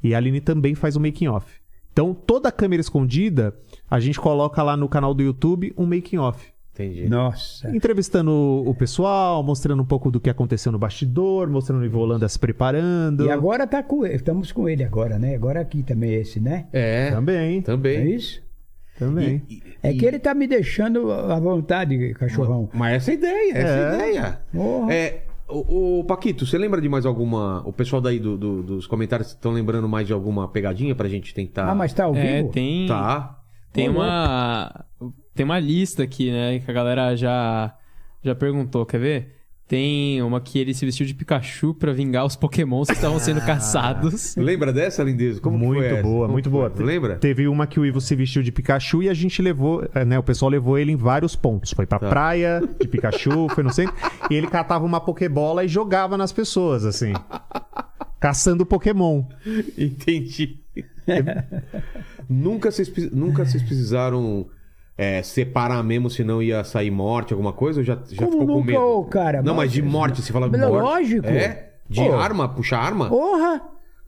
[SPEAKER 3] E a Aline também faz o making off. Então, toda a câmera escondida, a gente coloca lá no canal do YouTube um making off.
[SPEAKER 1] Entendi.
[SPEAKER 4] Nossa.
[SPEAKER 3] Entrevistando o pessoal, mostrando um pouco do que aconteceu no bastidor, mostrando o Ivo Holanda se preparando.
[SPEAKER 4] E agora tá com ele. Estamos com ele agora, né? Agora aqui também esse, né?
[SPEAKER 1] É.
[SPEAKER 3] Também,
[SPEAKER 4] É
[SPEAKER 1] Também.
[SPEAKER 4] isso?
[SPEAKER 3] também.
[SPEAKER 4] É que ele tá me deixando à vontade, cachorrão.
[SPEAKER 1] Mas essa é a ideia, essa é a
[SPEAKER 3] É.
[SPEAKER 1] ideia.
[SPEAKER 4] Porra.
[SPEAKER 1] É, o, o Paquito, você lembra de mais alguma. O pessoal daí do- do- dos comentários estão lembrando mais de alguma pegadinha pra gente tentar.
[SPEAKER 4] Ah, mas tá ao
[SPEAKER 5] É,
[SPEAKER 4] vivo?
[SPEAKER 5] tem.
[SPEAKER 1] Tá.
[SPEAKER 5] Tem uma. Tem uma lista aqui, né? Que a galera já, já perguntou, quer ver? Tem uma que ele se vestiu de Pikachu pra vingar os pokémons que estavam
[SPEAKER 1] Ah.
[SPEAKER 5] sendo caçados.
[SPEAKER 1] é? Lembra dessa, Lindezo? Como que
[SPEAKER 3] muito
[SPEAKER 1] foi essa?
[SPEAKER 3] boa,
[SPEAKER 1] Como
[SPEAKER 3] muito
[SPEAKER 1] que foi?
[SPEAKER 3] boa. Te-
[SPEAKER 1] Lembra?
[SPEAKER 3] Teve uma que o Ivo se vestiu de Pikachu e a gente levou, é, né? O pessoal levou ele em vários pontos. Foi pra
[SPEAKER 1] Tá. [LAUGHS]
[SPEAKER 3] praia de Pikachu, foi no centro. E ele catava uma Pokébola e jogava nas pessoas, assim. Caçando Pokémon.
[SPEAKER 4] [LAUGHS]
[SPEAKER 1] Entendi. nunca, vocês, pre- nunca vocês precisaram é, separar mesmo, senão ia sair morte, alguma coisa? Ou já, já
[SPEAKER 4] Como
[SPEAKER 1] ficou com
[SPEAKER 4] nunca,
[SPEAKER 1] medo?
[SPEAKER 4] ô, cara,
[SPEAKER 1] não, mas
[SPEAKER 4] mas-
[SPEAKER 1] de morte, você fala
[SPEAKER 4] Mas
[SPEAKER 1] morte.
[SPEAKER 4] lógico.
[SPEAKER 1] É? De
[SPEAKER 4] Ô.
[SPEAKER 1] arma? Puxar arma?
[SPEAKER 4] Porra!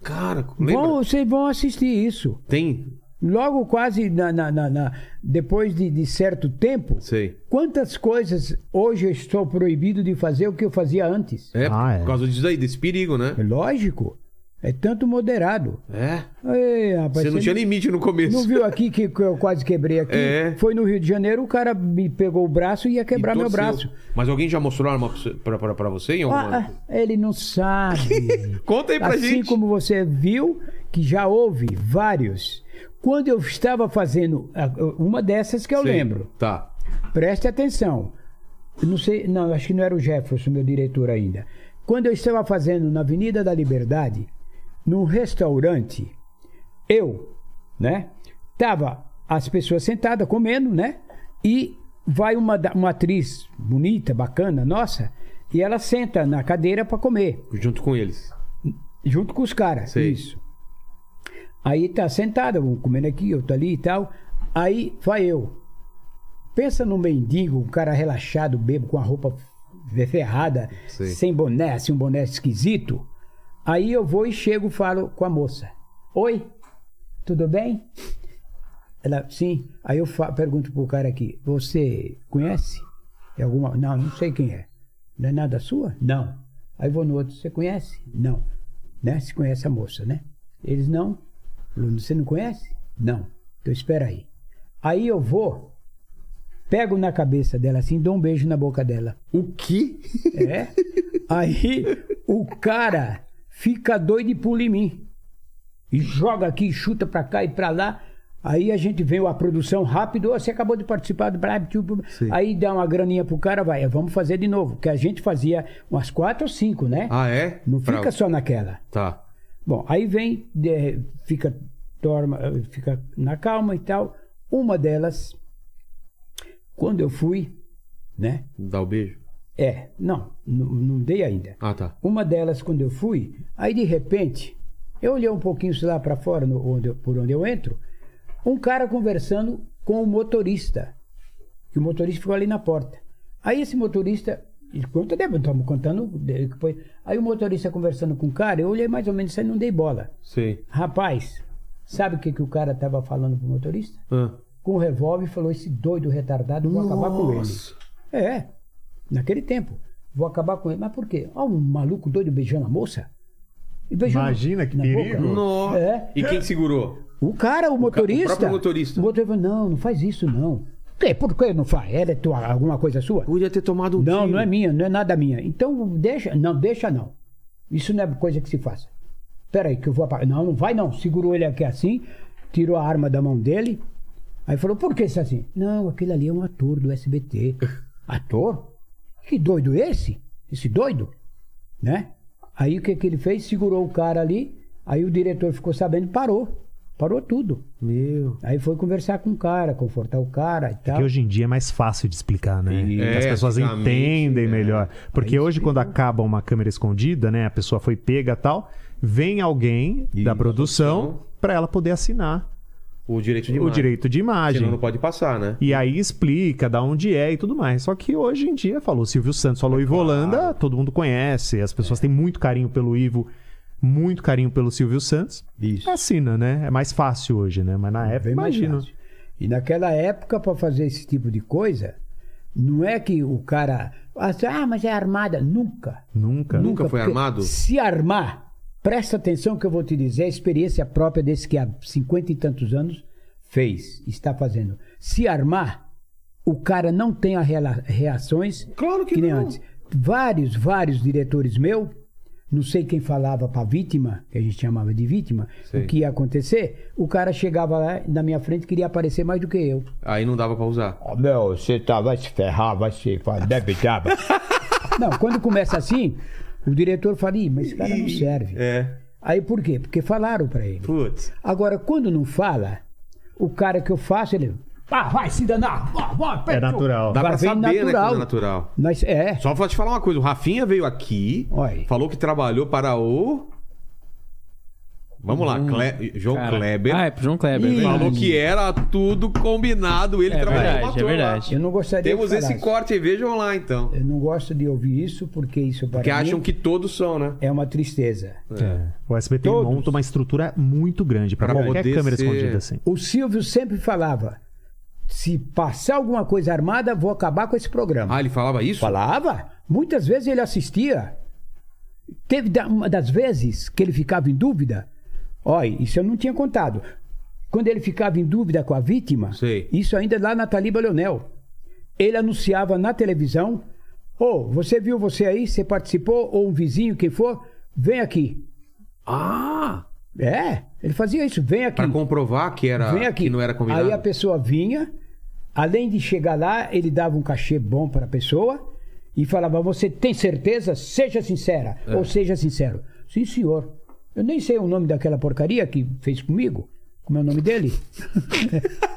[SPEAKER 1] Cara, lembra?
[SPEAKER 4] Vão, vocês vão assistir isso.
[SPEAKER 1] Tem?
[SPEAKER 4] Logo, quase na, na- na- na- depois de, de certo tempo,
[SPEAKER 1] Sei.
[SPEAKER 4] quantas coisas hoje eu estou proibido de fazer o que eu fazia antes?
[SPEAKER 1] É,
[SPEAKER 3] Ah, é.
[SPEAKER 1] por causa disso aí, desse perigo, né?
[SPEAKER 4] É Lógico. É tanto moderado.
[SPEAKER 1] É.
[SPEAKER 4] Ei, rapaz,
[SPEAKER 1] Você não tinha limite no começo.
[SPEAKER 4] Não viu aqui que, que eu quase quebrei aqui?
[SPEAKER 1] É.
[SPEAKER 4] Foi no Rio de Janeiro, o cara me pegou o braço e ia
[SPEAKER 1] E
[SPEAKER 4] quebrar meu
[SPEAKER 1] torceu.
[SPEAKER 4] braço.
[SPEAKER 1] Mas alguém já mostrou arma pra você- pra, pra, pra você em algum
[SPEAKER 4] Ah, ah, ele não
[SPEAKER 1] [LAUGHS]
[SPEAKER 4] sabe.
[SPEAKER 1] Conta aí pra
[SPEAKER 4] assim
[SPEAKER 1] gente.
[SPEAKER 4] como você viu que já houve vários. Quando eu estava fazendo ah, uma dessas que eu
[SPEAKER 1] Sei.
[SPEAKER 4] lembro,
[SPEAKER 1] Tá.
[SPEAKER 4] preste atenção. Eu Não sei, não, acho que não era o Jefferson, meu diretor ainda. Quando eu estava fazendo na Avenida da Liberdade, num restaurante, eu, né, tava as pessoas sentadas comendo, né, e vai uma, da- uma atriz bonita, bacana, nossa, e ela senta na cadeira para comer
[SPEAKER 1] Junto com eles.
[SPEAKER 4] junto com os caras.
[SPEAKER 1] Sei.
[SPEAKER 4] Isso. Aí tá sentada, um comendo aqui, outro ali e tal. Aí vai eu. Pensa no mendigo, um cara relaxado, bebo com a roupa fe- ferrada,
[SPEAKER 1] Sei.
[SPEAKER 4] sem boné, assim, um boné esquisito. Aí eu vou e chego falo com a moça. Oi, tudo bem? Ela, sim. Aí eu fa- pergunto pro cara aqui, você conhece? É alguma. Não, não sei quem é. Não é nada sua? Não. Aí vou no outro, você conhece? Não. Né? Se conhece a moça, né? Eles não. Bruno, Você não conhece? Não. Então espera aí. Aí eu vou, pego na cabeça dela assim, dou um beijo na boca dela.
[SPEAKER 2] O que?
[SPEAKER 4] É? Aí o cara fica doido e pula em mim. E joga aqui, chuta pra cá e pra lá. Aí a gente vem a produção rápido. "Ô, Você acabou de participar do Brab. Tipo, aí dá uma graninha pro cara, vai, vamos fazer de novo. Que a gente fazia umas quatro ou cinco, né?
[SPEAKER 1] Ah, é?
[SPEAKER 4] Não
[SPEAKER 1] Pra-
[SPEAKER 4] fica só naquela.
[SPEAKER 1] Tá.
[SPEAKER 4] Bom, aí vem, de- fica, dorma, fica na calma e tal. Uma delas, quando eu fui, né?
[SPEAKER 1] Dá o beijo.
[SPEAKER 4] É, não, não, não dei ainda.
[SPEAKER 1] Ah, tá.
[SPEAKER 4] Uma delas, quando eu fui, aí de repente, eu olhei um pouquinho lá para fora, no- onde eu- por onde eu entro, um cara conversando com o motorista. E o motorista ficou ali na porta. Aí esse motorista, enquanto eu estava contando, depois, aí o motorista conversando com o cara, eu olhei mais ou menos isso aí, não dei bola.
[SPEAKER 1] Sei.
[SPEAKER 4] Rapaz, sabe o que, que o cara estava falando pro motorista?
[SPEAKER 1] Ah.
[SPEAKER 4] Com o revólver e falou: esse doido retardado, vou acabar com ele. É, naquele tempo. Vou acabar com ele. Mas por quê? Ó, um maluco doido beijando a moça. E beijando
[SPEAKER 3] Imagina que
[SPEAKER 4] na
[SPEAKER 3] perigo.
[SPEAKER 4] boca.
[SPEAKER 1] Nossa.
[SPEAKER 4] É.
[SPEAKER 1] E quem segurou?
[SPEAKER 4] O cara, o motorista.
[SPEAKER 1] próprio motorista.
[SPEAKER 4] O motorista falou, não, não faz isso, não. Que, por que não faz? Era tua, alguma coisa sua?
[SPEAKER 1] Podia ter tomado um
[SPEAKER 4] Não, não é minha, não é nada minha. Então deixa, não, deixa não. Isso não é coisa que se faça. Pera aí que eu vou apagar. Não, não vai não. Segurou ele aqui assim, tirou a arma da mão dele. Aí falou, por que isso assim? Não, aquele ali é um ator do
[SPEAKER 3] [LAUGHS]
[SPEAKER 4] SBT. Ator? Que doido esse? Esse doido? Né? Aí o que, que ele fez? Segurou o cara ali, aí o diretor ficou sabendo, parou. Parou tudo.
[SPEAKER 1] Meu.
[SPEAKER 4] Aí foi conversar com o cara, confortar o cara e tal.
[SPEAKER 3] Que hoje em dia é mais fácil de explicar, né?
[SPEAKER 1] E-
[SPEAKER 3] As
[SPEAKER 1] É,
[SPEAKER 3] pessoas
[SPEAKER 1] antigamente,
[SPEAKER 3] entendem
[SPEAKER 1] é.
[SPEAKER 3] melhor. Porque hoje, quando acaba uma câmera escondida, né? A pessoa foi pega e tal, vem alguém da
[SPEAKER 1] da
[SPEAKER 3] produção
[SPEAKER 1] produção.
[SPEAKER 3] pra ela poder assinar
[SPEAKER 1] O direito de
[SPEAKER 3] o
[SPEAKER 1] imagem.
[SPEAKER 3] direito de imagem.
[SPEAKER 1] Senão não pode passar, né?
[SPEAKER 3] E aí explica da onde é e tudo mais. Só que hoje em dia, falou Silvio Santos, falou
[SPEAKER 4] É
[SPEAKER 3] Ivo Holanda, todo mundo conhece, as pessoas têm muito carinho pelo Ivo, muito carinho pelo Silvio Santos.
[SPEAKER 4] Isso.
[SPEAKER 3] Assina, né? É mais fácil hoje, né? Mas na época,
[SPEAKER 4] Bem mais
[SPEAKER 3] imagina.
[SPEAKER 4] fácil. é E naquela época, para fazer esse tipo de coisa, não é que o cara. Ah, mas é armada. Nunca.
[SPEAKER 3] Nunca.
[SPEAKER 1] Nunca foi
[SPEAKER 4] porque
[SPEAKER 1] armado?
[SPEAKER 4] Se armar, presta atenção que eu vou te dizer a experiência própria desse que há cinquenta e tantos anos fez, está fazendo. Se armar, o cara não tem a rela- reações
[SPEAKER 1] Claro que
[SPEAKER 4] nem
[SPEAKER 1] não.
[SPEAKER 4] antes. Vários, vários diretores meu não sei quem falava pra vítima, que a gente chamava de vítima,
[SPEAKER 1] Sei.
[SPEAKER 4] o que ia acontecer, o cara chegava lá na minha frente e queria aparecer mais do que eu.
[SPEAKER 1] Aí não dava pra usar.
[SPEAKER 6] Ó, meu, você tá, vai se ferrar, vai se fazer debitaba.
[SPEAKER 4] Não, quando começa assim, o diretor fala, Ih, mas esse cara não serve.
[SPEAKER 1] É.
[SPEAKER 4] Aí por quê? Porque falaram pra ele.
[SPEAKER 1] Putz.
[SPEAKER 4] Agora, quando não fala, o cara que eu faço, ele. Ah, vai se danar! Ah, vai,
[SPEAKER 3] É
[SPEAKER 4] pega-
[SPEAKER 3] natural.
[SPEAKER 1] Dá pra
[SPEAKER 4] Agora vem
[SPEAKER 1] saber, né?
[SPEAKER 4] natural.
[SPEAKER 1] Quando é natural.
[SPEAKER 4] Nós, é,
[SPEAKER 1] Só pra te falar uma coisa, o Rafinha veio aqui,
[SPEAKER 4] Oi.
[SPEAKER 1] falou que trabalhou para o. Vamos lá, Cle- João
[SPEAKER 5] Cara.
[SPEAKER 1] Kleber.
[SPEAKER 5] Ah, é pro João Kleber.
[SPEAKER 4] Ih.
[SPEAKER 5] é verdade.
[SPEAKER 1] Falou que era tudo combinado, ele
[SPEAKER 5] É
[SPEAKER 1] trabalhou
[SPEAKER 5] verdade,
[SPEAKER 1] com
[SPEAKER 5] é
[SPEAKER 1] ator lá.
[SPEAKER 5] verdade.
[SPEAKER 4] eu não gostaria
[SPEAKER 1] Temos
[SPEAKER 4] de falar
[SPEAKER 1] esse
[SPEAKER 4] isso.
[SPEAKER 1] corte aí, vejam lá então.
[SPEAKER 4] Eu não gosto de ouvir isso, porque isso para
[SPEAKER 1] Porque
[SPEAKER 4] É mim
[SPEAKER 1] acham que todos são, né?
[SPEAKER 4] é uma tristeza.
[SPEAKER 3] É. O SBT
[SPEAKER 4] Todos.
[SPEAKER 3] monta uma estrutura muito grande pra
[SPEAKER 1] Pra
[SPEAKER 3] qualquer
[SPEAKER 1] poder
[SPEAKER 3] câmera
[SPEAKER 1] ser-
[SPEAKER 3] escondida assim.
[SPEAKER 4] O Silvio sempre falava: se passar alguma coisa armada, vou acabar com esse programa.
[SPEAKER 1] Ah, ele falava isso?
[SPEAKER 4] Falava. Muitas vezes ele assistia. Teve da- uma das vezes que ele ficava em dúvida. Olha, isso eu não tinha contado. Quando ele ficava em dúvida com a vítima,
[SPEAKER 1] Sei.
[SPEAKER 4] isso ainda lá na Taliba Leonel. Ele anunciava na televisão: Ô, você viu você aí, você participou, ou um vizinho, quem for, vem aqui.
[SPEAKER 1] Ah!
[SPEAKER 4] É, ele fazia isso, vem aqui.
[SPEAKER 1] Pra comprovar que era
[SPEAKER 4] Vem aqui.
[SPEAKER 1] que não era combinado.
[SPEAKER 4] Aí a pessoa vinha, além de chegar lá, ele dava um cachê bom para a pessoa e falava: Você tem certeza? Seja sincera. Ou seja sincero. Sim, senhor. Eu nem sei o nome daquela porcaria que fez comigo. Como é o nome dele? [LAUGHS]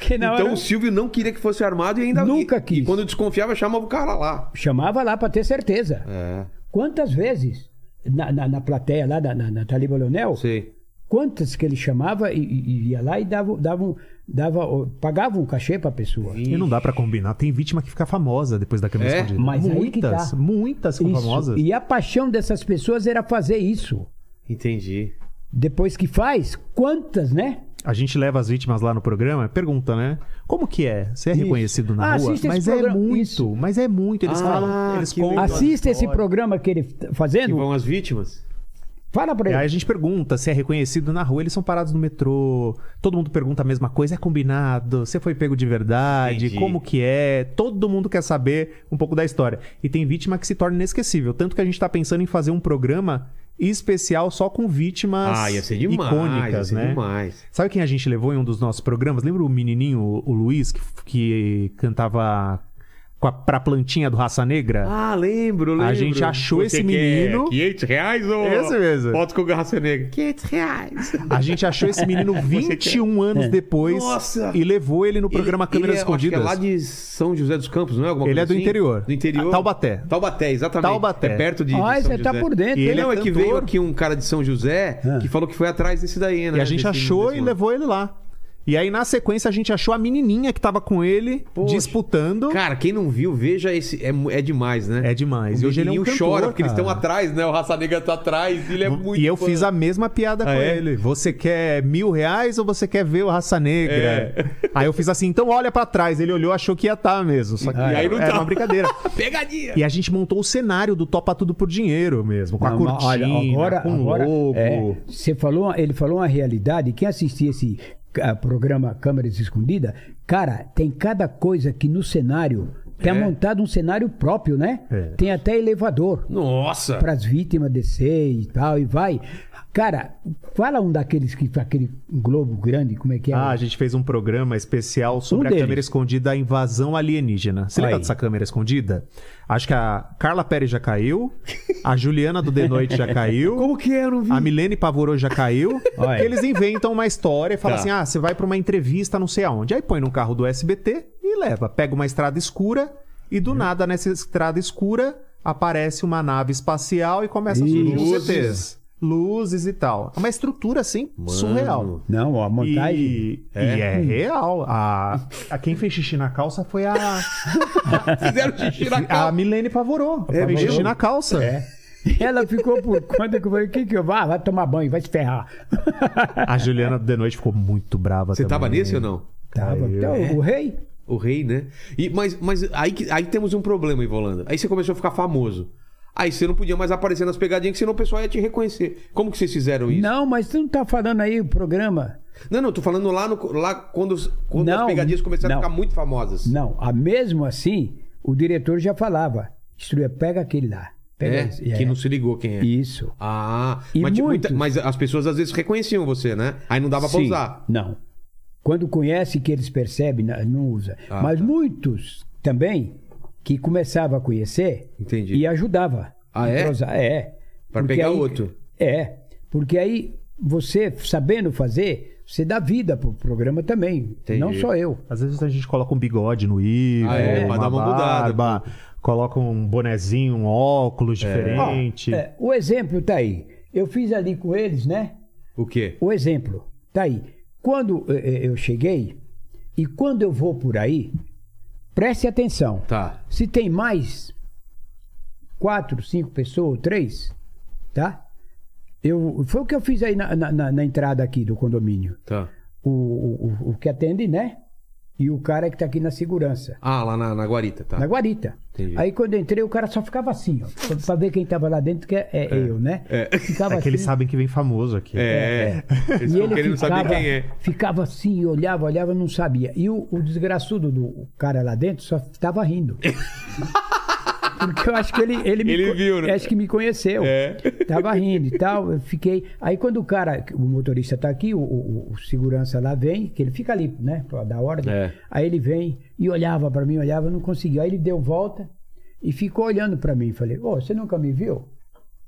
[SPEAKER 4] que na
[SPEAKER 1] Então
[SPEAKER 4] hora
[SPEAKER 1] o Silvio não queria que fosse armado e ainda
[SPEAKER 4] Nunca
[SPEAKER 1] e- E
[SPEAKER 4] quis.
[SPEAKER 1] quando desconfiava, chamava o cara lá.
[SPEAKER 4] chamava lá para ter certeza.
[SPEAKER 1] É.
[SPEAKER 4] Quantas vezes na, na, na plateia lá, na, na, na Taliba Leonel,
[SPEAKER 1] Sei.
[SPEAKER 4] quantas que ele chamava e, e- e ia lá e dava, dava, um- dava, pagava um cachê para a pessoa.
[SPEAKER 3] E não dá pra combinar. Tem vítima que fica famosa depois da câmera
[SPEAKER 1] É?
[SPEAKER 3] escondida.
[SPEAKER 4] Mas aí que tá.
[SPEAKER 3] muitas, muitas ficam
[SPEAKER 4] Isso.
[SPEAKER 3] famosas.
[SPEAKER 4] E a paixão dessas pessoas era fazer isso.
[SPEAKER 1] Entendi.
[SPEAKER 4] Depois que faz, quantas, né?
[SPEAKER 3] A gente leva as vítimas lá no programa, pergunta, né? Como que é? Você é
[SPEAKER 4] Isso.
[SPEAKER 3] reconhecido na
[SPEAKER 4] Ah,
[SPEAKER 3] rua?
[SPEAKER 4] assiste esse
[SPEAKER 3] Mas é
[SPEAKER 4] programa.
[SPEAKER 3] muito,
[SPEAKER 4] Isso.
[SPEAKER 3] mas é muito. Eles
[SPEAKER 1] Ah,
[SPEAKER 3] falam, eles
[SPEAKER 1] que
[SPEAKER 3] contam.
[SPEAKER 1] legal.
[SPEAKER 4] Assista esse programa que ele tá
[SPEAKER 1] Que
[SPEAKER 4] fazendo.
[SPEAKER 1] vão as vítimas?
[SPEAKER 4] Fala pra
[SPEAKER 3] E
[SPEAKER 4] ele.
[SPEAKER 3] Aí a gente pergunta se é reconhecido na rua, eles são parados no metrô, todo mundo pergunta a mesma coisa, é combinado, você foi pego de verdade,
[SPEAKER 1] Entendi.
[SPEAKER 3] como que é, todo mundo quer saber um pouco da história. E tem vítima que se torna inesquecível, tanto que a gente tá pensando em fazer um programa especial só com vítimas
[SPEAKER 1] ah, ia ser demais. ia
[SPEAKER 3] icônicas,
[SPEAKER 1] ser
[SPEAKER 3] né?
[SPEAKER 1] demais.
[SPEAKER 3] Sabe quem a gente levou em um dos nossos programas? Lembra o menininho, o- o Luiz, que, que cantava com a, pra plantinha do Raça Negra?
[SPEAKER 1] Ah, lembro, lembro.
[SPEAKER 3] A gente achou
[SPEAKER 1] quer
[SPEAKER 3] esse menino.
[SPEAKER 1] 500 reais ou...
[SPEAKER 3] Esse mesmo.
[SPEAKER 1] Foto com o garrafa negra. 500 reais.
[SPEAKER 3] A gente achou esse menino 21 anos depois
[SPEAKER 1] Nossa!
[SPEAKER 3] e levou ele no programa
[SPEAKER 1] Ele-
[SPEAKER 3] Câmeras
[SPEAKER 1] ele é, acho
[SPEAKER 3] Escondidas.
[SPEAKER 1] que é lá de São José dos Campos, não é? Alguma
[SPEAKER 3] Ele
[SPEAKER 1] coisa
[SPEAKER 3] é do
[SPEAKER 1] assim?
[SPEAKER 3] interior.
[SPEAKER 1] Do interior.
[SPEAKER 3] Ah, Taubaté.
[SPEAKER 1] Taubaté, exatamente.
[SPEAKER 3] Taubaté.
[SPEAKER 1] É perto de.
[SPEAKER 4] Ah,
[SPEAKER 1] de São
[SPEAKER 4] você tá
[SPEAKER 1] José.
[SPEAKER 4] por dentro.
[SPEAKER 3] E
[SPEAKER 4] hein?
[SPEAKER 3] ele
[SPEAKER 1] não,
[SPEAKER 3] é
[SPEAKER 1] é, que
[SPEAKER 3] cantor.
[SPEAKER 1] veio aqui um cara de São José
[SPEAKER 4] Ah.
[SPEAKER 1] que falou que foi atrás desse daí, né?
[SPEAKER 3] É. E a gente
[SPEAKER 1] Desse-
[SPEAKER 3] achou
[SPEAKER 1] desse
[SPEAKER 3] e
[SPEAKER 1] mano.
[SPEAKER 3] levou ele lá. E aí, na sequência, a gente achou a menininha que tava com ele
[SPEAKER 1] Poxa.
[SPEAKER 3] disputando.
[SPEAKER 1] Cara, quem não viu, veja esse. É, mu- é demais, né?
[SPEAKER 3] É
[SPEAKER 1] O
[SPEAKER 3] demais. E hoje ele é um
[SPEAKER 1] menininho
[SPEAKER 3] cantor,
[SPEAKER 1] chora, porque eles
[SPEAKER 3] cara.
[SPEAKER 1] estão atrás, né? O Raça Negra tá atrás. Ele é muito.
[SPEAKER 3] e eu
[SPEAKER 1] fã.
[SPEAKER 3] fiz a mesma piada
[SPEAKER 1] Ah,
[SPEAKER 3] com
[SPEAKER 1] é?
[SPEAKER 3] ele. Você quer mil reais ou você quer ver o Raça Negra?
[SPEAKER 1] É.
[SPEAKER 3] [LAUGHS] Aí eu fiz assim, então olha pra trás. Ele olhou, achou que ia estar mesmo. Só que
[SPEAKER 1] E aí não
[SPEAKER 3] era
[SPEAKER 1] tá. [LAUGHS]
[SPEAKER 3] uma brincadeira.
[SPEAKER 1] Pegadinha!
[SPEAKER 3] E a gente montou o cenário do Topa Tudo por Dinheiro mesmo, com a
[SPEAKER 4] Não, mas
[SPEAKER 3] cortina,
[SPEAKER 4] agora,
[SPEAKER 3] com o
[SPEAKER 4] agora,
[SPEAKER 3] logo.
[SPEAKER 4] é, você falou, ele falou uma realidade. Quem assistia esse ah, programa Câmeras Escondidas, cara, tem cada coisa que no cenário tem montado um cenário próprio, né?
[SPEAKER 3] É.
[SPEAKER 4] Tem até elevador.
[SPEAKER 1] Nossa!
[SPEAKER 4] para as vítimas descer e tal, e vai. Cara, fala um daqueles que aquele globo grande, como é que é?
[SPEAKER 3] Ah, a gente fez um programa especial sobre
[SPEAKER 4] Um
[SPEAKER 3] a
[SPEAKER 4] deles.
[SPEAKER 3] câmera escondida, a invasão alienígena. Você lembra
[SPEAKER 4] Aí.
[SPEAKER 3] dessa câmera escondida? Acho que a Carla Pérez já caiu, a Juliana do The
[SPEAKER 4] [LAUGHS]
[SPEAKER 3] Noite já caiu.
[SPEAKER 1] Como que é? Eu não vi.
[SPEAKER 3] A Milene Pavoro já caiu.
[SPEAKER 4] Olha.
[SPEAKER 3] Eles inventam uma história e falam
[SPEAKER 1] Tá.
[SPEAKER 3] assim: ah, você vai pra uma entrevista, não sei aonde. Aí põe no carro do SBT e leva. Pega uma estrada escura e do nada nessa estrada escura aparece uma nave espacial e começa a surgir os
[SPEAKER 1] Luzes.
[SPEAKER 3] CTs. Luzes e tal. Uma estrutura assim surreal.
[SPEAKER 4] Não, ó, a montagem.
[SPEAKER 3] E e é, real. A, a quem fez xixi na calça foi a,
[SPEAKER 1] [LAUGHS] Fizeram xixi na
[SPEAKER 3] [LAUGHS] a
[SPEAKER 1] cara.
[SPEAKER 3] Milene Pavoro. É, fez xixi na calça.
[SPEAKER 4] É. Ela ficou por [LAUGHS] conta que eu falei, o que que eu vá? Vai tomar banho, vai se ferrar. [LAUGHS]
[SPEAKER 3] A Juliana de noite ficou muito brava
[SPEAKER 1] Você tava
[SPEAKER 3] também.
[SPEAKER 1] nesse ou não?
[SPEAKER 4] Tava. Então, o rei,
[SPEAKER 1] O rei, né? E, mas mas aí, que- aí temos um problema, Ivolanda. Aí você começou a ficar famoso. Aí você não podia mais aparecer nas pegadinhas, que senão o pessoal ia te reconhecer. Como que vocês fizeram isso?
[SPEAKER 4] não, mas tu não tá falando aí o programa.
[SPEAKER 1] Não, não, tô falando lá, no, lá quando, os- quando
[SPEAKER 4] Não,
[SPEAKER 1] as pegadinhas começaram a
[SPEAKER 4] não.
[SPEAKER 1] ficar muito famosas.
[SPEAKER 4] Não, a mesmo assim, o diretor já falava, destruía, pega aquele lá. Pega
[SPEAKER 1] É,
[SPEAKER 4] esse.
[SPEAKER 1] que não se ligou quem é.
[SPEAKER 4] Isso.
[SPEAKER 1] Ah,
[SPEAKER 4] E
[SPEAKER 1] mas, tipo,
[SPEAKER 4] muitos-
[SPEAKER 1] muita- mas as pessoas às vezes reconheciam você, né? Aí não dava pra
[SPEAKER 4] Sim.
[SPEAKER 1] usar.
[SPEAKER 4] Não. Quando conhece que eles percebem, na- não usa.
[SPEAKER 1] Ah,
[SPEAKER 4] Mas
[SPEAKER 1] tá.
[SPEAKER 4] muitos também que começava a conhecer
[SPEAKER 1] Entendi.
[SPEAKER 4] e ajudava.
[SPEAKER 1] Ah, é?
[SPEAKER 4] Entrosar, É.
[SPEAKER 1] Pra
[SPEAKER 4] Porque
[SPEAKER 1] pegar outro.
[SPEAKER 4] É. Porque aí você, sabendo fazer, você dá vida pro programa também.
[SPEAKER 1] Entendi.
[SPEAKER 4] Não só eu.
[SPEAKER 3] Às vezes a gente coloca um bigode no Igor,
[SPEAKER 1] Ah, é,
[SPEAKER 3] uma,
[SPEAKER 1] pra dar uma mudada.
[SPEAKER 3] barba, coloca um bonezinho, um óculos diferente.
[SPEAKER 4] É, o exemplo tá aí. Eu fiz ali com eles, né?
[SPEAKER 1] O quê?
[SPEAKER 4] O exemplo tá aí. Quando eh, eh, eu cheguei e quando eu vou por aí, preste atenção.
[SPEAKER 1] Tá.
[SPEAKER 4] Se tem mais quatro, cinco pessoas, ou três, tá? Eu, foi o que eu fiz aí na, na- na- na entrada aqui do condomínio.
[SPEAKER 1] Tá.
[SPEAKER 4] O, o, o- o que atende, né? E o cara que tá aqui na segurança.
[SPEAKER 1] Ah, lá na, na guarita, tá.
[SPEAKER 4] Na guarita.
[SPEAKER 1] Entendi.
[SPEAKER 4] Aí quando eu entrei, o cara só ficava assim, ó. pra- Pra ver quem tava lá dentro, que é, é eu, né? Ficava
[SPEAKER 3] É que eles sabem que vem famoso aqui.
[SPEAKER 1] É, eles
[SPEAKER 4] e
[SPEAKER 1] estão
[SPEAKER 4] ele
[SPEAKER 1] querendo
[SPEAKER 4] ficava,
[SPEAKER 1] saber quem é.
[SPEAKER 4] ficava assim, olhava, olhava, não sabia. E o, o desgraçudo do o cara lá dentro só estava rindo.
[SPEAKER 1] [LAUGHS]
[SPEAKER 4] Porque eu acho que ele, ele me
[SPEAKER 1] Ele
[SPEAKER 4] co-
[SPEAKER 1] viu, né?
[SPEAKER 4] Acho que me conheceu.
[SPEAKER 1] É.
[SPEAKER 4] Tava rindo e tal. Eu fiquei. Aí quando o cara, o motorista tá aqui, o, o- o segurança lá vem, que ele fica ali, né? Pra dar ordem.
[SPEAKER 1] É.
[SPEAKER 4] Aí ele vem e olhava pra mim, olhava, não conseguia. Aí ele deu volta e ficou olhando pra mim. Falei, ô, você nunca me viu?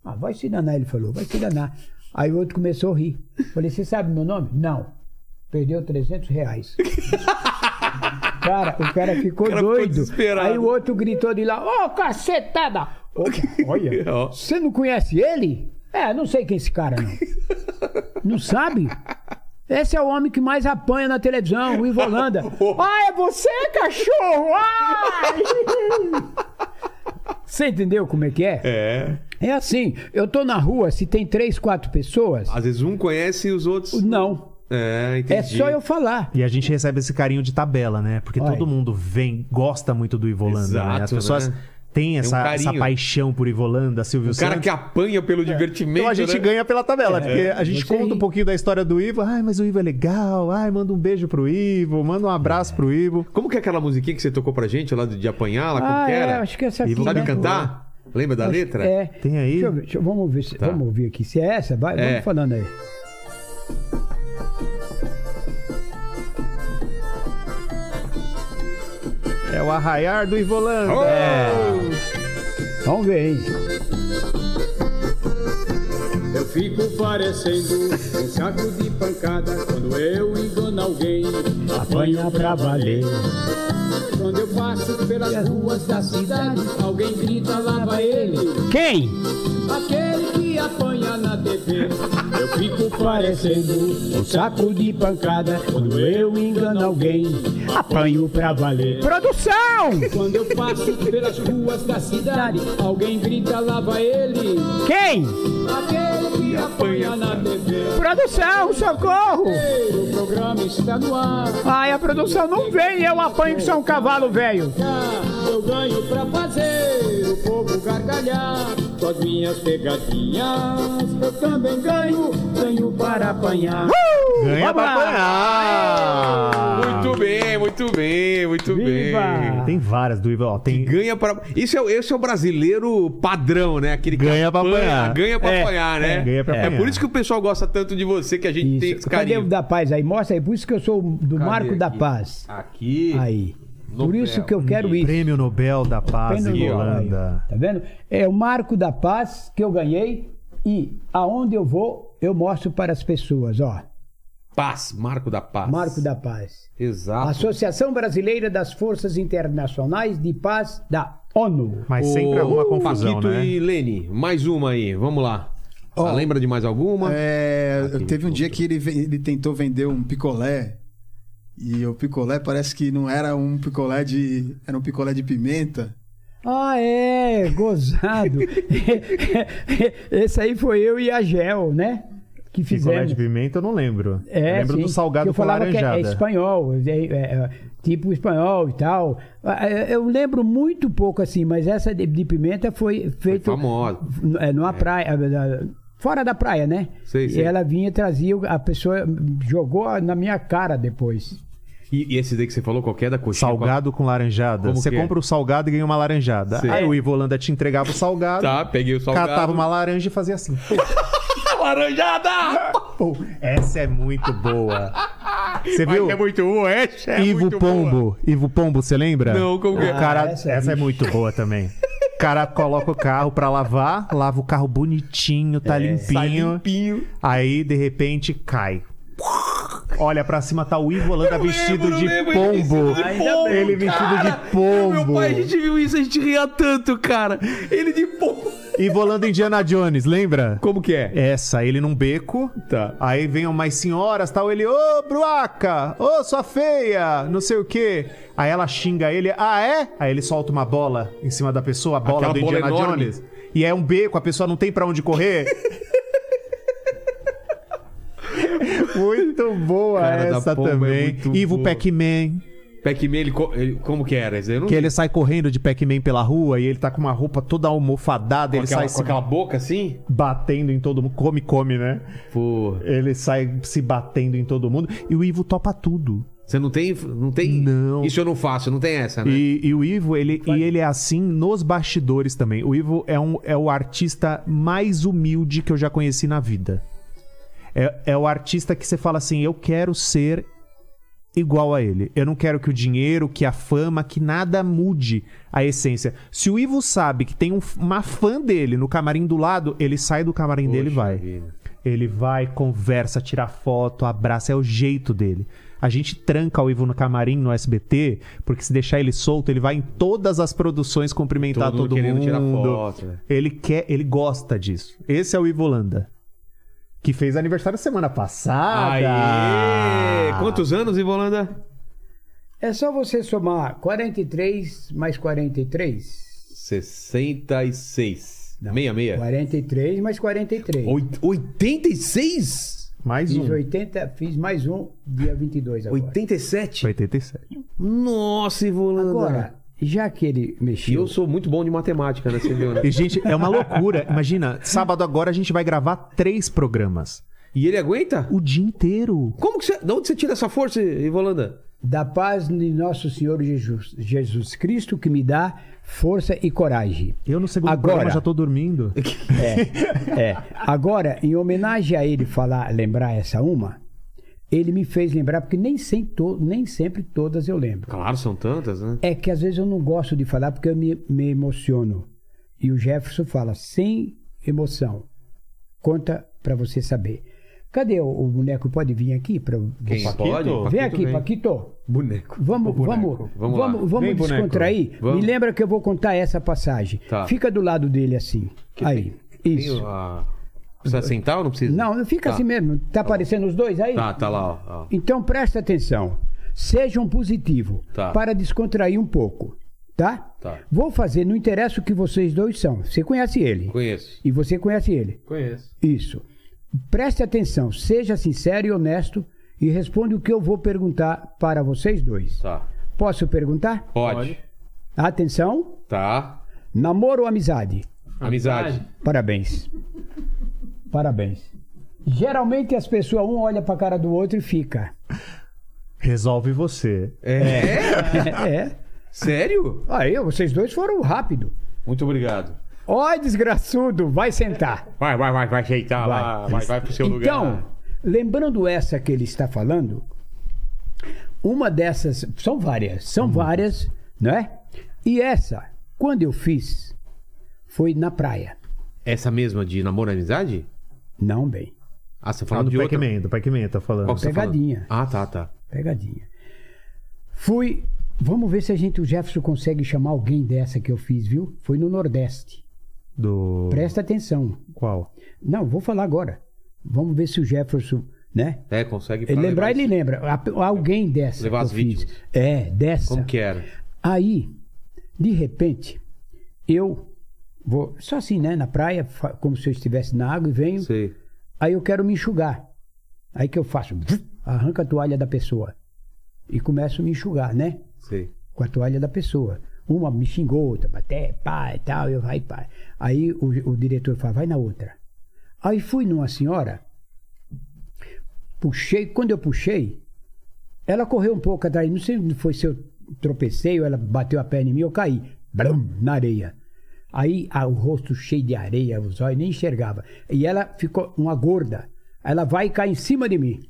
[SPEAKER 4] Ah, vai se danar, ele falou, vai se danar. Aí o outro começou a rir. Falei, você sabe meu nome? Não. Perdeu 300 reais. cara, o cara ficou
[SPEAKER 1] O cara ficou
[SPEAKER 4] doido.
[SPEAKER 1] desesperado.
[SPEAKER 4] Aí o outro gritou de lá, ô, cacetada! Ô, Olha, [LAUGHS]
[SPEAKER 1] Ó.
[SPEAKER 4] você não conhece ele? É, não sei quem é esse cara, não. Não sabe? Esse é o homem que mais apanha na televisão, o
[SPEAKER 1] [LAUGHS]
[SPEAKER 4] Ivo Holanda. Ah, é você, cachorro! Ai! [LAUGHS] Você entendeu como é que é?
[SPEAKER 1] É.
[SPEAKER 4] É assim, eu tô na rua, se tem três, quatro pessoas,
[SPEAKER 1] Às vezes um conhece e os outros.
[SPEAKER 4] não.
[SPEAKER 1] É, entendi.
[SPEAKER 4] É só eu falar.
[SPEAKER 3] E a gente recebe esse carinho de tabela, né? Porque
[SPEAKER 4] Olha.
[SPEAKER 3] todo mundo vem, gosta muito do Ivolanda, né? As
[SPEAKER 1] Exato,
[SPEAKER 3] pessoas
[SPEAKER 1] né?
[SPEAKER 3] têm
[SPEAKER 1] um
[SPEAKER 3] essa,
[SPEAKER 1] carinho.
[SPEAKER 3] essa paixão por Ivolanda, Silvio
[SPEAKER 1] O cara
[SPEAKER 3] Santos.
[SPEAKER 1] que apanha
[SPEAKER 4] É.
[SPEAKER 1] pelo divertimento.
[SPEAKER 3] Então a gente
[SPEAKER 1] né?
[SPEAKER 3] ganha pela tabela, porque a gente
[SPEAKER 4] Você
[SPEAKER 3] conta
[SPEAKER 4] ri.
[SPEAKER 3] um pouquinho da história do Ivo. Ai, mas o Ivo é legal. Ai, manda um beijo pro Ivo, manda um abraço pro Ivo.
[SPEAKER 1] Como que é aquela musiquinha que você tocou pra gente lá de de apanhar lá? Como
[SPEAKER 4] Ah,
[SPEAKER 1] que
[SPEAKER 4] é,
[SPEAKER 1] era?
[SPEAKER 4] acho que essa aqui.
[SPEAKER 1] Sabe
[SPEAKER 4] né?
[SPEAKER 1] cantar? Lembra da
[SPEAKER 4] Acho-
[SPEAKER 1] letra?
[SPEAKER 4] É.
[SPEAKER 3] Tem aí?
[SPEAKER 4] Deixa eu ver, deixa eu- vamos, ver se, vamos ouvir aqui. Se é essa, vai,
[SPEAKER 1] É.
[SPEAKER 4] vamos falando aí.
[SPEAKER 3] É o arraiar do Ivolanda.
[SPEAKER 1] Oh!
[SPEAKER 4] É. Vamos ver, hein?
[SPEAKER 7] Eu fico parecendo um saco de pancada quando eu engano alguém.
[SPEAKER 4] Apanha pra valer.
[SPEAKER 7] Quando eu passo pelas ruas da cidade, alguém grita, lá vai ele,
[SPEAKER 4] Quem?
[SPEAKER 7] aquele que apanha na TV. Eu fico parecendo um saco
[SPEAKER 4] Saco de pancada, quando eu engano alguém, apanho pra valer. Produção!
[SPEAKER 7] quando eu passo pelas ruas da cidade, alguém grita, lá vai ele,
[SPEAKER 4] Quem?
[SPEAKER 7] aquele que apanha na TV.
[SPEAKER 4] Produção, socorro!
[SPEAKER 7] O programa está no ar.
[SPEAKER 4] Ai, a produção não vem, eu apanho que são um cavalo velho.
[SPEAKER 7] Eu ganho pra fazer o povo gargalhar com as minhas pegadinhas. Eu também ganho, ganho para apanhar.
[SPEAKER 3] Ganha
[SPEAKER 4] Vamos
[SPEAKER 3] pra
[SPEAKER 4] lá.
[SPEAKER 3] apanhar.
[SPEAKER 1] Muito bem, muito bem, muito
[SPEAKER 4] Viva!
[SPEAKER 1] bem.
[SPEAKER 3] Tem várias do Ivo. Ó, tem...
[SPEAKER 1] Ganha para. Isso é, o- esse é o brasileiro padrão, né? Aquele que
[SPEAKER 3] Ganha pra
[SPEAKER 1] apanha,
[SPEAKER 3] apanhar.
[SPEAKER 1] Ganha pra
[SPEAKER 3] É,
[SPEAKER 1] apanhar, né?
[SPEAKER 3] é, ganha pra
[SPEAKER 1] é
[SPEAKER 3] apanhar.
[SPEAKER 1] por isso que o pessoal gosta tanto de você, que a gente tem esse
[SPEAKER 4] Isso. Cadê
[SPEAKER 1] carinho.
[SPEAKER 4] o da paz aí? Mostra aí, por isso que eu sou um do
[SPEAKER 1] Cadê
[SPEAKER 4] Marco da
[SPEAKER 1] aqui?
[SPEAKER 4] Paz.
[SPEAKER 1] Aqui.
[SPEAKER 4] Aí. Por
[SPEAKER 1] Nobel.
[SPEAKER 4] isso que eu quero isso. Tá
[SPEAKER 3] Prêmio Nobel da Paz
[SPEAKER 4] Pena do
[SPEAKER 3] Ivolanda.
[SPEAKER 4] Nobel. Tá vendo? É o marco da paz que eu ganhei e aonde eu vou, eu mostro para as pessoas, ó.
[SPEAKER 1] Paz, Marco da Paz.
[SPEAKER 4] Marco da Paz.
[SPEAKER 1] Exato.
[SPEAKER 4] Associação Brasileira das Forças Internacionais de Paz da ONU.
[SPEAKER 3] Mas sempre
[SPEAKER 1] Ô,
[SPEAKER 3] alguma confusão,
[SPEAKER 1] Paquito
[SPEAKER 3] né?
[SPEAKER 1] e Lene, mais uma aí, vamos lá.
[SPEAKER 2] Ó.
[SPEAKER 1] Ah, lembra de mais alguma?
[SPEAKER 2] É,
[SPEAKER 1] Aquele
[SPEAKER 2] teve um dia
[SPEAKER 1] puto.
[SPEAKER 2] que ele, ve- ele tentou vender um picolé. E o picolé parece que não era um picolé de. Era um picolé de pimenta.
[SPEAKER 4] Ah, é, gozado. [LAUGHS] Esse aí foi eu e a Gel, né? Que
[SPEAKER 3] Picolé
[SPEAKER 4] fizemos.
[SPEAKER 3] de pimenta eu não lembro. eu lembro
[SPEAKER 4] É, sim.
[SPEAKER 3] do salgado
[SPEAKER 4] eu
[SPEAKER 3] com
[SPEAKER 4] falava que é-
[SPEAKER 3] laranjada.
[SPEAKER 4] é espanhol, é- é- é, tipo espanhol e tal. Ah, é, Eu lembro muito pouco assim, mas essa de, de pimenta foi feita
[SPEAKER 1] famosa.
[SPEAKER 4] é, numa praia, é, na- fora da praia, né?
[SPEAKER 1] Sei,
[SPEAKER 4] e
[SPEAKER 1] sei.
[SPEAKER 4] ela vinha e trazia, a pessoa jogou na minha cara depois.
[SPEAKER 1] E, e esse daí que você falou, qualquer da coxinha.
[SPEAKER 3] Salgado com laranjada.
[SPEAKER 1] Como
[SPEAKER 3] você
[SPEAKER 1] que é?
[SPEAKER 3] compra o salgado e ganha uma laranjada.
[SPEAKER 1] Sei.
[SPEAKER 3] Aí o Ivo Holanda te entregava o salgado,
[SPEAKER 1] Tá, peguei o salgado.
[SPEAKER 3] catava uma laranja e
[SPEAKER 1] [LAUGHS]
[SPEAKER 3] fazia assim. Pô,
[SPEAKER 1] laranjada!
[SPEAKER 3] pô, essa é muito boa. Você
[SPEAKER 1] Mas
[SPEAKER 3] viu?
[SPEAKER 1] é muito bom, é, é
[SPEAKER 3] Ivo
[SPEAKER 1] muito
[SPEAKER 3] Pombo.
[SPEAKER 1] boa.
[SPEAKER 3] Ivo Pombo, você lembra?
[SPEAKER 1] Não, como que é?
[SPEAKER 3] o cara,
[SPEAKER 4] Ah,
[SPEAKER 3] essa,
[SPEAKER 4] essa
[SPEAKER 3] é muito boa também. O cara coloca o carro pra lavar, lava o carro bonitinho, tá
[SPEAKER 1] Sai
[SPEAKER 3] limpinho.
[SPEAKER 1] limpinho.
[SPEAKER 3] Aí, de repente, cai. Olha pra cima, tá o Ivo Holanda
[SPEAKER 1] Eu
[SPEAKER 3] vestido,
[SPEAKER 1] lembro,
[SPEAKER 3] de
[SPEAKER 1] lembro, ele
[SPEAKER 3] pombo.
[SPEAKER 1] vestido de pombo,
[SPEAKER 3] Ele vestido
[SPEAKER 1] cara.
[SPEAKER 3] de pombo.
[SPEAKER 1] Meu pai, a gente viu isso, a gente ria tanto, cara. Ele de pombo.
[SPEAKER 3] Ivo Holanda Indiana Jones, lembra?
[SPEAKER 1] Como que é?
[SPEAKER 3] Essa, ele num beco.
[SPEAKER 1] Tá.
[SPEAKER 3] Aí vem umas senhoras, tal, ele, ô, bruaca, ô, sua feia, não sei o quê. Aí ela xinga ele, ah, é? Aí ele solta uma bola em cima da pessoa, a bola
[SPEAKER 1] Aquela
[SPEAKER 3] do
[SPEAKER 1] bola
[SPEAKER 3] Indiana
[SPEAKER 1] enorme.
[SPEAKER 3] Jones. E é um beco, a pessoa não tem pra
[SPEAKER 1] [LAUGHS]
[SPEAKER 3] onde correr. muito boa
[SPEAKER 1] Cara, da
[SPEAKER 3] essa
[SPEAKER 1] pomba é
[SPEAKER 3] também.
[SPEAKER 1] muito
[SPEAKER 3] Ivo
[SPEAKER 1] boa.
[SPEAKER 3] Pac-Man,
[SPEAKER 1] Pac-Man, ele, co- ele- como que era? Esse daí Eu não
[SPEAKER 3] que ele sai correndo de Pac-Man pela rua e ele tá com uma roupa toda almofadada,
[SPEAKER 1] com,
[SPEAKER 3] ele
[SPEAKER 1] aquela,
[SPEAKER 3] sai
[SPEAKER 1] com
[SPEAKER 3] se
[SPEAKER 1] aquela boca assim?
[SPEAKER 3] batendo em todo mundo. Come, come, né?
[SPEAKER 1] Pô,
[SPEAKER 3] Ele sai se batendo em todo mundo. E o Ivo topa tudo.
[SPEAKER 1] você não tem, não tem...
[SPEAKER 3] Não.
[SPEAKER 1] Isso eu não faço, não tem essa, né?
[SPEAKER 3] E, e o Ivo, ele, e ele é assim nos bastidores também. O Ivo é, um, é o artista mais humilde que eu já conheci na vida. É, é o artista que você fala assim: eu quero ser igual a ele. Eu não quero que o dinheiro, que a fama, que nada mude a essência. Se o Ivo sabe que tem um, uma fã dele no camarim do lado, ele sai do camarim dele e
[SPEAKER 1] Poxa
[SPEAKER 3] vai.
[SPEAKER 1] vida.
[SPEAKER 3] Ele vai, conversa, tira foto, abraça, é o jeito dele. A gente tranca o Ivo no camarim no SBT, porque se deixar ele solto, ele vai em todas as produções cumprimentar
[SPEAKER 1] Todo mundo
[SPEAKER 3] todo, mundo.
[SPEAKER 1] querendo tirar foto, né?
[SPEAKER 3] Ele quer, ele gosta disso. Esse é o Ivo Holanda. Que fez aniversário semana
[SPEAKER 1] Ah,
[SPEAKER 3] passada.
[SPEAKER 1] Aê! Quantos anos, Ivolanda?
[SPEAKER 4] É só você somar 43 mais 43.
[SPEAKER 1] 66.
[SPEAKER 4] Não.
[SPEAKER 1] 66.
[SPEAKER 4] 43 mais 43.
[SPEAKER 1] Oit- 86?
[SPEAKER 3] Mais
[SPEAKER 4] Fiz
[SPEAKER 3] um.
[SPEAKER 4] 80, fiz mais um dia 22 agora.
[SPEAKER 1] 87?
[SPEAKER 3] 87.
[SPEAKER 1] Nossa, Ivolanda.
[SPEAKER 4] Agora, já que ele
[SPEAKER 1] E
[SPEAKER 4] mexeu,
[SPEAKER 1] eu sou muito bom de matemática, né? Você viu, né?
[SPEAKER 3] E, gente, é uma loucura. Imagina, sábado agora a gente vai gravar três programas.
[SPEAKER 1] [LAUGHS] E ele aguenta?
[SPEAKER 3] O dia inteiro.
[SPEAKER 1] Como que você. De onde você tira essa força, Ivolanda?
[SPEAKER 4] da paz de nosso Senhor Jesus, Jesus Cristo, que me dá força e coragem.
[SPEAKER 3] Eu no segundo
[SPEAKER 4] Agora.
[SPEAKER 3] programa já tô dormindo.
[SPEAKER 4] [LAUGHS] É. Agora, em homenagem a ele falar, lembrar essa uma, ele me fez lembrar, porque nem, sem to- nem sempre todas eu lembro.
[SPEAKER 1] Claro, são tantas, né?
[SPEAKER 4] É que às vezes eu não gosto de falar porque eu me, me emociono. E o Jefferson fala, sem emoção. Conta pra você saber. Cadê o, o boneco? Pode vir aqui? Pra,
[SPEAKER 1] Quem
[SPEAKER 4] Paquito?
[SPEAKER 1] pode? Paquito
[SPEAKER 4] Vem aqui,
[SPEAKER 1] vem.
[SPEAKER 4] Paquito.
[SPEAKER 1] Boneco.
[SPEAKER 4] Vamos, vamos,
[SPEAKER 1] Vamos
[SPEAKER 4] vamos,
[SPEAKER 1] lá.
[SPEAKER 4] vamos,
[SPEAKER 3] Vem, boneco.
[SPEAKER 4] descontrair.
[SPEAKER 1] Vamos.
[SPEAKER 4] Me lembra que eu vou contar essa passagem.
[SPEAKER 1] Tá.
[SPEAKER 4] Fica do lado dele assim. aí. Isso.
[SPEAKER 1] Tem a- Precisa sentar ou não precisa?
[SPEAKER 4] Não, fica
[SPEAKER 1] Tá.
[SPEAKER 4] assim mesmo. Tá aparecendo os dois aí?
[SPEAKER 1] Tá, tá lá, ó. ó.
[SPEAKER 4] Então presta atenção. Seja um positivo
[SPEAKER 1] Tá.
[SPEAKER 4] para descontrair um pouco, tá?
[SPEAKER 1] Tá.
[SPEAKER 4] Vou fazer, não interessa o que vocês dois são. Você conhece ele.
[SPEAKER 1] Conheço.
[SPEAKER 4] E você conhece ele.
[SPEAKER 5] Conheço.
[SPEAKER 4] Isso. Preste atenção, seja sincero e honesto e responde o que eu vou perguntar para vocês dois.
[SPEAKER 1] Tá.
[SPEAKER 4] Posso perguntar?
[SPEAKER 1] Pode.
[SPEAKER 4] Atenção,
[SPEAKER 1] Tá.
[SPEAKER 4] namoro ou amizade?
[SPEAKER 1] Amizade.
[SPEAKER 4] Parabéns. Parabéns. Geralmente as pessoas, um olha pra cara do outro
[SPEAKER 1] [LAUGHS]
[SPEAKER 4] e fica.
[SPEAKER 3] Resolve você.
[SPEAKER 1] É?
[SPEAKER 4] É.
[SPEAKER 1] Sério?
[SPEAKER 4] Aí, vocês dois foram rápido.
[SPEAKER 1] Muito obrigado.
[SPEAKER 4] Ó, desgraçudo, vai sentar.
[SPEAKER 1] Vai, vai, vai, vai ajeitar lá. Vai, vai pro seu
[SPEAKER 4] Então,
[SPEAKER 1] lugar.
[SPEAKER 4] lembrando essa que ele está falando, uma dessas, são várias, são
[SPEAKER 1] Hum.
[SPEAKER 4] várias, né? E essa, quando eu fiz, foi na praia.
[SPEAKER 1] Essa mesma de namoro e amizade?
[SPEAKER 4] Não bem,
[SPEAKER 1] Ah, você tá
[SPEAKER 3] Ah,
[SPEAKER 1] falando
[SPEAKER 3] do
[SPEAKER 1] de outra.
[SPEAKER 3] Pac-Man, do Pac-Man, tá falando.
[SPEAKER 1] Qual que você tá falando?
[SPEAKER 4] Pegadinha.
[SPEAKER 1] Ah, tá, tá.
[SPEAKER 4] pegadinha. Fui, vamos ver se a gente, o Jefferson consegue chamar alguém dessa que eu fiz, viu? Foi no Nordeste.
[SPEAKER 3] Do.
[SPEAKER 4] Presta atenção.
[SPEAKER 3] Qual?
[SPEAKER 4] Não, vou falar agora. Vamos ver se o Jefferson, né?
[SPEAKER 1] É, consegue
[SPEAKER 4] Ele lembrar, ele
[SPEAKER 1] isso.
[SPEAKER 4] lembra. A- Alguém dessa.
[SPEAKER 1] Levar
[SPEAKER 4] que
[SPEAKER 1] as
[SPEAKER 4] eu fiz.
[SPEAKER 1] vítimas.
[SPEAKER 4] É, dessa.
[SPEAKER 1] Como que era?
[SPEAKER 4] Aí, de repente, eu vou, só assim, né, na praia, fa- como se eu estivesse na água e venho.
[SPEAKER 1] Sei.
[SPEAKER 4] Aí eu quero me enxugar. Aí que eu faço? Arranca a toalha da pessoa. E começo a me enxugar, né?
[SPEAKER 1] Sei.
[SPEAKER 4] com a toalha da pessoa. Uma me xingou, outra até pá e tal, eu vai pá. Aí o, o diretor fala, vai na outra. Aí fui numa senhora, puxei, quando eu puxei, Ela correu um pouco atrás, não sei se foi se eu tropecei ou ela bateu a perna em mim, eu caí, brum, na areia. Aí a- o rosto cheio de areia, os olhos nem enxergava. E ela ficou uma gorda. Ela vai e cai em cima de mim.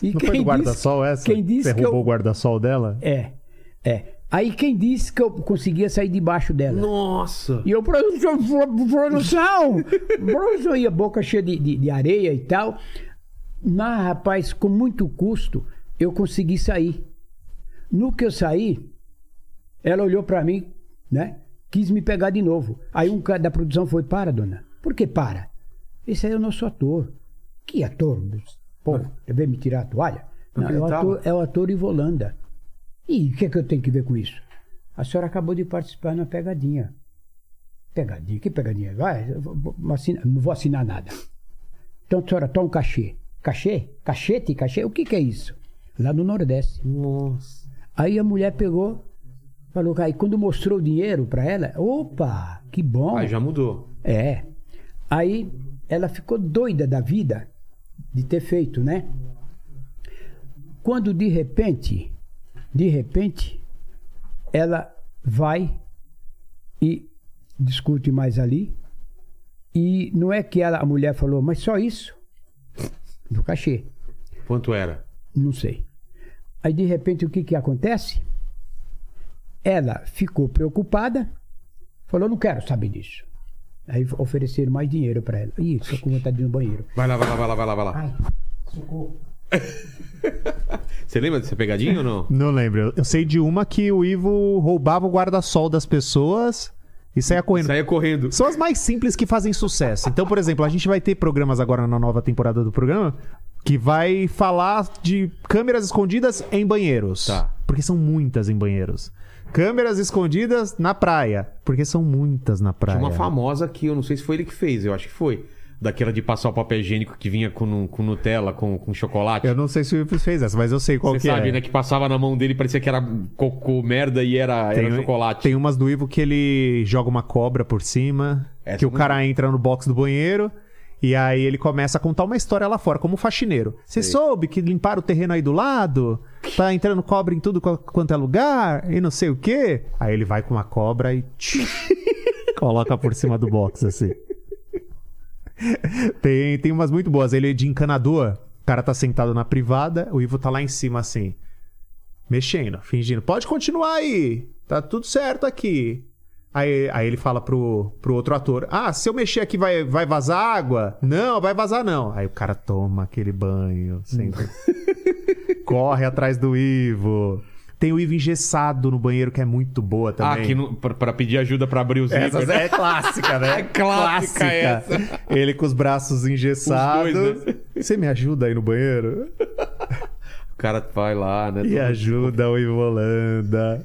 [SPEAKER 4] E
[SPEAKER 3] Não foi do
[SPEAKER 4] disse-
[SPEAKER 3] guarda-sol essa?
[SPEAKER 4] Quem disse
[SPEAKER 3] Você
[SPEAKER 4] que
[SPEAKER 3] roubou
[SPEAKER 4] eu
[SPEAKER 3] o guarda-sol dela?
[SPEAKER 4] é, é. Aí quem disse que eu conseguia sair debaixo dela?
[SPEAKER 1] Nossa!
[SPEAKER 4] E eu, produção, pro- [LAUGHS] produção, produção, e a boca cheia de, de, de areia e tal. Mas, rapaz, com muito custo, eu consegui sair. No que eu saí, ela olhou pra mim, né? Quis me pegar de novo. Aí um cara da produção foi, para, dona. Por que para? Esse aí é o nosso ator. Que ator? Pô, veio me tirar a toalha? Não, é o ator, é o ator Ivolanda. E o que é que eu tenho que ver com isso? A senhora acabou de participar na pegadinha. Pegadinha? Que pegadinha? Vai, eu vou- vou assinar- não vou assinar nada. Então, senhora, toma um cachê. Cachê? Cachete? Cachê? O que, que é isso? Lá no Nordeste.
[SPEAKER 1] Nossa!
[SPEAKER 4] Aí a mulher pegou, falou, aí quando mostrou o dinheiro pra ela, opa, que bom.
[SPEAKER 1] Ah, já mudou.
[SPEAKER 4] É. Aí ela ficou doida da vida de ter feito, né? Quando de repente, de repente, ela vai e discute mais ali. E não é que ela, a mulher falou, mas só isso? No cachê.
[SPEAKER 1] Quanto era?
[SPEAKER 4] Não sei. Aí de repente o que que acontece? Ela ficou preocupada, falou: "Não quero saber disso". Aí ofereceram mais dinheiro para ela. Ih, tô com vontade de ir no banheiro.
[SPEAKER 1] Vai lá, vai lá, vai lá, vai lá, vai lá.
[SPEAKER 4] Ai, socorro.
[SPEAKER 1] [LAUGHS] Você lembra dessa pegadinha ou não?
[SPEAKER 3] Não lembro. Eu- Eu sei de uma que o Ivo roubava o guarda-sol das pessoas e saía correndo.
[SPEAKER 1] Saia correndo.
[SPEAKER 3] São as mais simples que fazem sucesso. Então, por exemplo, a gente vai ter programas agora na nova temporada do programa que vai falar de câmeras escondidas em banheiros.
[SPEAKER 1] Tá.
[SPEAKER 3] Porque são muitas em banheiros. Câmeras escondidas na praia. Porque são muitas na praia.
[SPEAKER 1] Tinha uma famosa que eu não sei se foi ele que fez, eu acho que foi. Daquela de passar o papel higiênico que vinha com, com Nutella, com, com chocolate.
[SPEAKER 3] Eu não sei se o Ivo fez essa, mas eu sei qual
[SPEAKER 1] Você
[SPEAKER 3] que
[SPEAKER 1] sabe,
[SPEAKER 3] é.
[SPEAKER 1] né? Que passava na mão dele, parecia que era cocô, merda e era, era chocolate.
[SPEAKER 3] Tem umas do Ivo que ele joga uma cobra por cima,
[SPEAKER 1] Essa
[SPEAKER 3] que o
[SPEAKER 1] não-
[SPEAKER 3] cara entra no box do banheiro. E aí ele começa a contar uma história lá fora, como um faxineiro. Você soube que limparam o terreno aí do lado? Tá entrando cobra em tudo qu- quanto é lugar? E não sei o quê. Aí ele vai com uma cobra e... [LAUGHS] tchiu, coloca por cima do box, assim. Tem, tem umas muito boas. Ele é de encanador. O cara tá sentado na privada, o Ivo tá lá em cima, assim mexendo, fingindo. Pode continuar aí, tá tudo certo aqui. Aí, aí ele fala pro, pro outro ator: Ah, se eu mexer aqui vai, vai vazar água? Não, vai vazar não. Aí o cara toma aquele banho,
[SPEAKER 1] [LAUGHS]
[SPEAKER 3] sempre. Corre atrás do Ivo. Tem o Ivo engessado no banheiro, que é muito boa
[SPEAKER 1] Ah,
[SPEAKER 3] também.
[SPEAKER 1] que não, pra, pra pedir ajuda pra abrir o
[SPEAKER 3] Essa
[SPEAKER 1] zíper.
[SPEAKER 3] é clássica, né?
[SPEAKER 1] [LAUGHS] É clássica essa.
[SPEAKER 3] Ele com os braços engessados.
[SPEAKER 1] Os dois, né?
[SPEAKER 3] Você me ajuda aí no banheiro?
[SPEAKER 1] O cara vai lá, né?
[SPEAKER 3] E ajuda o Ivo Holanda.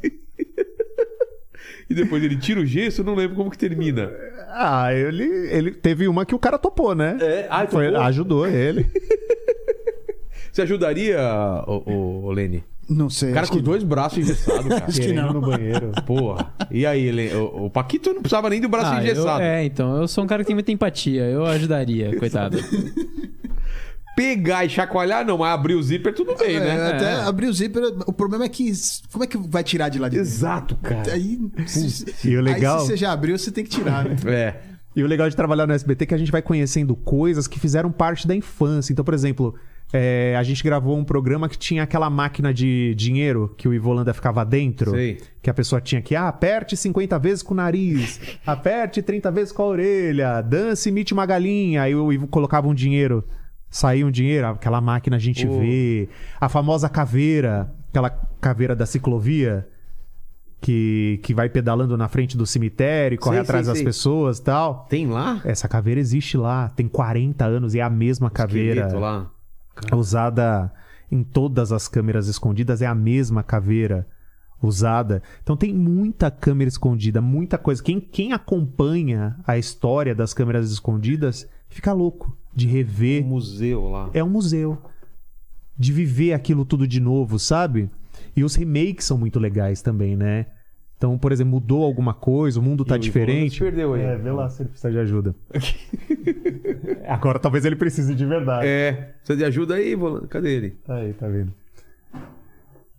[SPEAKER 1] E depois ele tira o gesso, eu não lembro como que termina.
[SPEAKER 3] Ah, ele, ele teve uma que o cara topou, né?
[SPEAKER 1] É, ah,
[SPEAKER 3] Foi-
[SPEAKER 1] topou?
[SPEAKER 3] ajudou [LAUGHS] ele.
[SPEAKER 1] Você ajudaria, o, Lene?
[SPEAKER 2] Não sei.
[SPEAKER 1] O cara
[SPEAKER 2] acho
[SPEAKER 1] com os dois braços [LAUGHS] engessados, cara.
[SPEAKER 2] que não.
[SPEAKER 3] no banheiro.
[SPEAKER 1] Porra. E aí, Lene? O, o Paquito não precisava nem do braço
[SPEAKER 5] Ah, eu-
[SPEAKER 1] tá engessado.
[SPEAKER 5] é, então, eu sou um cara que tem muita empatia. Eu ajudaria,
[SPEAKER 1] [LAUGHS]
[SPEAKER 5] coitado.
[SPEAKER 1] Pegar e chacoalhar, não, mas abrir o zíper, tudo bem,
[SPEAKER 2] É,
[SPEAKER 1] né?
[SPEAKER 2] Até abrir o zíper, o problema é que. Como é que vai tirar de lá de dentro?
[SPEAKER 1] Exato, cara.
[SPEAKER 2] Aí, se,
[SPEAKER 3] E o legal-
[SPEAKER 2] aí, se você já abriu, você tem que tirar, né?
[SPEAKER 1] É.
[SPEAKER 3] E o legal de trabalhar no SBT é que a gente vai conhecendo coisas que fizeram parte da infância. Então, por exemplo, é, a gente gravou um programa que tinha aquela máquina de dinheiro que o Ivolanda ficava dentro.
[SPEAKER 1] Sei.
[SPEAKER 3] Que a pessoa tinha que, ah, aperte 50 vezes com o nariz, aperte 30 vezes com a orelha, dance, imite uma galinha. Aí o Ivo colocava um dinheiro, saía um dinheiro, aquela máquina a gente
[SPEAKER 1] Oh.
[SPEAKER 3] vê. A famosa caveira, aquela caveira da ciclovia. Que, que vai pedalando na frente do cemitério, e corre
[SPEAKER 1] Sei,
[SPEAKER 3] atrás
[SPEAKER 1] sei,
[SPEAKER 3] das
[SPEAKER 1] sei.
[SPEAKER 3] pessoas e tal.
[SPEAKER 1] Tem lá?
[SPEAKER 3] Essa caveira existe lá, tem 40 anos e é a mesma caveira
[SPEAKER 1] Esqueleto lá.
[SPEAKER 3] usada em todas as câmeras escondidas, é a mesma caveira usada. Então tem muita câmera escondida, muita coisa. Quem, quem acompanha a história das câmeras escondidas fica louco de rever
[SPEAKER 1] Um museu lá.
[SPEAKER 3] é um museu. De viver aquilo tudo de novo, sabe? E os remakes são muito legais também, né? Então, por exemplo, mudou alguma coisa, o mundo tá
[SPEAKER 1] E o Ivolanda se
[SPEAKER 3] diferente.
[SPEAKER 1] perdeu aí.
[SPEAKER 3] É, vê lá se ele precisa de ajuda. Agora talvez ele precise de verdade.
[SPEAKER 1] É. Precisa de ajuda aí, Volando? Cadê ele?
[SPEAKER 3] Tá aí, tá vendo?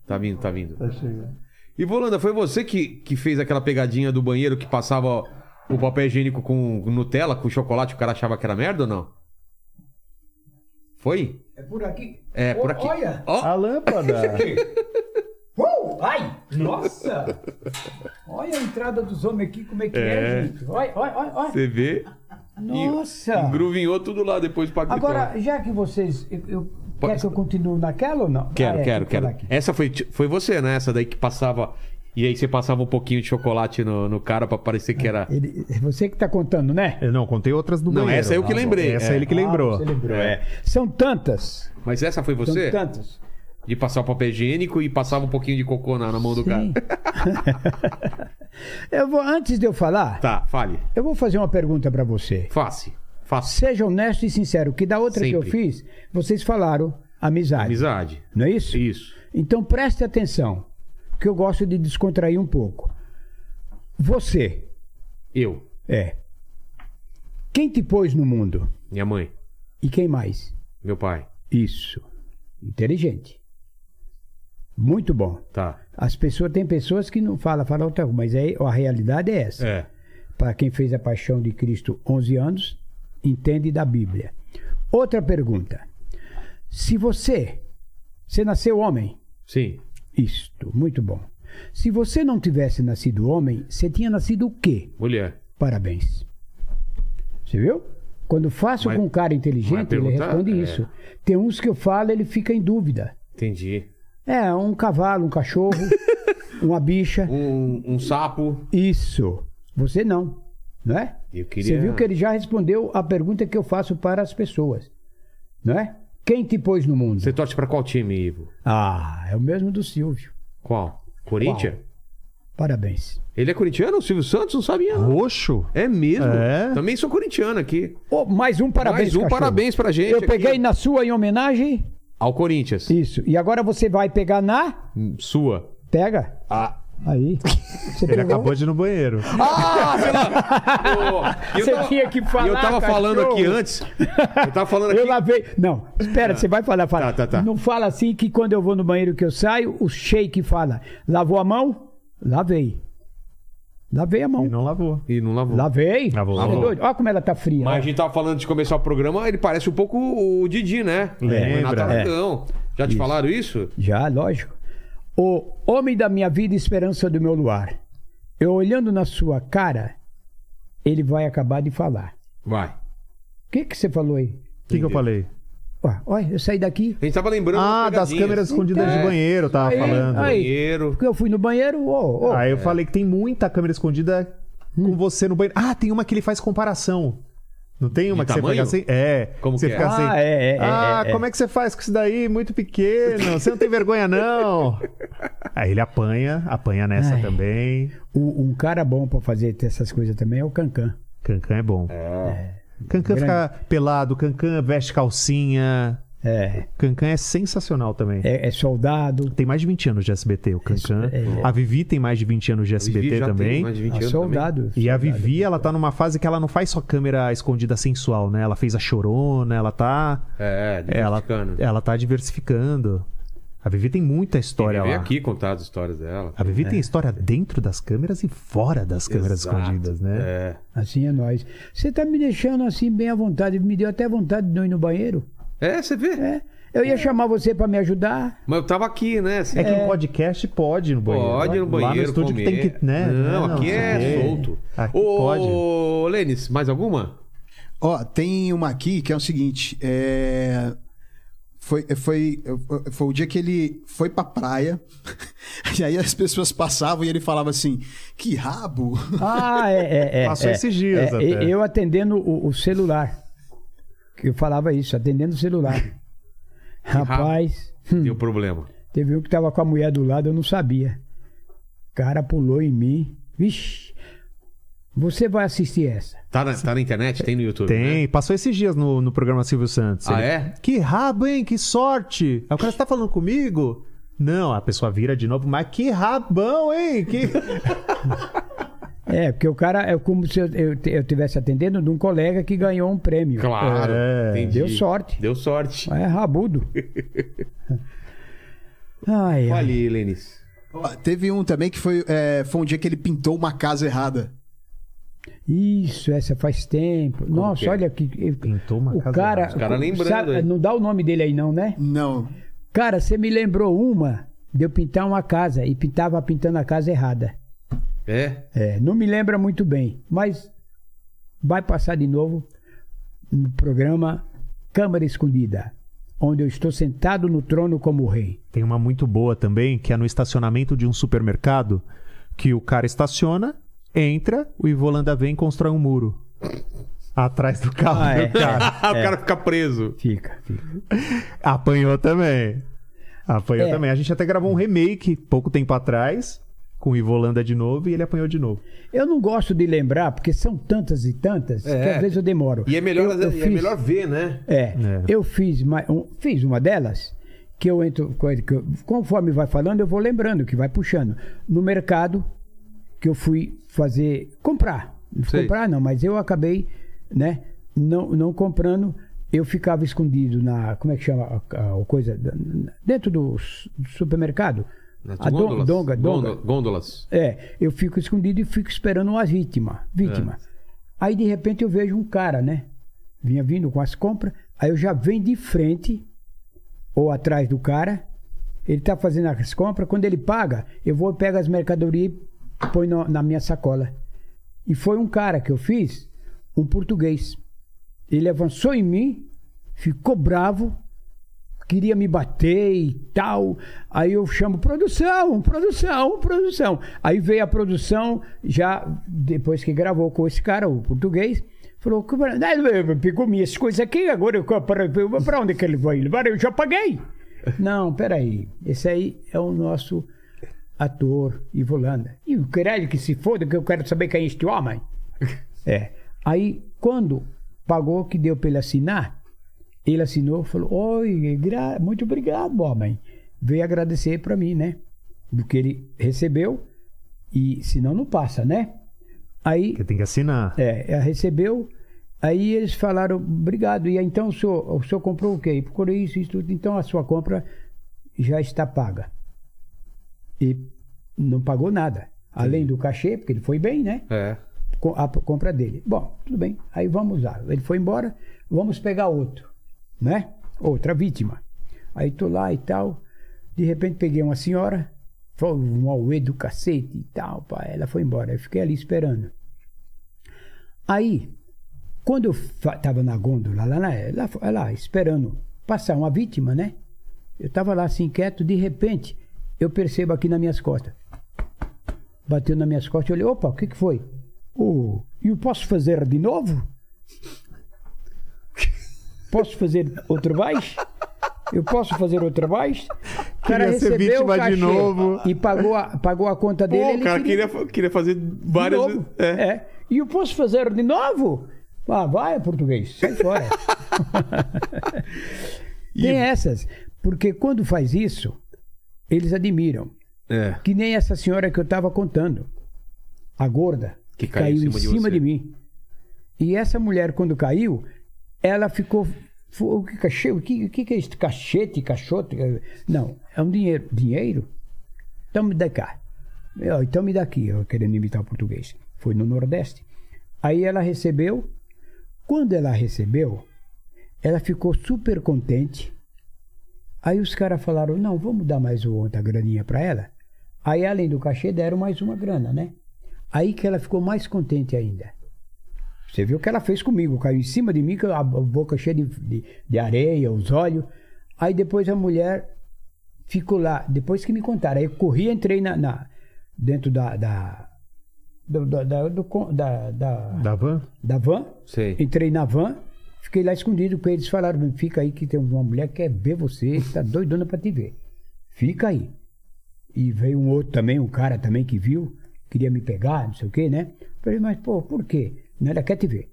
[SPEAKER 1] Tá vindo, tá vindo.
[SPEAKER 8] Tá chegando.
[SPEAKER 1] E Volanda, foi você que, que fez aquela pegadinha do banheiro que passava o papel higiênico com Nutella, com chocolate, o cara achava que era merda ou não? Foi?
[SPEAKER 4] É por aqui?
[SPEAKER 1] É, por aqui.
[SPEAKER 4] Olha!
[SPEAKER 1] Ó,
[SPEAKER 8] A lâmpada.
[SPEAKER 4] Uou! Ai! Nossa! olha a entrada dos homens aqui, como é que é,
[SPEAKER 1] É.
[SPEAKER 4] gente. Olha, olha, olha, olha.
[SPEAKER 1] você vê.
[SPEAKER 4] Nossa!
[SPEAKER 1] Engruvinhou tudo lá depois pra
[SPEAKER 4] Agora, já que vocês. Eu, eu-
[SPEAKER 1] Pode-
[SPEAKER 4] Quer que eu continue naquela ou não?
[SPEAKER 1] Quero,
[SPEAKER 4] Ah, é,
[SPEAKER 1] quero,
[SPEAKER 4] tem que
[SPEAKER 1] quero.
[SPEAKER 4] falar aqui.
[SPEAKER 1] Essa foi, foi você, né? Essa daí que passava. E aí você passava um pouquinho de chocolate no, no cara pra parecer que era.
[SPEAKER 4] Ele- é você que está contando, né?
[SPEAKER 3] [LAUGHS] Eu não, contei outras do
[SPEAKER 1] Não,
[SPEAKER 3] banheiro.
[SPEAKER 1] essa eu que
[SPEAKER 3] bom.
[SPEAKER 1] lembrei,
[SPEAKER 3] Essa
[SPEAKER 1] é.
[SPEAKER 3] é ele que lembrou.
[SPEAKER 4] Ah, você lembrou.
[SPEAKER 1] É.
[SPEAKER 4] São tantas.
[SPEAKER 1] Mas essa foi você?
[SPEAKER 4] São tantas.
[SPEAKER 1] De passar o papel higiênico e passava um pouquinho de cocô na, na mão do cara.
[SPEAKER 4] Sim. [LAUGHS] eu vou, antes de eu falar,
[SPEAKER 1] Tá, fale.
[SPEAKER 4] eu vou fazer uma pergunta para você.
[SPEAKER 1] Faça. Faça.
[SPEAKER 4] Seja honesto e sincero, que da outra que eu
[SPEAKER 1] Sempre.
[SPEAKER 4] fiz, vocês falaram amizade.
[SPEAKER 1] Amizade.
[SPEAKER 4] Não é isso?
[SPEAKER 1] Isso.
[SPEAKER 4] Então preste atenção, que eu gosto de descontrair um pouco. Você
[SPEAKER 1] Eu.
[SPEAKER 4] é quem te pôs no mundo
[SPEAKER 1] Minha mãe.
[SPEAKER 4] e quem mais?
[SPEAKER 1] Meu pai.
[SPEAKER 4] Isso. Inteligente. Muito bom.
[SPEAKER 1] Tá.
[SPEAKER 4] As pessoas tem pessoas que não falam, falam outra coisa, mas aí a realidade é essa.
[SPEAKER 1] É.
[SPEAKER 4] Para quem fez a paixão de Cristo 11 anos, entende da Bíblia. Outra pergunta. Se você, você nasceu homem,
[SPEAKER 1] Sim.
[SPEAKER 4] Isto, muito bom. Se você não tivesse nascido homem, você tinha nascido o quê?
[SPEAKER 1] Mulher.
[SPEAKER 4] Parabéns. Você viu? Quando faço
[SPEAKER 1] Mas-
[SPEAKER 4] com um cara
[SPEAKER 1] mas
[SPEAKER 4] inteligente, ele
[SPEAKER 1] perguntar-
[SPEAKER 4] responde
[SPEAKER 1] é.
[SPEAKER 4] isso. Tem uns que eu falo, ele fica em dúvida.
[SPEAKER 1] Entendi.
[SPEAKER 4] É, um cavalo, um cachorro,
[SPEAKER 1] [LAUGHS]
[SPEAKER 4] uma bicha.
[SPEAKER 1] Um, um sapo.
[SPEAKER 4] Isso. Você não, não é?
[SPEAKER 1] Eu queria.
[SPEAKER 4] Você viu que ele já respondeu a pergunta que eu faço para as pessoas, não é? Quem te pôs no mundo?
[SPEAKER 1] Você torce pra qual time, Ivo?
[SPEAKER 4] Ah, é o mesmo do Silvio.
[SPEAKER 1] Qual? Corinthians?
[SPEAKER 4] Parabéns.
[SPEAKER 1] Ele é corintiano? O Silvio Santos? Não sabia. não.
[SPEAKER 3] Roxo?
[SPEAKER 1] É mesmo?
[SPEAKER 3] É.
[SPEAKER 1] Também sou corintiano aqui.
[SPEAKER 4] Oh, mais um parabéns,
[SPEAKER 1] Mais um
[SPEAKER 4] cachorro.
[SPEAKER 1] parabéns pra gente.
[SPEAKER 4] Eu
[SPEAKER 1] aqui.
[SPEAKER 4] peguei na sua em homenagem.
[SPEAKER 1] Ao Corinthians.
[SPEAKER 4] Isso. E agora você vai pegar na.
[SPEAKER 1] Sua.
[SPEAKER 4] Pega.
[SPEAKER 1] Ah. [LAUGHS]
[SPEAKER 4] Aí. Você
[SPEAKER 3] Ele
[SPEAKER 4] pegou.
[SPEAKER 3] acabou de ir no banheiro.
[SPEAKER 1] Ah, sei lá. Ô, e [LAUGHS] eu
[SPEAKER 4] Você
[SPEAKER 1] tava-
[SPEAKER 4] tinha que falar,
[SPEAKER 1] e Eu tava
[SPEAKER 4] cachorro.
[SPEAKER 1] falando aqui antes. Eu tava falando aqui.
[SPEAKER 4] Eu lavei. Não, espera, você vai falar, fala.
[SPEAKER 1] Tá, tá, tá.
[SPEAKER 4] Não fala assim que quando eu vou no banheiro que eu saio, o shake fala: lavou a mão? Lavei. Lavei a mão.
[SPEAKER 3] E não lavou.
[SPEAKER 1] E não lavou.
[SPEAKER 4] Lavei.
[SPEAKER 3] Lavou.
[SPEAKER 4] Você é
[SPEAKER 1] Lavou.
[SPEAKER 4] doido? Olha como ela tá fria.
[SPEAKER 1] Mas a gente tava falando de começar o programa, ele parece um pouco o Didi, né?
[SPEAKER 3] Lembra.
[SPEAKER 1] O Renato
[SPEAKER 3] É.
[SPEAKER 1] Aragão. Já te falaram isso?
[SPEAKER 4] Já, lógico. O homem da minha vida, e esperança do meu luar. Eu olhando na sua cara, ele vai acabar de falar.
[SPEAKER 1] Vai.
[SPEAKER 4] O que, que você falou aí?
[SPEAKER 3] O que, que eu falei?
[SPEAKER 4] Ué, olha, eu saí daqui.
[SPEAKER 1] A gente tava lembrando.
[SPEAKER 3] Ah, das
[SPEAKER 1] pegadinhas.
[SPEAKER 3] câmeras escondidas
[SPEAKER 1] É.
[SPEAKER 3] de banheiro, eu tava
[SPEAKER 4] Aí,
[SPEAKER 3] falando.
[SPEAKER 4] aí.
[SPEAKER 1] Banheiro.
[SPEAKER 4] Porque eu fui no banheiro, ô, ô.
[SPEAKER 3] Aí eu falei que tem muita câmera escondida com você no banheiro. Ah, tem uma que ele faz comparação. Não tem uma
[SPEAKER 1] De
[SPEAKER 3] que
[SPEAKER 1] tamanho?
[SPEAKER 3] você fica assim? É.
[SPEAKER 1] Como
[SPEAKER 3] você
[SPEAKER 1] que é?
[SPEAKER 3] fica assim.
[SPEAKER 4] Ah, é, é, é,
[SPEAKER 3] "Ah,
[SPEAKER 4] é, é.
[SPEAKER 3] como é que você faz com isso daí? Muito pequeno. Você não tem vergonha, não. Aí ele apanha, apanha nessa
[SPEAKER 4] Ai.
[SPEAKER 3] também.
[SPEAKER 4] O- um cara bom pra fazer essas coisas também é o Cancan.
[SPEAKER 3] Cancan é bom. Cancan
[SPEAKER 4] Grande.
[SPEAKER 3] fica pelado, Cancan veste calcinha.
[SPEAKER 4] É,
[SPEAKER 3] Cancan é sensacional também.
[SPEAKER 4] é, é soldado.
[SPEAKER 3] Tem mais de 20 anos de SBT, o Cancan.
[SPEAKER 4] é, é.
[SPEAKER 3] A Vivi tem mais de 20 anos de
[SPEAKER 1] O Vivi
[SPEAKER 3] SBT
[SPEAKER 1] já tem
[SPEAKER 3] também. Tá
[SPEAKER 1] mais de
[SPEAKER 4] Ah,
[SPEAKER 1] 20 anos também.
[SPEAKER 4] soldado.
[SPEAKER 3] E a Vivi, ela tá numa fase que ela não faz só câmera escondida sensual, né? Ela fez a chorona, ela tá.
[SPEAKER 1] É, é,
[SPEAKER 3] Ela,
[SPEAKER 1] mexicano.
[SPEAKER 3] ela tá diversificando. A Vivi tem muita história
[SPEAKER 1] Vem
[SPEAKER 3] é lá.
[SPEAKER 1] aqui contar as histórias dela.
[SPEAKER 3] A Vivi
[SPEAKER 4] É.
[SPEAKER 3] tem história dentro das câmeras e fora das câmeras
[SPEAKER 1] Exato.
[SPEAKER 3] escondidas, né?
[SPEAKER 1] É.
[SPEAKER 4] Assim é nós. Você tá me deixando assim bem à vontade. Me deu até vontade de não ir no banheiro.
[SPEAKER 1] É, você vê.
[SPEAKER 4] É. Eu ia chamar você pra me ajudar.
[SPEAKER 1] Mas eu tava aqui, né?
[SPEAKER 3] É,
[SPEAKER 1] Assim,
[SPEAKER 3] que em podcast pode ir no banheiro.
[SPEAKER 1] Pode ir no
[SPEAKER 3] Lá no
[SPEAKER 1] banheiro
[SPEAKER 3] estúdio
[SPEAKER 1] comer.
[SPEAKER 3] que tem que. Né?
[SPEAKER 1] Não, aqui
[SPEAKER 3] sei
[SPEAKER 1] é
[SPEAKER 3] quê.
[SPEAKER 1] solto.
[SPEAKER 3] Aqui
[SPEAKER 1] Ô, né?
[SPEAKER 3] pode.
[SPEAKER 1] Ô, Lênis, mais alguma?
[SPEAKER 2] Ó, tem uma aqui que é o seguinte, é... Foi, foi, foi o dia que ele foi pra praia, [LAUGHS] e aí as pessoas passavam e ele falava assim, que rabo! [LAUGHS]
[SPEAKER 4] Ah, é, é, é.
[SPEAKER 3] Passou
[SPEAKER 4] é,
[SPEAKER 3] esses dias
[SPEAKER 4] é,
[SPEAKER 3] até.
[SPEAKER 4] e- Eu atendendo o, o celular. Que eu falava isso, atendendo o celular. Rapaz. hum.
[SPEAKER 1] Tem um problema.
[SPEAKER 4] Teve um que tava com a mulher do lado, eu não sabia. O cara pulou em mim. Vixe, você vai assistir essa.
[SPEAKER 1] Tá na, tá na internet? Tem no YouTube? né?
[SPEAKER 3] Tem, passou esses dias no, no programa Silvio Santos.
[SPEAKER 1] Ah, é?
[SPEAKER 3] Que rabo, hein? Que sorte! Aí o cara, você tá falando comigo? Não, a pessoa vira de novo, mas que rabão, hein? Que... [LAUGHS]
[SPEAKER 4] É, porque o cara é como se eu, eu, te- eu tivesse atendendo de um colega que ganhou um prêmio. É
[SPEAKER 1] Claro.
[SPEAKER 3] É.
[SPEAKER 1] entendi.
[SPEAKER 3] [LAUGHS]
[SPEAKER 4] Deu sorte.
[SPEAKER 1] Deu sorte.
[SPEAKER 4] É rabudo. Ai, ai.
[SPEAKER 1] Olha ali, Lenis.
[SPEAKER 2] Ó, Teve um também que foi, é, foi um dia que ele pintou uma casa errada.
[SPEAKER 4] Isso, essa faz tempo. Nossa,
[SPEAKER 1] que é?
[SPEAKER 4] olha que. eu-
[SPEAKER 3] Pintou uma
[SPEAKER 4] o
[SPEAKER 3] casa
[SPEAKER 4] cara,
[SPEAKER 3] errada.
[SPEAKER 1] Os cara lembrando aí.
[SPEAKER 4] Não dá o nome dele aí, não, né?
[SPEAKER 2] Não.
[SPEAKER 4] Cara, você me lembrou uma de eu pintar uma casa e pintava pintando a casa errada.
[SPEAKER 1] É?
[SPEAKER 4] É, não me lembra muito bem, mas vai passar de novo no programa Câmara Escondida, onde eu estou sentado no trono como rei.
[SPEAKER 3] Tem uma muito boa também, que é no estacionamento de um supermercado, que o cara estaciona, entra, o Ivolanda vem e constrói um muro. Atrás do carro
[SPEAKER 4] Ah,
[SPEAKER 3] do
[SPEAKER 4] é.
[SPEAKER 1] [LAUGHS]
[SPEAKER 3] cara.
[SPEAKER 1] o cara fica preso.
[SPEAKER 4] Fica, fica.
[SPEAKER 3] Apanhou também. Apanhou
[SPEAKER 4] É.
[SPEAKER 3] também. A gente até gravou um remake pouco tempo atrás, com o Ivolanda de novo, e ele apanhou de novo.
[SPEAKER 4] Eu não gosto de lembrar, porque são tantas e tantas, que às vezes eu demoro.
[SPEAKER 1] E é melhor,
[SPEAKER 4] Eu- eu
[SPEAKER 1] e é
[SPEAKER 4] fiz-
[SPEAKER 1] melhor ver, né?
[SPEAKER 4] É,
[SPEAKER 3] É.
[SPEAKER 4] eu fiz, ma- um- fiz uma delas que eu entro com ele, que eu- conforme vai falando eu vou lembrando que vai puxando no mercado que eu fui fazer comprar,
[SPEAKER 1] Sei.
[SPEAKER 4] comprar não, mas eu acabei, né? Não, não comprando, eu ficava escondido na como é que chama a, a- a coisa da- dentro do s- do supermercado,
[SPEAKER 1] Nas
[SPEAKER 4] a Ah, don-
[SPEAKER 1] gôndolas.
[SPEAKER 4] donga, donga,
[SPEAKER 1] Gôndo- Gôndolas.
[SPEAKER 4] é, eu fico escondido e fico esperando uma vítima. vítima. Aí de repente eu vejo um cara, né? Vinha vindo com as compras, aí eu já venho de frente ou atrás do cara. Ele tá fazendo as compras, quando ele paga, eu vou pego as mercadorias e põe no- na minha sacola. E foi um cara que eu fiz, um português. Ele avançou em mim, ficou bravo, queria me bater e tal. Aí eu chamo produção, produção, produção. Aí veio a produção, já depois que gravou com esse cara, o português, falou: "Que bra- Ah, pegou minhas coisas aqui, agora eu para onde que ele vai? levar? Eu já paguei. Não, peraí, esse aí é o nosso ator Ivolanda. E o caralho que se foda, que eu quero saber quem é este homem. É. Aí, quando pagou, que deu para ele assinar, ele assinou falou: Oi, gra- muito obrigado, homem. Veio agradecer para mim, né? Do que ele recebeu. E senão não passa, né? Aí
[SPEAKER 3] Porque tem que assinar.
[SPEAKER 4] é, ela recebeu. Aí eles falaram, obrigado. E aí, então o senhor, o senhor comprou o quê? E Procurei isso, isso, tudo. Então a sua compra já está paga. E não pagou nada. Além do cachê, porque ele foi bem, né?
[SPEAKER 1] É.
[SPEAKER 4] com- a p- compra dele. Bom, tudo bem, aí vamos lá. Ele foi embora, vamos pegar outro, né? Outra vítima. Aí tô lá e tal. De repente peguei uma senhora, foi um auê do cacete e tal, pá. Ela foi embora, eu fiquei ali esperando. Aí, quando eu fa- tava na gôndola, lá, na, lá, lá esperando passar uma vítima, né? Eu tava lá assim quieto, de repente eu percebo aqui nas minhas costas bateu nas minhas costas e olhei, opa, o que, que foi? Oh, eu posso fazer de novo? [LAUGHS] Posso fazer outra vez? Eu posso fazer outra vez? O cara
[SPEAKER 3] Queria ser
[SPEAKER 4] recebeu o
[SPEAKER 3] vítima de
[SPEAKER 4] cachê
[SPEAKER 3] novo.
[SPEAKER 4] E pagou a, pagou a conta dele.
[SPEAKER 1] Pô,
[SPEAKER 4] ele
[SPEAKER 1] o cara
[SPEAKER 4] queria-
[SPEAKER 1] queria, queria fazer
[SPEAKER 4] de
[SPEAKER 1] várias.
[SPEAKER 4] novo.
[SPEAKER 1] É.
[SPEAKER 4] É. E eu posso fazer de novo? Ah, vai, português, sai
[SPEAKER 1] [LAUGHS]
[SPEAKER 4] fora. Tem essas. Porque quando faz isso, eles admiram.
[SPEAKER 1] É.
[SPEAKER 4] Que nem essa senhora que eu estava contando. A gorda.
[SPEAKER 1] Que
[SPEAKER 4] Que,
[SPEAKER 1] caiu
[SPEAKER 4] caiu,
[SPEAKER 1] em
[SPEAKER 4] em
[SPEAKER 1] cima de
[SPEAKER 4] cima
[SPEAKER 1] você.
[SPEAKER 4] de mim. E essa mulher, quando caiu, ela ficou. fo- O que, cachê, o que, o que que é isso? Cachete, caixote? eh, Não, é um dinheiro. Dinheiro? Então me dá cá. Ó, Então me dá aqui, eu querendo imitar o português. Foi no Nordeste. Aí ela recebeu. Quando ela recebeu, ela ficou super contente. Aí os caras falaram: não, vamos dar mais outra graninha para ela. Aí, além do cachê, deram mais uma grana, né? Aí que ela ficou mais contente ainda. Você viu o que ela fez comigo? Caiu em cima de mim, com a boca cheia de, de, de areia, os olhos. Aí depois a mulher ficou lá. Depois que me contaram, aí eu corri, entrei na, na- dentro da da do- do- da- do con- da-
[SPEAKER 1] É.
[SPEAKER 4] da-
[SPEAKER 3] Da van?
[SPEAKER 4] da van.
[SPEAKER 1] Sei.
[SPEAKER 4] Entrei na van, fiquei lá escondido, porque eles falaram, "Meu, fica aí que tem uma mulher que quer ver você, está doidona para te ver. Fica aí. E veio um outro também, um cara também que viu, queria me pegar, não sei o quê, né? Falei, mas pô, por quê? Não, ela quer te ver.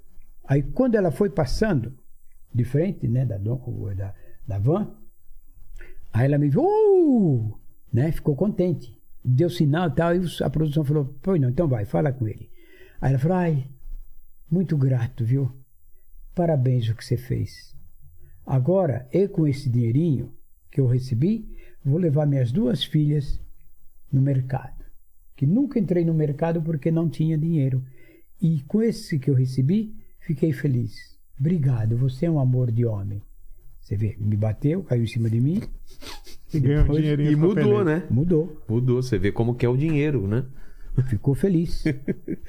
[SPEAKER 4] Aí quando ela foi passando de frente, né, da, don- da, da van, aí ela me viu, "Uh!", né? Ficou contente. Deu sinal e tal, e os- a produção falou, pois não, então vai, fala com ele. Aí ela falou, ai, muito grato, viu? Parabéns o que você fez. Agora, eu com esse dinheirinho que eu recebi, vou levar minhas duas filhas no mercado. Que nunca entrei no mercado porque não tinha dinheiro. E com esse que eu recebi, fiquei feliz. Obrigado, você é um amor de homem. Você vê, me bateu, caiu em cima de mim. E
[SPEAKER 3] Ganhou um
[SPEAKER 4] depois
[SPEAKER 3] dinheirinho.
[SPEAKER 1] E
[SPEAKER 3] ficou
[SPEAKER 1] mudou,
[SPEAKER 3] feliz.
[SPEAKER 1] né?
[SPEAKER 4] mudou,
[SPEAKER 1] Mudou. Você vê como que é o dinheiro, né?
[SPEAKER 4] ficou feliz.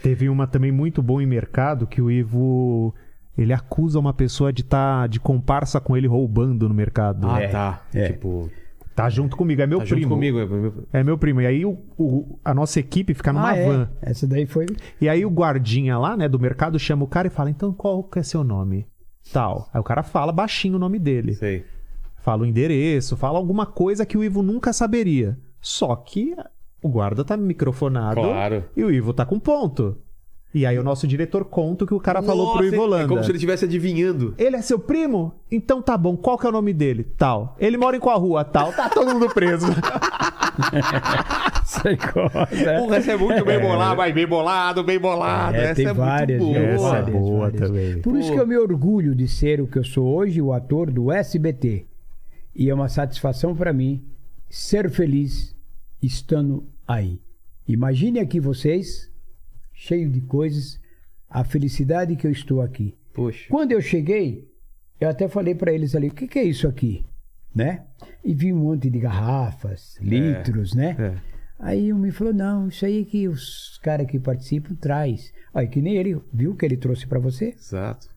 [SPEAKER 3] Teve uma também muito boa em mercado que o Ivo ele acusa uma pessoa de estar de comparsa com ele roubando no mercado.
[SPEAKER 1] Ah,
[SPEAKER 3] É.
[SPEAKER 1] tá.
[SPEAKER 4] É.
[SPEAKER 1] Tipo,
[SPEAKER 3] Tá junto comigo, é meu
[SPEAKER 1] tá junto
[SPEAKER 3] primo.
[SPEAKER 1] comigo. é meu-
[SPEAKER 3] É meu primo. E aí o- o- a nossa equipe fica numa
[SPEAKER 4] Ah, é?
[SPEAKER 3] van.
[SPEAKER 4] Essa daí foi.
[SPEAKER 3] E aí o guardinha lá, né, do mercado chama o cara e fala: "Então qual que é seu nome?" Tal. Aí o cara fala baixinho o nome dele.
[SPEAKER 1] Sei.
[SPEAKER 3] Fala o endereço, fala alguma coisa que o Ivo nunca saberia. Só que o guarda tá microfonado
[SPEAKER 1] Claro.
[SPEAKER 3] e o Ivo tá com ponto. E aí o nosso diretor conta o que o cara Tá, falou pro
[SPEAKER 1] Nossa,
[SPEAKER 3] Ivo Holanda.
[SPEAKER 1] É como se ele estivesse adivinhando.
[SPEAKER 3] Ele é seu primo? Então tá bom, qual que é o nome dele? Tal. Ele mora em qual rua? Tal. Tá todo mundo
[SPEAKER 1] [LAUGHS]
[SPEAKER 3] preso.
[SPEAKER 1] Porra, essa é muito bem bolada, vai bem bolado, bem bolado.
[SPEAKER 4] É,
[SPEAKER 1] essa
[SPEAKER 4] tem
[SPEAKER 1] é
[SPEAKER 4] várias,
[SPEAKER 1] muito
[SPEAKER 4] né?
[SPEAKER 1] boa.
[SPEAKER 3] Essa é boa também.
[SPEAKER 4] Por isso que eu me orgulho de ser o que eu sou hoje, o ator do SBT. E é uma satisfação para mim ser feliz estando aí. Imagine aqui vocês, cheio de coisas, a felicidade que eu estou aqui.
[SPEAKER 1] Poxa.
[SPEAKER 4] Quando eu cheguei, eu até falei para eles ali, o que, que é isso aqui? Né? E vi um monte de garrafas, litros, né?
[SPEAKER 1] é.
[SPEAKER 4] Aí um me falou, não, isso aí que os caras que participam traz. Aí que nem ele, viu que ele trouxe para você?
[SPEAKER 1] Exato.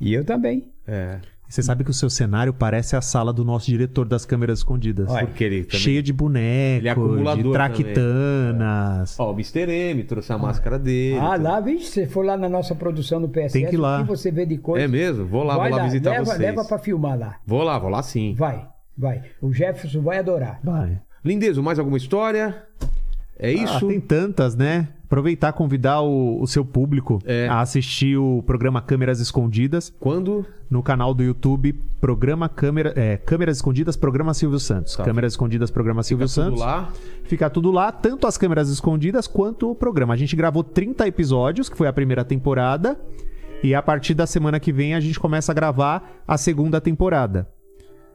[SPEAKER 4] E eu também.
[SPEAKER 1] É.
[SPEAKER 3] Você sabe que o seu cenário parece a sala do nosso diretor das câmeras escondidas.
[SPEAKER 1] Olha, Porque ele também-
[SPEAKER 3] Cheia de
[SPEAKER 1] Ele é
[SPEAKER 3] bonecos, de
[SPEAKER 1] acumulador
[SPEAKER 3] traquitanas.
[SPEAKER 1] Ó, o Mr. M trouxe a máscara dele.
[SPEAKER 4] ah, lá, vixe, você for lá na nossa produção do PSS,
[SPEAKER 3] Tem que ir lá.
[SPEAKER 4] o que você vê de coisa.
[SPEAKER 1] É mesmo? Vou lá,
[SPEAKER 4] vai
[SPEAKER 1] vou lá visitar
[SPEAKER 4] leva,
[SPEAKER 1] vocês.
[SPEAKER 4] Leva pra filmar lá.
[SPEAKER 1] Vou lá, vou lá sim.
[SPEAKER 4] Vai, vai. O Jefferson vai adorar.
[SPEAKER 3] Vai.
[SPEAKER 1] Lindezo, mais alguma história? É
[SPEAKER 3] Ah,
[SPEAKER 1] isso?
[SPEAKER 3] tem tantas, né? Aproveitar convidar o, o seu público
[SPEAKER 1] É.
[SPEAKER 3] a assistir o programa Câmeras Escondidas
[SPEAKER 1] Quando?
[SPEAKER 3] no canal do YouTube Programa Câmera, é, Câmeras Escondidas Programa Silvio Santos.
[SPEAKER 1] Tá.
[SPEAKER 3] Câmeras Escondidas Programa Silvio
[SPEAKER 1] Tudo
[SPEAKER 3] Santos.
[SPEAKER 1] lá.
[SPEAKER 3] Fica tudo lá, tanto as câmeras escondidas quanto o programa. A gente gravou 30 episódios, que foi a primeira temporada. E a partir da semana que vem a gente começa a gravar a segunda temporada.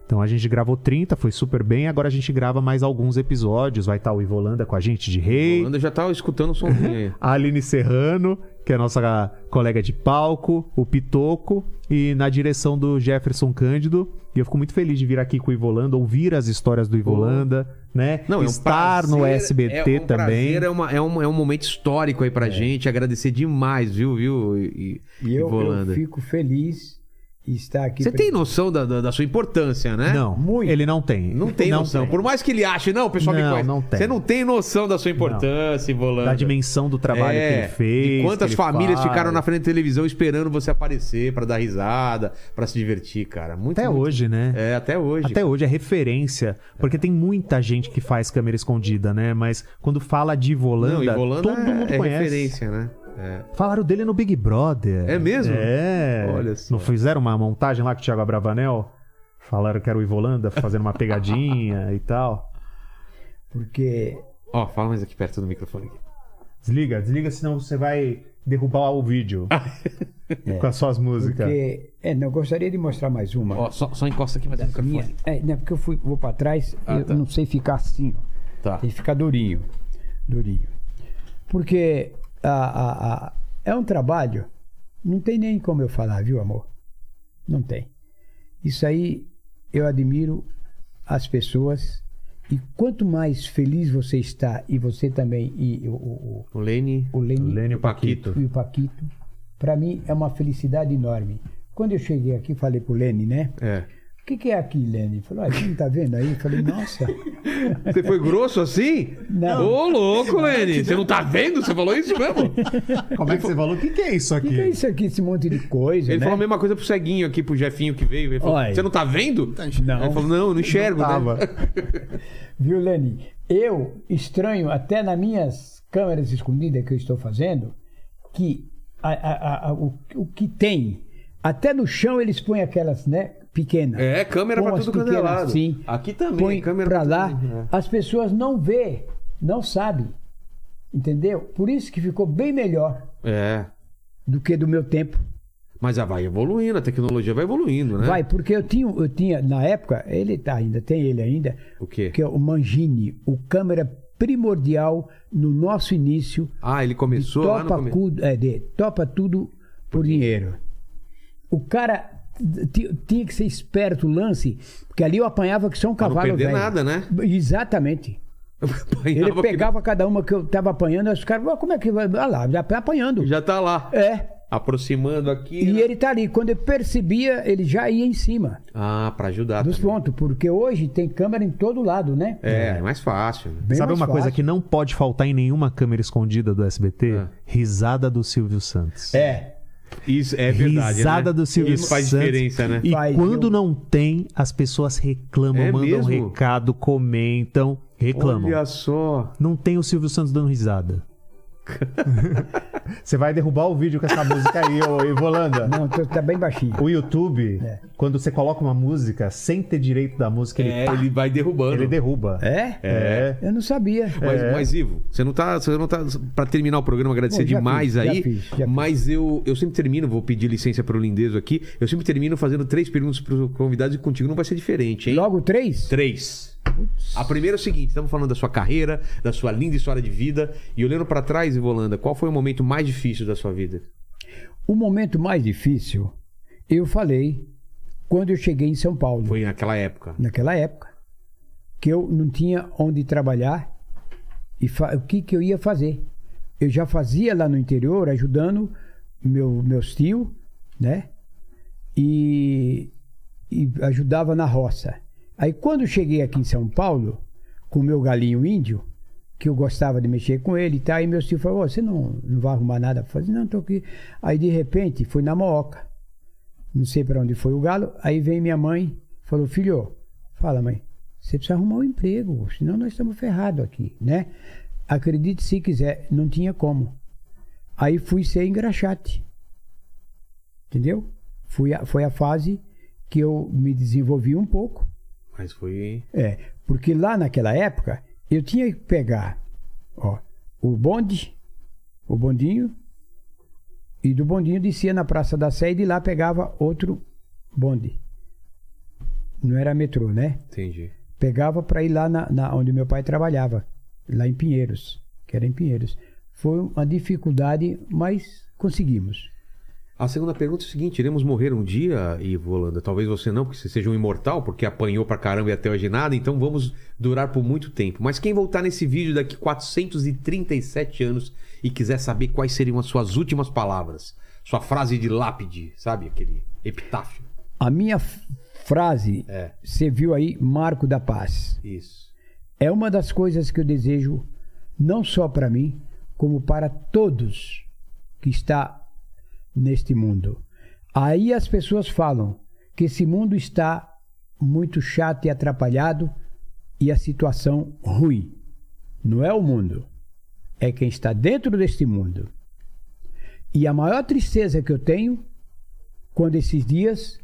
[SPEAKER 3] Então a gente gravou 30, foi super bem. Agora a gente grava mais alguns episódios. Vai estar o Ivo Holanda com a gente de
[SPEAKER 1] O
[SPEAKER 3] rei.
[SPEAKER 1] Holanda já tá escutando o somzinho aí.
[SPEAKER 3] A Aline Serrano, que é a nossa colega de palco, o Pitoco, e na direção do Jefferson Cândido. E eu fico muito feliz de vir aqui com o Ivolanda, ouvir as histórias do Ivolanda, né?
[SPEAKER 1] Não, é um
[SPEAKER 3] Estar no
[SPEAKER 1] prazer,
[SPEAKER 3] SBT
[SPEAKER 1] é um
[SPEAKER 3] também. É.
[SPEAKER 1] prazer, é, uma, é, um, é um momento histórico aí pra gente. Agradecer demais, viu, viu? E,
[SPEAKER 4] E eu,
[SPEAKER 1] Volanda.
[SPEAKER 4] eu fico feliz em estar aqui.
[SPEAKER 1] Você
[SPEAKER 4] pre-
[SPEAKER 1] tem noção da, da, da sua importância, né?
[SPEAKER 3] Não,
[SPEAKER 4] Muito.
[SPEAKER 3] ele não tem.
[SPEAKER 1] Não tem noção. Por mais que ele ache, não, o pessoal me
[SPEAKER 3] Não,
[SPEAKER 1] conhece.
[SPEAKER 3] não tem.
[SPEAKER 1] Você não tem noção da sua importância, Volanda.
[SPEAKER 3] Da dimensão do trabalho
[SPEAKER 1] É,
[SPEAKER 3] que ele fez.
[SPEAKER 1] De quantas
[SPEAKER 3] que ele
[SPEAKER 1] famílias
[SPEAKER 3] faz.
[SPEAKER 1] ficaram na frente da televisão esperando você aparecer pra dar risada, pra se divertir, cara. Muito,
[SPEAKER 3] Até
[SPEAKER 1] muito-
[SPEAKER 3] hoje, né?
[SPEAKER 1] É, até hoje.
[SPEAKER 3] Até hoje é referência, porque tem muita gente que faz câmera escondida, né? Mas quando fala de
[SPEAKER 1] Não,
[SPEAKER 3] Volanda,
[SPEAKER 1] e Volanda
[SPEAKER 3] todo mundo
[SPEAKER 1] é, é
[SPEAKER 3] conhece.
[SPEAKER 1] referência, né? É.
[SPEAKER 3] Falaram dele no Big Brother.
[SPEAKER 1] É mesmo?
[SPEAKER 3] É.
[SPEAKER 1] Olha só.
[SPEAKER 3] Não fizeram uma montagem lá com o Thiago Abravanel? Falaram que era o Ivolanda fazendo uma pegadinha [LAUGHS] e tal.
[SPEAKER 4] Porque
[SPEAKER 1] Ó, fala mais aqui perto do microfone. aqui.
[SPEAKER 3] Desliga, desliga, senão você vai derrubar
[SPEAKER 1] [LAUGHS]
[SPEAKER 3] o vídeo. Com as suas músicas.
[SPEAKER 4] Porque, é, não, eu gostaria de mostrar mais uma.
[SPEAKER 1] Ó, só, só encosta aqui mais no microfone.
[SPEAKER 4] minha, é, não, porque eu fui, vou pra trás,
[SPEAKER 1] Ah,
[SPEAKER 4] eu
[SPEAKER 1] tá.
[SPEAKER 4] não sei ficar assim, ó.
[SPEAKER 1] Tá.
[SPEAKER 4] Tem que ficar durinho. Durinho. Porque a- a- a- é um trabalho, não tem nem como eu falar, viu, amor? Não tem. Isso aí eu admiro as pessoas. E quanto mais feliz você está, e você também, e o, o,
[SPEAKER 1] O Lene.
[SPEAKER 4] o, o Lenny,
[SPEAKER 3] Lênio Paquito.
[SPEAKER 4] e o Paquito, para mim é uma felicidade enorme. Quando eu cheguei aqui, falei pro Lene, né?
[SPEAKER 1] É.
[SPEAKER 4] O que, que é aqui, Lene? Ele falou, ah, você não tá vendo aí? Eu
[SPEAKER 1] [LAUGHS]
[SPEAKER 4] falei, nossa.
[SPEAKER 1] [LAUGHS] Você foi grosso assim?
[SPEAKER 4] Não.
[SPEAKER 1] Ô, louco, Lene. Você não tá vendo? Você falou isso [LAUGHS] mesmo?
[SPEAKER 3] Como é que você falou? O que, que é isso
[SPEAKER 4] O
[SPEAKER 3] aqui?
[SPEAKER 4] que, que é isso aqui, esse monte de coisa?
[SPEAKER 1] Ele
[SPEAKER 4] né?
[SPEAKER 1] falou a mesma coisa pro ceguinho aqui, pro Jefinho que veio. Ele falou,
[SPEAKER 4] Olha.
[SPEAKER 1] você não tá vendo?
[SPEAKER 4] Não.
[SPEAKER 1] Ele falou, não, eu não enxergo, né?
[SPEAKER 3] Tava.
[SPEAKER 4] Viu, Leni? Eu estranho até nas minhas câmeras escondidas que eu estou fazendo que a- a- a- a- o, o que tem. Até no chão eles põem aquelas, né?
[SPEAKER 1] [LAUGHS]
[SPEAKER 4] Pequenas.
[SPEAKER 1] É, câmera
[SPEAKER 4] Põe
[SPEAKER 1] pra
[SPEAKER 4] as
[SPEAKER 1] tudo quanto é
[SPEAKER 4] pequenas
[SPEAKER 1] lado.
[SPEAKER 4] Assim,
[SPEAKER 1] Aqui também,
[SPEAKER 4] põe
[SPEAKER 1] câmera
[SPEAKER 4] pra
[SPEAKER 1] pra
[SPEAKER 4] lá.
[SPEAKER 1] tudo, né?
[SPEAKER 4] As pessoas não vê, não sabem. Entendeu? Por isso que ficou bem melhor
[SPEAKER 1] É.
[SPEAKER 4] do que do meu tempo.
[SPEAKER 1] Mas ah, vai evoluindo, a tecnologia vai evoluindo, né?
[SPEAKER 4] Vai, porque eu tinha, eu tinha, na época, ele tá ainda, tem ele ainda,
[SPEAKER 1] O quê?
[SPEAKER 4] que é o Mangini, o câmera primordial no nosso início.
[SPEAKER 1] Ah, ele
[SPEAKER 4] de
[SPEAKER 1] começou lá no
[SPEAKER 4] topa,
[SPEAKER 1] [LAUGHS] começo.
[SPEAKER 4] cu- é, de topa tudo por dinheiro. O cara ti- tinha que ser esperto o lance, porque ali eu apanhava que só um
[SPEAKER 1] Pra não
[SPEAKER 4] cavalo
[SPEAKER 1] perder
[SPEAKER 4] velho.
[SPEAKER 1] nada, né?
[SPEAKER 4] Exatamente. Ele
[SPEAKER 1] Apanhava que-
[SPEAKER 4] pegava cada uma que eu tava apanhando, aí os caras, "Ué, como é que vai? Ah lá, já tá apanhando.
[SPEAKER 1] Já tá lá.
[SPEAKER 4] É.
[SPEAKER 1] Aproximando aqui.
[SPEAKER 4] E
[SPEAKER 1] né?
[SPEAKER 4] ele tá ali. Quando eu percebia, ele já ia em cima
[SPEAKER 1] Ah, pra ajudar.
[SPEAKER 4] dos
[SPEAKER 1] também.
[SPEAKER 4] pontos, porque hoje tem câmera em todo lado, né?
[SPEAKER 1] É, é mais fácil. né?
[SPEAKER 4] Bem
[SPEAKER 3] Sabe
[SPEAKER 4] mais
[SPEAKER 3] uma coisa
[SPEAKER 4] fácil.
[SPEAKER 3] que não pode faltar em nenhuma câmera escondida do SBT?
[SPEAKER 1] Ah.
[SPEAKER 3] Risada do Silvio Santos.
[SPEAKER 4] É.
[SPEAKER 1] Isso é verdade.
[SPEAKER 3] Risada
[SPEAKER 1] né?
[SPEAKER 3] do Silvio
[SPEAKER 1] Isso faz
[SPEAKER 3] Santos.
[SPEAKER 1] diferença, né?
[SPEAKER 3] E
[SPEAKER 4] Faz,
[SPEAKER 3] quando
[SPEAKER 4] viu?
[SPEAKER 3] não tem, as pessoas reclamam,
[SPEAKER 1] É
[SPEAKER 3] mandam um
[SPEAKER 1] mesmo?
[SPEAKER 3] recado, comentam, reclamam.
[SPEAKER 1] Olha só.
[SPEAKER 3] Não tem o Silvio Santos dando risada. [LAUGHS] Você vai derrubar o vídeo com essa música aí, ô Ivolanda.
[SPEAKER 4] Não, tô- tá bem baixinho.
[SPEAKER 3] O YouTube, quando você coloca uma música sem ter direito da música, ele,
[SPEAKER 1] É,
[SPEAKER 3] pá,
[SPEAKER 1] ele vai derrubando.
[SPEAKER 3] ele derruba.
[SPEAKER 4] É?
[SPEAKER 3] É.
[SPEAKER 4] Eu não sabia.
[SPEAKER 1] Mas, mas, Ivo, você não tá. Você não tá. Pra terminar o programa, agradecer
[SPEAKER 4] É. Bom, já
[SPEAKER 1] demais
[SPEAKER 4] fiz, já
[SPEAKER 1] aí.
[SPEAKER 4] fiz, já fiz.
[SPEAKER 1] mas eu, eu sempre termino, vou pedir licença pro Lindezo aqui. Eu sempre termino fazendo três perguntas pros convidados e contigo não vai ser diferente, hein?
[SPEAKER 4] Logo três?
[SPEAKER 1] Três. A primeira é o seguinte: estamos falando da sua carreira, da sua linda história de vida. E olhando pra trás, Ivolanda, qual foi o momento mais difícil da sua vida?
[SPEAKER 4] O momento mais difícil, eu falei quando eu cheguei em São Paulo,
[SPEAKER 1] Foi naquela época.
[SPEAKER 4] naquela época, que eu não tinha onde trabalhar e fa- o que, que eu ia fazer. Eu já fazia lá no interior, ajudando meu, meus tios, né? E, e ajudava na roça. Aí quando eu cheguei aqui em São Paulo, com o meu galinho índio, que eu gostava de mexer com ele e tal, aí meu tio falou, "Ô, você não, não vai arrumar nada pra fazer? Não, tô aqui. Aí de repente fui na Mooca, não sei para onde foi o galo, aí vem minha mãe, falou, filho, fala mãe, você precisa arrumar um emprego, senão nós estamos ferrados aqui, né? Acredite se quiser, não tinha como. Aí fui ser engraxate. Entendeu? Fui a- foi a fase que eu me desenvolvi um pouco.
[SPEAKER 1] Mas foi.
[SPEAKER 4] É, porque lá naquela época eu tinha que pegar ó, o bonde, o bondinho, e do bondinho descia na Praça da Sé e de lá pegava outro bonde. Não era metrô, né?
[SPEAKER 1] Entendi.
[SPEAKER 4] Pegava para ir lá na, na- onde meu pai trabalhava, lá em Pinheiros, que era em Pinheiros. Foi uma dificuldade, mas conseguimos.
[SPEAKER 1] A segunda pergunta é o seguinte: iremos morrer um dia, Ivo Holanda? Talvez você não, porque você seja um imortal, porque apanhou pra caramba e até hoje nada, então vamos durar por muito tempo. Mas quem voltar nesse vídeo daqui 437 anos e quiser saber quais seriam as suas últimas palavras, sua frase de lápide, sabe? Aquele epitáfio.
[SPEAKER 4] A minha f- frase,
[SPEAKER 1] É.
[SPEAKER 4] você viu aí, Marco da Paz.
[SPEAKER 1] Isso.
[SPEAKER 4] é uma das coisas que eu desejo não só para mim, como para todos que está neste mundo. Aí as pessoas falam que esse mundo está muito chato e atrapalhado e a situação ruim. Não é o mundo, é quem está dentro deste mundo. E a maior tristeza que eu tenho quando esses dias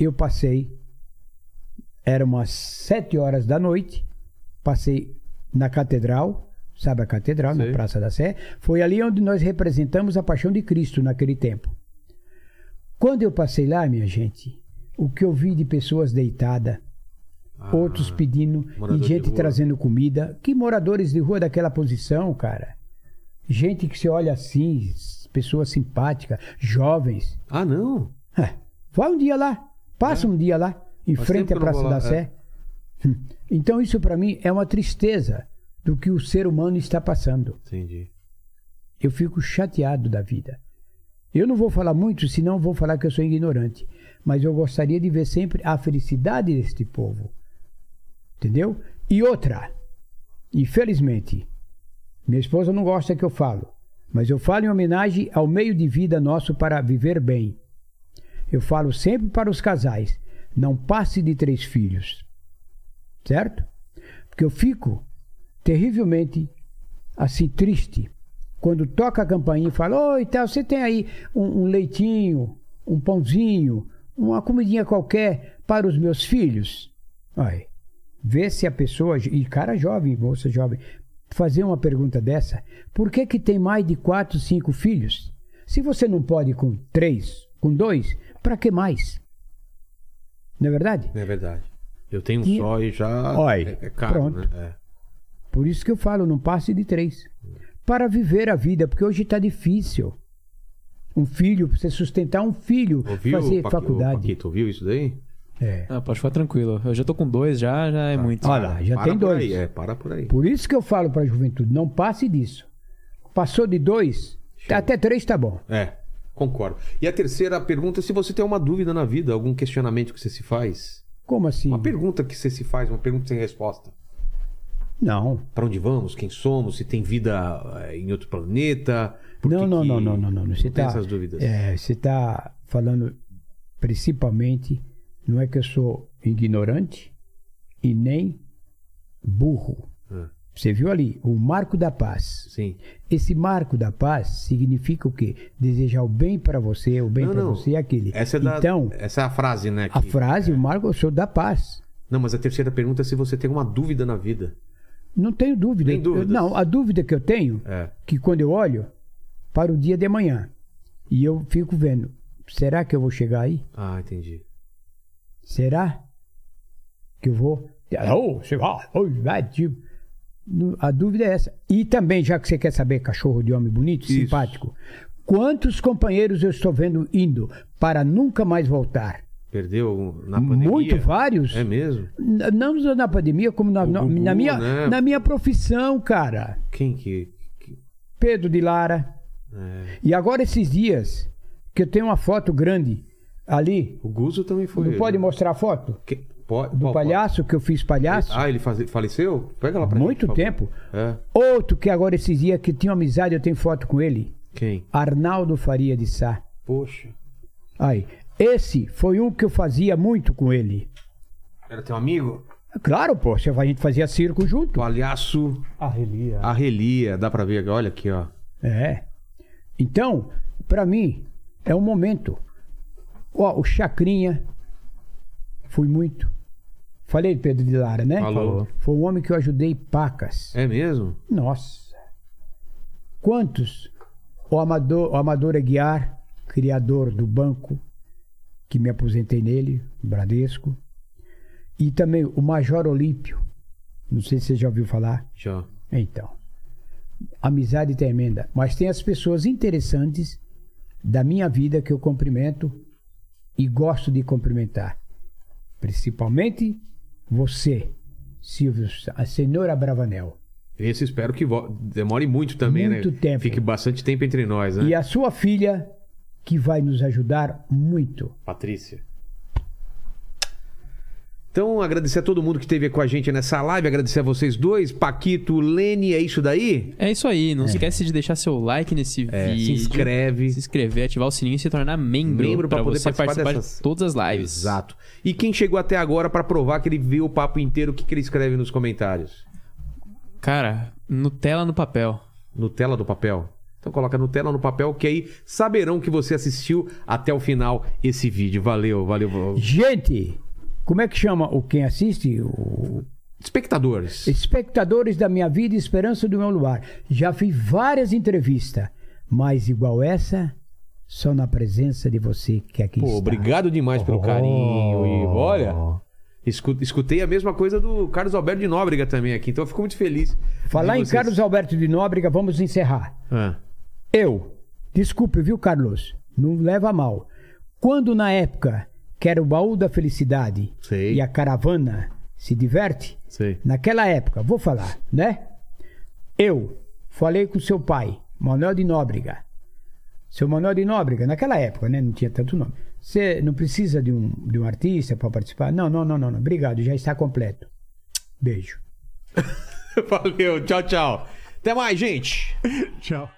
[SPEAKER 4] eu passei eram umas sete horas da noite passei na catedral, sabe a catedral, na Praça da Sé, foi ali onde nós representamos a paixão de Cristo naquele tempo. Quando eu passei lá, minha gente, o que eu vi de pessoas deitadas, outros pedindo
[SPEAKER 1] Ah, morador
[SPEAKER 4] e
[SPEAKER 1] de
[SPEAKER 4] gente
[SPEAKER 1] rua.
[SPEAKER 4] trazendo comida, que moradores de rua daquela posição, cara. Gente que se olha assim, s- pessoas simpáticas, jovens.
[SPEAKER 1] Ah, não.
[SPEAKER 4] Ah, Vai um dia lá, passa um dia lá, em
[SPEAKER 1] É. Faz
[SPEAKER 4] frente
[SPEAKER 1] tempo
[SPEAKER 4] à
[SPEAKER 1] que eu não
[SPEAKER 4] Praça
[SPEAKER 1] vou lá, é.
[SPEAKER 4] da Sé. Hum. Então isso para mim é uma tristeza do que o ser humano está passando.
[SPEAKER 1] Entendi.
[SPEAKER 4] Eu fico chateado da vida. Eu não vou falar muito, senão vou falar que eu sou ignorante. Mas eu gostaria de ver sempre a felicidade deste povo. Entendeu? E outra, infelizmente, minha esposa não gosta que eu falo, mas eu falo em homenagem ao meio de vida nosso para viver bem. Eu falo sempre para os casais: não passe de três filhos. Certo? Porque eu fico terrivelmente assim triste quando toca a campainha e fala: Oi, tal, você tem aí um, um leitinho, um pãozinho, uma comidinha qualquer para os meus filhos? Aí, vê se a pessoa, e cara jovem, moça jovem, fazer uma pergunta dessa: por que, que tem mais de quatro, cinco filhos? Se você não pode com três, com dois, pra que mais? Não é verdade?
[SPEAKER 1] É verdade. Eu tenho um
[SPEAKER 4] E-
[SPEAKER 1] só e já.
[SPEAKER 4] Olha,
[SPEAKER 1] é, é caro,
[SPEAKER 4] pronto.
[SPEAKER 1] né?
[SPEAKER 4] Por isso que eu falo, não passe de três. Para viver a vida, porque hoje está difícil. Um filho, pra você sustentar um filho,
[SPEAKER 1] É. Ouviu,
[SPEAKER 4] fazer
[SPEAKER 1] Paqui- Ô,
[SPEAKER 4] faculdade.
[SPEAKER 1] Paquito, ouviu isso daí?
[SPEAKER 4] É.
[SPEAKER 5] Ah, pode ficar tranquilo. Eu já tô com dois, já, já é muito.
[SPEAKER 4] Olha lá, Ah, já
[SPEAKER 1] para
[SPEAKER 4] tem
[SPEAKER 1] por
[SPEAKER 4] dois.
[SPEAKER 1] Aí, é, para por aí.
[SPEAKER 4] Por isso que eu falo para a juventude, não passe disso. Passou de dois, até três tá bom.
[SPEAKER 1] É, concordo. E a terceira pergunta é se você tem uma dúvida na vida, algum questionamento que você se faz.
[SPEAKER 4] Como assim?
[SPEAKER 1] Uma pergunta que você se faz, uma pergunta sem resposta.
[SPEAKER 4] Não.
[SPEAKER 1] Pra onde vamos? Quem somos? Se tem vida eh, em outro planeta? Por
[SPEAKER 4] Não,
[SPEAKER 1] que
[SPEAKER 4] não,
[SPEAKER 1] que
[SPEAKER 4] não, não, não, não, não. Você
[SPEAKER 1] tem
[SPEAKER 4] tá,
[SPEAKER 1] essas dúvidas.
[SPEAKER 4] É, você está falando principalmente, não é que eu sou ignorante e nem burro.
[SPEAKER 1] Ah.
[SPEAKER 4] Você viu ali, o marco da paz.
[SPEAKER 1] Sim.
[SPEAKER 4] Esse marco da paz significa o quê? Desejar o bem para você, o bem
[SPEAKER 1] Não,
[SPEAKER 4] para
[SPEAKER 1] não.
[SPEAKER 4] você e aquele.
[SPEAKER 1] Essa é, da-
[SPEAKER 4] então,
[SPEAKER 1] essa é a frase, né?
[SPEAKER 4] a
[SPEAKER 1] que-
[SPEAKER 4] frase, o marco, eu sou da paz.
[SPEAKER 1] Não, mas a terceira pergunta é se você tem uma dúvida na vida.
[SPEAKER 4] Não tenho dúvida.
[SPEAKER 1] Nem dúvidas.
[SPEAKER 4] Eu- não, a dúvida que eu tenho
[SPEAKER 1] É.
[SPEAKER 4] que quando eu olho para o dia de amanhã e eu fico vendo, será que eu vou chegar aí?
[SPEAKER 1] Ah, entendi.
[SPEAKER 4] Será que eu vou? Oh, você vai, oh, vai, tipo. No- A dúvida é essa. E também, já que você quer saber, cachorro de homem bonito,
[SPEAKER 1] Isso.
[SPEAKER 4] simpático, quantos companheiros eu estou vendo indo para nunca mais voltar?
[SPEAKER 1] Perdeu na pandemia?
[SPEAKER 4] Muito, vários.
[SPEAKER 1] É mesmo?
[SPEAKER 4] N- Não só na pandemia, como na,
[SPEAKER 1] O
[SPEAKER 4] na-
[SPEAKER 1] Gugu,
[SPEAKER 4] na minha,
[SPEAKER 1] né?
[SPEAKER 4] na minha profissão, cara.
[SPEAKER 1] Quem que... que-
[SPEAKER 4] Pedro de Lara.
[SPEAKER 1] é.
[SPEAKER 4] E agora esses dias, que eu tenho uma foto grande ali.
[SPEAKER 1] O Guzo também foi... né?
[SPEAKER 4] não pode mostrar a foto?
[SPEAKER 1] Que- pode-
[SPEAKER 4] Do
[SPEAKER 1] qual-
[SPEAKER 4] palhaço, que eu fiz palhaço.
[SPEAKER 1] Ah, ele faze- faleceu? Pega lá pra gente,
[SPEAKER 4] Muito
[SPEAKER 1] por favor.
[SPEAKER 4] tempo.
[SPEAKER 1] É.
[SPEAKER 4] Outro que agora esses dias que tinha amizade, eu tenho foto com ele.
[SPEAKER 1] Quem?
[SPEAKER 4] Arnaldo Faria de Sá.
[SPEAKER 1] Poxa.
[SPEAKER 4] Aí. Esse foi um que eu fazia muito com ele.
[SPEAKER 1] Era teu amigo?
[SPEAKER 4] Claro, pô, você- a gente fazia circo junto.
[SPEAKER 1] Palhaço
[SPEAKER 3] Arrelia.
[SPEAKER 1] Arrelia. Dá pra ver, olha aqui, ó.
[SPEAKER 4] É. Então, pra mim, é um momento. Ó, o Chacrinha. Fui muito. Falei de Pedro de Lara, né?
[SPEAKER 1] Falou.
[SPEAKER 4] Foi um homem que eu ajudei pacas.
[SPEAKER 1] É mesmo?
[SPEAKER 4] Nossa! Quantos? O Amador, o Amador Aguiar, criador do banco, que me aposentei nele, Bradesco. E também o Major Olímpio. Não sei se você já ouviu falar.
[SPEAKER 1] Já.
[SPEAKER 4] Então, amizade tremenda. Mas tem as pessoas interessantes da minha vida que eu cumprimento e gosto de cumprimentar. Principalmente você, Silvio, Sa- a senhora Bravanel.
[SPEAKER 1] Esse espero que vo- demore muito também, né?
[SPEAKER 4] Muito tempo.
[SPEAKER 1] Fique bastante tempo entre nós, né?
[SPEAKER 4] E a sua filha, que vai nos ajudar muito.
[SPEAKER 1] Patrícia. Então, agradecer a todo mundo que esteve com a gente nessa live, agradecer a vocês dois, Paquito, Lene, é isso daí?
[SPEAKER 5] É isso aí, não esquece de deixar seu like nesse
[SPEAKER 1] É,
[SPEAKER 5] vídeo.
[SPEAKER 1] se inscreve.
[SPEAKER 5] Se inscrever, ativar o sininho e se tornar membro.
[SPEAKER 1] Membro pra
[SPEAKER 5] pra
[SPEAKER 1] poder
[SPEAKER 5] você
[SPEAKER 1] participar
[SPEAKER 5] participar
[SPEAKER 1] dessas-
[SPEAKER 5] de todas as lives.
[SPEAKER 1] Exato. E quem chegou até agora pra provar que ele viu o papo inteiro, o que, que ele escreve nos comentários?
[SPEAKER 5] Cara, Nutella no papel.
[SPEAKER 1] Nutella do papel? Então coloca Nutella no papel, que aí saberão que você assistiu até o final esse vídeo. Valeu, valeu.
[SPEAKER 4] Gente, como é que chama o quem assiste? O-
[SPEAKER 1] Espectadores.
[SPEAKER 4] Espectadores da minha vida e esperança do meu luar. Já fiz várias entrevistas, mas igual essa, só na presença de você que aqui
[SPEAKER 1] Pô,
[SPEAKER 4] está.
[SPEAKER 1] obrigado demais pelo carinho, Ivo. Olha, escu- escutei a mesma coisa do Carlos Alberto de Nóbrega também aqui, então eu fico muito feliz.
[SPEAKER 4] Falar
[SPEAKER 1] de
[SPEAKER 4] em
[SPEAKER 1] vocês.
[SPEAKER 4] Carlos Alberto de Nóbrega, vamos encerrar.
[SPEAKER 1] Ah,
[SPEAKER 4] Eu, desculpe, viu, Carlos? Não leva a mal. Quando na época que era o baú da felicidade
[SPEAKER 1] Sei.
[SPEAKER 4] e a caravana se diverte,
[SPEAKER 1] sei. [LAUGHS]
[SPEAKER 4] naquela época, vou falar, né? Eu falei com seu pai, Manuel de Nóbrega. Seu Manuel de Nóbrega, naquela época, né? Não tinha tanto nome. Você não precisa de um, de um artista para participar? Não, não, não, não, não. Obrigado, já está completo. Beijo.
[SPEAKER 1] Valeu, tchau, tchau. Até mais, gente.
[SPEAKER 3] Tchau.